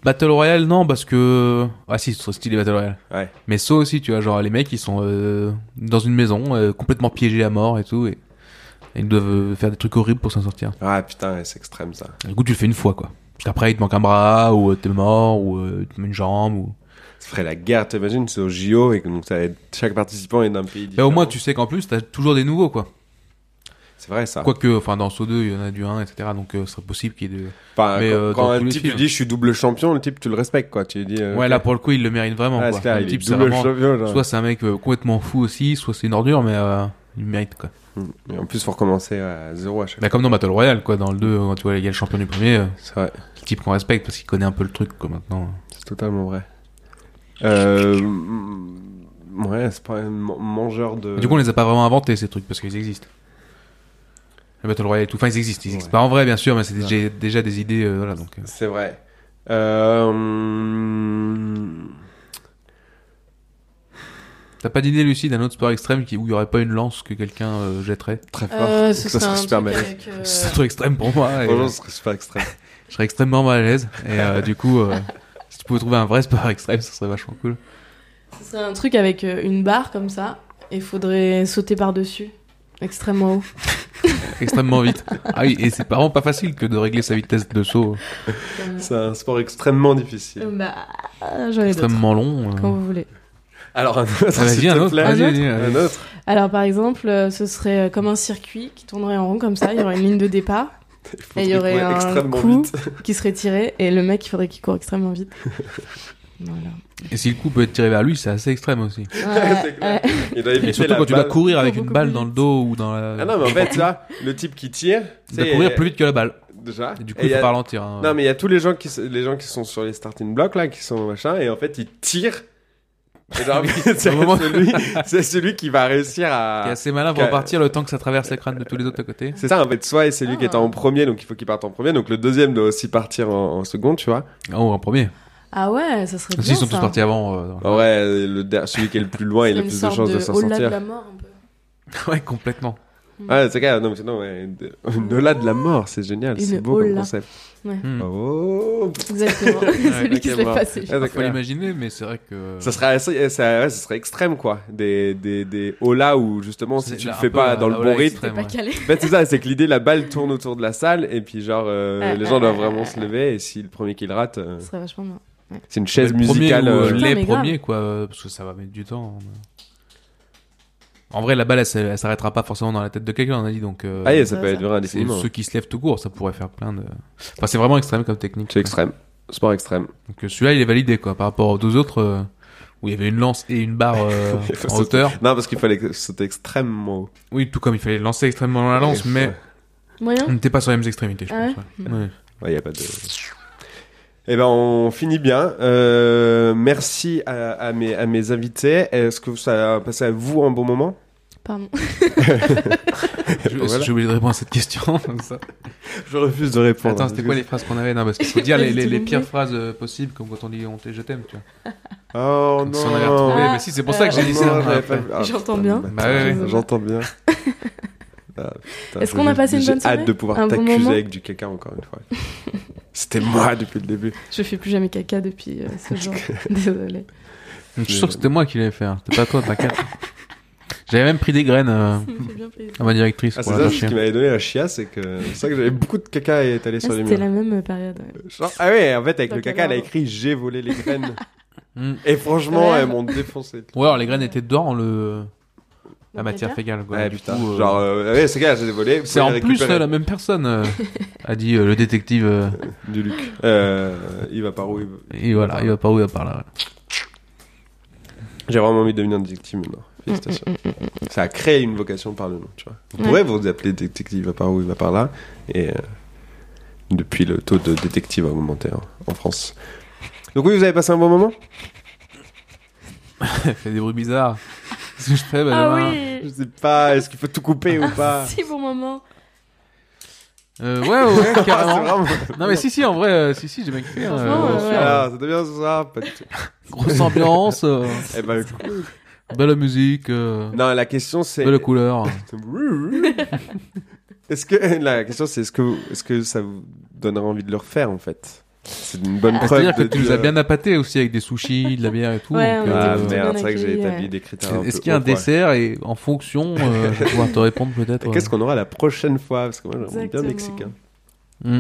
Speaker 4: Battle Royale, non, parce que. Ah si, ce serait stylé Battle Royale.
Speaker 1: Ouais.
Speaker 4: Mais saut aussi, tu vois, genre les mecs ils sont euh, dans une maison, euh, complètement piégés à mort et tout, et. et Ils doivent euh, faire des trucs horribles pour s'en sortir.
Speaker 1: Ah putain, ouais, c'est extrême ça.
Speaker 4: Du coup, tu le fais une fois, quoi. Parce qu'après, il te manque un bras, ou euh, t'es mort, ou euh, tu te mets une jambe, ou.
Speaker 1: Ça ferait la guerre, t'imagines, c'est au JO et que donc ça va être- chaque participant est d'un pays
Speaker 4: Mais
Speaker 1: différent.
Speaker 4: au moins, tu sais qu'en plus, t'as toujours des nouveaux, quoi.
Speaker 1: C'est vrai ça.
Speaker 4: Quoique, enfin, dans SO2, il y en a du 1, etc. Donc, euh, ce serait possible qu'il y ait des...
Speaker 1: Enfin,
Speaker 4: Mais,
Speaker 1: quand,
Speaker 4: euh,
Speaker 1: quand
Speaker 4: dans
Speaker 1: un
Speaker 4: tous les
Speaker 1: type
Speaker 4: films.
Speaker 1: lui dit je suis double champion, le type tu le respectes quoi. Tu lui dis. euh,
Speaker 4: Ouais,
Speaker 1: ok.
Speaker 4: là, pour le coup, il le mérite vraiment,
Speaker 1: Ah,
Speaker 4: quoi.
Speaker 1: c'est clair,
Speaker 4: le
Speaker 1: il est
Speaker 4: type, c'est
Speaker 1: double
Speaker 4: vraiment...
Speaker 1: champion. genre.
Speaker 4: Soit c'est un mec euh, complètement fou aussi, soit c'est une ordure, mais euh, il mérite, quoi.
Speaker 1: Et en plus, faut recommencer à zéro à chaque
Speaker 4: Bah, comme dans Battle Royale, quoi. Dans le 2, quand tu vois, il y a le champion du premier, euh,
Speaker 1: fois. C'est vrai,
Speaker 4: c'est le type qu'on respecte parce qu'il connaît un peu le truc, quoi, maintenant.
Speaker 1: c'est totalement vrai. Euh. mm, Ouais, c'est pas un man- mangeur de.
Speaker 4: Du coup, on les a pas vraiment inventés, ces trucs, parce qu'ils existent. Le Battle Royale et tout. Enfin, ils existent. Ils existent pas en vrai, bien sûr, mais c'est déjà, déjà des idées, euh, voilà, donc. euh.
Speaker 1: C'est vrai. Euh. mm,
Speaker 4: T'as pas d'idée lucide d'un autre sport extrême qui, où il y aurait pas une lance que quelqu'un euh, jetterait
Speaker 1: Très fort.
Speaker 2: Euh,
Speaker 1: Donc
Speaker 2: ce
Speaker 1: ça
Speaker 2: serait
Speaker 1: serait
Speaker 2: un
Speaker 1: super
Speaker 2: truc
Speaker 1: balèze.
Speaker 2: avec, euh,
Speaker 4: C'est un truc extrême pour moi. et,
Speaker 1: Franchement,
Speaker 4: euh,
Speaker 1: ce serait super extrême.
Speaker 4: je serais extrêmement mal à l'aise. Et euh, du coup, euh, si tu pouvais trouver un vrai sport extrême, ça serait vachement cool.
Speaker 2: Ce serait un truc avec euh, une barre comme ça, et faudrait sauter par-dessus, extrêmement haut.
Speaker 4: Extrêmement vite. Ah oui, et c'est vraiment pas facile que de régler sa vitesse de saut.
Speaker 2: Comme-
Speaker 1: C'est un sport extrêmement difficile.
Speaker 2: Euh, Bah, euh, j'en ai d'autres,
Speaker 4: Extrêmement long. euh.
Speaker 2: quand vous voulez.
Speaker 1: Alors, un autre,
Speaker 4: Ah,
Speaker 1: s'il
Speaker 4: vas-y, un
Speaker 1: te
Speaker 4: autre.
Speaker 1: plaît.
Speaker 4: Vas-y, vas-y,
Speaker 1: Un
Speaker 4: vas-y.
Speaker 1: autre.
Speaker 2: Alors par exemple, euh, ce serait euh, comme un circuit qui tournerait en rond comme ça, il y aurait une ligne de départ
Speaker 1: Faut
Speaker 2: et il y aurait
Speaker 1: courir
Speaker 2: un
Speaker 1: extrêmement
Speaker 2: coup
Speaker 1: vite.
Speaker 2: qui serait tiré et le mec il faudrait qu'il court extrêmement vite. Voilà.
Speaker 4: Et si le coup peut être tiré vers lui, c'est assez extrême aussi.
Speaker 1: C'est clair. Il doit éviter
Speaker 4: Et surtout
Speaker 1: la
Speaker 4: quand tu dois
Speaker 1: balle.
Speaker 4: courir avec une
Speaker 2: Beaucoup
Speaker 4: balle
Speaker 2: plus
Speaker 4: dans le
Speaker 2: vite.
Speaker 4: dos ou dans la.
Speaker 1: Ah non, mais en fait, là, le type qui tire,
Speaker 4: tu dois courir plus vite que la balle.
Speaker 1: Déjà.
Speaker 4: Et du coup,
Speaker 1: Et
Speaker 4: il
Speaker 1: y
Speaker 4: faut
Speaker 1: a-
Speaker 4: pas ralentir. hein.
Speaker 1: Non, mais il y a tous les gens qui, se- les gens qui sont sur les starting blocks, là, qui sont machin, et en fait, ils tirent. Et genre, c'est
Speaker 4: au moment-
Speaker 1: celui, c'est celui qui va réussir
Speaker 4: Qui est
Speaker 1: à.
Speaker 4: assez malin pour
Speaker 1: Qu'à-
Speaker 4: repartir le temps que ça traverse les crânes de tous les autres à côté.
Speaker 1: C'est ça, en fait, soit c'est lui qui
Speaker 2: Ah.
Speaker 1: est en premier, donc il faut qu'il parte en premier, donc le deuxième doit aussi partir en, en second, tu vois.
Speaker 4: Oh, en premier.
Speaker 2: Ah ouais, ça
Speaker 4: Parce
Speaker 2: serait bien
Speaker 4: qu'ils sont tous
Speaker 2: ça.
Speaker 4: partis avant. euh,
Speaker 1: En vrai, euh, le, der- celui qui est le plus loin, il a
Speaker 2: Une
Speaker 1: plus de
Speaker 2: sorte
Speaker 1: chances de, s'en
Speaker 2: Au-delà de
Speaker 1: sortir.
Speaker 2: la mort un peu.
Speaker 4: ouais, complètement.
Speaker 1: Ouais, c'est clair, non, mais sinon, ouais, de- une au-delà de la mort, c'est génial,
Speaker 2: Une
Speaker 1: c'est beau comme
Speaker 2: au-delà.
Speaker 1: concept.
Speaker 2: Ouais.
Speaker 4: Hmm.
Speaker 1: Oh,
Speaker 2: Exactement. Celui
Speaker 1: ok,
Speaker 2: qui se fait
Speaker 1: bon.
Speaker 2: passer.
Speaker 1: Ah,
Speaker 4: Faut
Speaker 1: d'accord.
Speaker 4: l'imaginer, mais c'est vrai que.
Speaker 1: Ça serait, assez- ça, ouais, ça serait extrême, quoi. Des, des, des hola où, justement, si
Speaker 4: C'est
Speaker 1: tu le
Speaker 4: là, un
Speaker 1: fais
Speaker 4: peu
Speaker 1: pas
Speaker 4: la-
Speaker 1: dans
Speaker 4: la
Speaker 1: le
Speaker 4: hola
Speaker 1: bon rythme.
Speaker 4: extrême,
Speaker 2: Pas
Speaker 4: ouais.
Speaker 2: calé.
Speaker 1: En fait, c'est ça, c'est que l'idée, la balle tourne autour de la salle, et puis, genre, euh,
Speaker 2: Ah,
Speaker 1: les
Speaker 2: ah,
Speaker 1: gens doivent
Speaker 2: ah,
Speaker 1: vraiment
Speaker 2: ah,
Speaker 1: se lever, et si le premier qui le rate, euh,
Speaker 2: Ce serait vachement bien.
Speaker 1: c'est une chaise
Speaker 4: Le premier
Speaker 1: musicale.
Speaker 4: ou, euh,
Speaker 1: euh,
Speaker 2: Putain,
Speaker 4: les
Speaker 2: mais grave.
Speaker 4: premiers, quoi, euh, parce que ça va mettre du temps. mais- En vrai, la balle, elle, s- elle s'arrêtera pas forcément dans la tête de quelqu'un, on a dit, donc. euh,
Speaker 1: Ah, et ça
Speaker 2: ça,
Speaker 1: peut
Speaker 2: ça.
Speaker 1: être vrai,
Speaker 4: c'est
Speaker 1: indéfiniment.
Speaker 4: ceux qui se lèvent tout court, ça pourrait faire plein de. Enfin, c'est vraiment extrême comme technique.
Speaker 1: C'est extrême. Sport extrême.
Speaker 4: Donc euh, celui-là, il est validé, quoi, par rapport aux deux autres, euh, où il y avait une lance et une barre euh,
Speaker 1: Il faut
Speaker 4: en
Speaker 1: sauter.
Speaker 4: hauteur.
Speaker 1: Non, parce qu'il fallait que c'était extrêmement haut.
Speaker 4: Oui, tout comme il fallait lancer extrêmement dans la lance,
Speaker 1: Ouais,
Speaker 4: mais
Speaker 1: ouais.
Speaker 2: Moyen
Speaker 4: on
Speaker 1: Mm.
Speaker 4: n'était pas sur les mêmes extrémités, je
Speaker 2: Ah
Speaker 4: pense. ouais. Ouais.
Speaker 1: Il y a pas de. Eh ben, on finit bien. Euh, merci à, à mes, à mes invités. Est-ce que ça a passé à vous un bon moment
Speaker 2: Pardon.
Speaker 4: Je-
Speaker 1: Voilà.
Speaker 4: J'ai oublié de répondre à cette question. comme ça.
Speaker 1: Je refuse de répondre.
Speaker 4: Attends, c'était quoi les phrases qu'on avait Non, parce qu'il faut dire
Speaker 2: Pas
Speaker 4: les,
Speaker 2: du
Speaker 4: les-
Speaker 2: tout
Speaker 4: les
Speaker 2: non
Speaker 4: pires
Speaker 2: plus.
Speaker 4: phrases euh, possibles, comme quand on dit on t'est, je t'aime, tu vois.
Speaker 1: Oh non.
Speaker 4: Si on avait retrouvé.
Speaker 2: Ah,
Speaker 4: mais si, c'est pour ça que j'ai dit
Speaker 1: Non,
Speaker 4: ça.
Speaker 1: j'avais
Speaker 4: après.
Speaker 1: pas vu. Ah,
Speaker 2: J'entends
Speaker 1: putain,
Speaker 2: bien.
Speaker 1: bâtard.
Speaker 4: Bah ouais, ouais.
Speaker 1: J'entends bien. Ah, putain,
Speaker 2: Est-ce
Speaker 1: j'ai-
Speaker 2: qu'on a passé une bonne
Speaker 1: J'ai hâte
Speaker 2: soirée
Speaker 1: de pouvoir
Speaker 2: Un bon
Speaker 1: t'accuser
Speaker 2: moment
Speaker 1: avec du caca encore une fois. C'était moi depuis le début.
Speaker 4: Ah,
Speaker 2: Je fais plus jamais caca depuis euh, ce jour. Désolée.
Speaker 4: Je suis sûr que c'était moi qui l'avais fait, hein. c'était pas toi, t'inquiète. J'avais même pris des graines euh,
Speaker 2: Ça me fait bien plaisir.
Speaker 4: à ma directrice
Speaker 1: Ah, c'est
Speaker 4: pour la
Speaker 1: ça, c'est ce
Speaker 4: chercher.
Speaker 1: qui m'avait donné la chia, c'est que c'est ça que j'avais beaucoup de caca étalé
Speaker 2: Ah,
Speaker 1: sur les
Speaker 2: C'était
Speaker 1: murs.
Speaker 2: la même euh, période. ouais.
Speaker 1: Genre- ah ouais, en fait, avec le
Speaker 2: Donc,
Speaker 1: caca, elle a
Speaker 2: alors-
Speaker 1: écrit J'ai volé les graines.
Speaker 4: Mm.
Speaker 1: Et franchement,
Speaker 2: Ouais.
Speaker 1: elles m'ont défoncé.
Speaker 4: Ou alors les graines étaient dans le... la
Speaker 2: Donc,
Speaker 4: matière fégale. quoi.
Speaker 1: Ouais,
Speaker 4: Du
Speaker 1: putain.
Speaker 4: coup, euh,
Speaker 1: Genre, euh, ouais, c'est gars, j'ai volé.
Speaker 4: c'est en plus euh, la même personne, euh, a dit euh, le détective. euh,
Speaker 1: du Luc. Euh, il va par où il va.
Speaker 4: et voilà, il va pas où il va par là. ouais.
Speaker 1: J'ai vraiment envie de devenir détective maintenant.
Speaker 2: Mm,
Speaker 1: Félicitations. Ça a créé une vocation par le nom, tu vois. Vous pourrez vous appeler détective, il va par où, il va par là. Et euh, depuis, le taux de détective a augmenté hein, en France. Donc oui, vous avez passé un bon moment
Speaker 4: Elle fait des bruits bizarres. Qu'est-ce que je fais,
Speaker 2: Ah
Speaker 4: Benjamin
Speaker 1: Je
Speaker 2: oui
Speaker 1: sais pas, est-ce qu'il faut tout couper ou pas
Speaker 2: Ah, Si bon moment
Speaker 4: Euh, ouais, ouais,
Speaker 1: Ah, C'est Ah,
Speaker 4: carrément.
Speaker 1: vraiment-
Speaker 4: non, mais si, si, en vrai, euh, si, si, j'ai bien kiffé. hein,
Speaker 2: Franchement,
Speaker 4: bien
Speaker 2: euh,
Speaker 4: sûr.
Speaker 2: ouais.
Speaker 1: Alors, ça devient ça pas du tout.
Speaker 4: Grosse ambiance, euh,
Speaker 1: Eh ben,
Speaker 4: belle musique, euh,
Speaker 1: Non, la question c'est.
Speaker 4: belle couleur.
Speaker 1: Est-ce que la question c'est est-ce que est-ce que ça vous donnera envie de le refaire en fait C'est une bonne preuve.
Speaker 4: Ah. Bah, C'est-à-dire que
Speaker 1: de
Speaker 4: tu nous
Speaker 1: dire-
Speaker 4: as bien appâté aussi avec des sushis, de la bière et tout.
Speaker 2: Ouais,
Speaker 4: donc, euh,
Speaker 2: on
Speaker 1: Ah
Speaker 2: était plutôt
Speaker 1: merde,
Speaker 2: bien
Speaker 1: c'est vrai que j'ai
Speaker 2: accueillis,
Speaker 1: établi
Speaker 2: ouais.
Speaker 1: des critères. un
Speaker 4: Est-ce
Speaker 1: peu
Speaker 4: qu'il y a un
Speaker 1: hauts, quoi.
Speaker 4: dessert et en fonction, euh, je vais pouvoir te répondre peut-être.
Speaker 1: Et
Speaker 4: ouais.
Speaker 1: Qu'est-ce qu'on aura la prochaine fois Parce que moi j'aimerais bien
Speaker 2: Exactement.
Speaker 1: mexicain.
Speaker 4: Mm.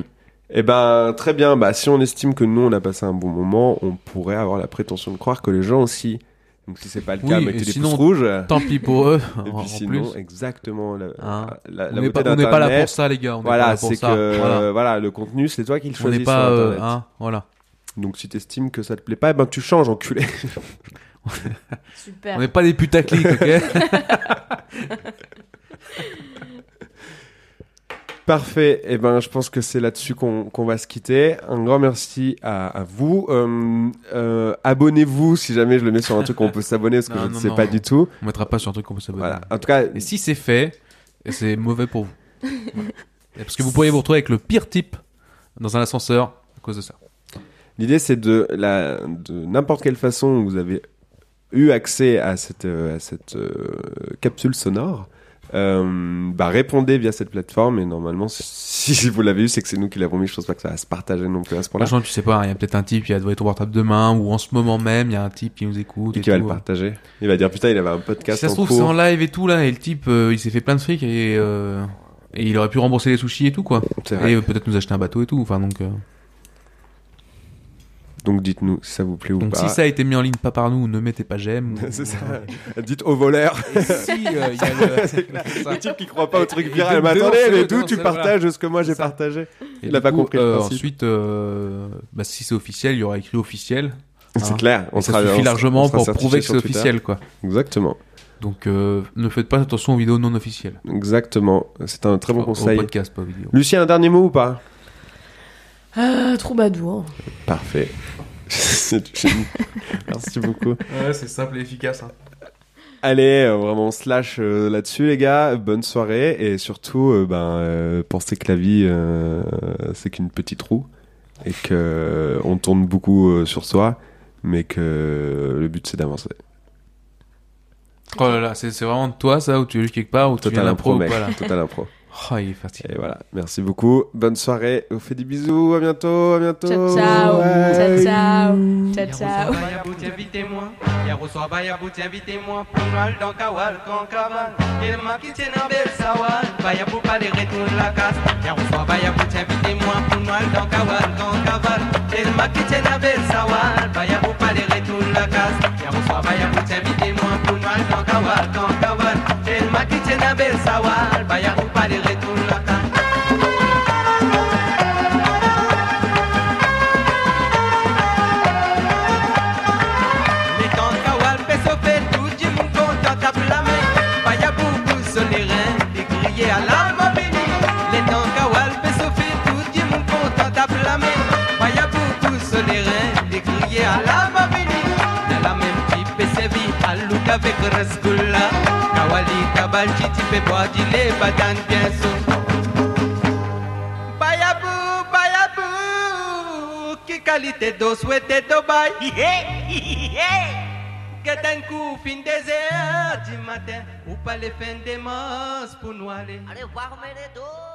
Speaker 1: Eh ben très bien. Bah si on estime que nous on a passé un bon moment, on pourrait avoir la prétention de croire que les gens aussi. Donc si c'est pas le cas,
Speaker 4: Oui, et
Speaker 1: mettez des
Speaker 4: sinon-
Speaker 1: pouces rouges. Et
Speaker 4: Tant pis pour eux. en- en
Speaker 1: puis
Speaker 4: plus.
Speaker 1: sinon, exactement. La,
Speaker 4: Hein.
Speaker 1: la, la
Speaker 4: on n'est
Speaker 1: beauté
Speaker 4: pas, on n'est pas là
Speaker 1: d'Internet,
Speaker 4: pour ça, les gars. On n'est pas
Speaker 1: Voilà,
Speaker 4: là pour
Speaker 1: c'est que
Speaker 4: ça. Voilà.
Speaker 1: euh, voilà le contenu, c'est toi qui le
Speaker 4: On
Speaker 1: choisis
Speaker 4: n'est pas.
Speaker 1: sur
Speaker 4: euh,
Speaker 1: Internet.
Speaker 4: hein, voilà.
Speaker 1: Donc si t'estimes que ça te plaît pas, eh ben tu changes, enculé.
Speaker 2: Super
Speaker 4: On n'est pas des putaclics, ok
Speaker 1: Parfait. Eh ben je pense que c'est là-dessus qu'on qu'on va se quitter. Un grand merci à, à vous. Euh, euh, Abonnez-vous si jamais je le mets sur un truc où on peut s'abonner parce que
Speaker 4: Non,
Speaker 1: je ne
Speaker 4: non,
Speaker 1: sais
Speaker 4: non.
Speaker 1: pas du tout.
Speaker 4: On mettra pas sur un truc qu'on peut s'abonner.
Speaker 1: Voilà. En tout cas,
Speaker 4: Et si c'est fait, c'est mauvais pour vous. Ouais. Parce que vous pourriez vous retrouver avec le pire type dans un ascenseur à cause de ça.
Speaker 1: l'idée c'est de la de n'importe quelle façon vous avez eu accès à cette euh, à cette euh, capsule sonore. euh, bah répondez via cette plateforme et normalement si vous l'avez eu c'est que c'est nous qui l'avons mis je pense pas que ça va se partager non plus à ce point là
Speaker 4: Franchement, tu sais pas, hein, il y a peut-être un type qui va devoir être au portable demain ou en ce moment même, il y a un type qui nous écoute.
Speaker 1: Et
Speaker 4: et
Speaker 1: qui va
Speaker 4: tout. hein.
Speaker 1: le partager. Il va dire putain, il avait un
Speaker 4: Si
Speaker 1: podcast
Speaker 4: ça se
Speaker 1: en
Speaker 4: trouve, c'est
Speaker 1: cours.
Speaker 4: en live et tout là, et le type, euh, il s'est fait plein de fric et, euh, et il aurait pu rembourser les sushis et tout quoi.
Speaker 1: C'est vrai.
Speaker 4: Et euh, peut-être nous acheter un bateau et tout. Enfin donc, euh,
Speaker 1: Donc dites-nous si ça vous plaît ou
Speaker 4: donc
Speaker 1: pas.
Speaker 4: si ça a été mis en ligne pas par nous, ne mettez pas j'aime. ou-
Speaker 1: c'est ça. Dites au voleur.
Speaker 4: Et si euh, il y a le- c'est ça.
Speaker 1: Le type qui croit pas au truc
Speaker 4: Eh, Et- et
Speaker 1: viral.
Speaker 4: donc,
Speaker 1: Mais attendez,
Speaker 4: dénoncez-le,
Speaker 1: mais d'où tu
Speaker 4: dénoncez-le, voilà.
Speaker 1: partages ce que moi j'ai
Speaker 4: ça.
Speaker 1: partagé
Speaker 4: Et
Speaker 1: Il a
Speaker 4: du
Speaker 1: pas
Speaker 4: coup,
Speaker 1: compris le
Speaker 4: euh,
Speaker 1: principe.
Speaker 4: ensuite, euh, bah, si c'est officiel, il y aura écrit officiel.
Speaker 1: C'est clair. On
Speaker 4: Ah. ça
Speaker 1: sera- on
Speaker 4: suffit
Speaker 1: sera- on
Speaker 4: largement
Speaker 1: sera
Speaker 4: pour
Speaker 1: certifié
Speaker 4: prouver que
Speaker 1: sur
Speaker 4: c'est
Speaker 1: Twitter.
Speaker 4: officiel quoi.
Speaker 1: Exactement.
Speaker 4: Donc euh, ne faites pas attention aux vidéos non officielles.
Speaker 1: Exactement. C'est un très bon
Speaker 4: Au-
Speaker 1: conseil.
Speaker 4: Au podcast, pas aux vidéos.
Speaker 1: Lucien, un dernier mot ou pas
Speaker 2: Ah, Troubadour
Speaker 1: Parfait. C'est du génie. Merci beaucoup.
Speaker 8: Ouais, c'est simple et efficace. hein.
Speaker 1: Allez, euh, vraiment, on se lâche euh, là-dessus, les gars. Bonne soirée. Et surtout, euh, ben, euh, pensez que la vie, euh, c'est qu'une petite roue. Et que euh, on tourne beaucoup euh, sur soi. Mais que euh, le but, c'est d'avancer.
Speaker 4: Oh là là, c'est c'est vraiment toi ça, ou tu es juste quelque part, ou tu viens
Speaker 1: Total
Speaker 4: d'impro
Speaker 1: impro,
Speaker 4: ou
Speaker 1: mec.
Speaker 4: pas là.
Speaker 1: Total impro.
Speaker 4: Oh, il est fatigué.
Speaker 1: Et voilà. Merci beaucoup. Bonne soirée. On fait des bisous. À bientôt. À bientôt.
Speaker 2: Ciao, ciao.
Speaker 1: Ouais.
Speaker 2: Ciao, ciao. Ciao, ciao.
Speaker 9: Hier au soir, Baya Bout, invitez-moi. Hier au soir, Baya Bout, invitez-moi. Pour mal dans Kawal, quand Kaval. Il m'a quitté dans Bel Sawal. Baya Bout, pas les retours de la casse. Hier au soir, Baya Bout, invitez-moi. Pour mal dans Kawal, quand Kaval. Il m'a quitté dans Bel Sawal. Baya Bout, pas les retours de la casse. Hier au soir, Baya Bout, invitez-moi. Pour mal dans Kawal, quand Kaval. Il m'a quitté dans Bel Sawal. Baya Bout, pas les retours de la casse. Les temps kawal fait sauver tout du monde content tape la main. Pas y'a beaucoup sur les reins, des crier à l'âme béni. Les temps kawal fait sauver tout du monde content tape la main. Pas y'a beaucoup sur les reins, des crier à l'âme béni. Dans la même type et servi à l'ouk avec Rasgula. Kawali kabalchi type et bois du lait, badan bien sûr. Bayabou, bayabou, que qualité d'eau souhaité d'Obaï. Get un coup, fin des heures du matin, ou pas les fins des masses pour nous aller.
Speaker 10: Allez voir mes dos.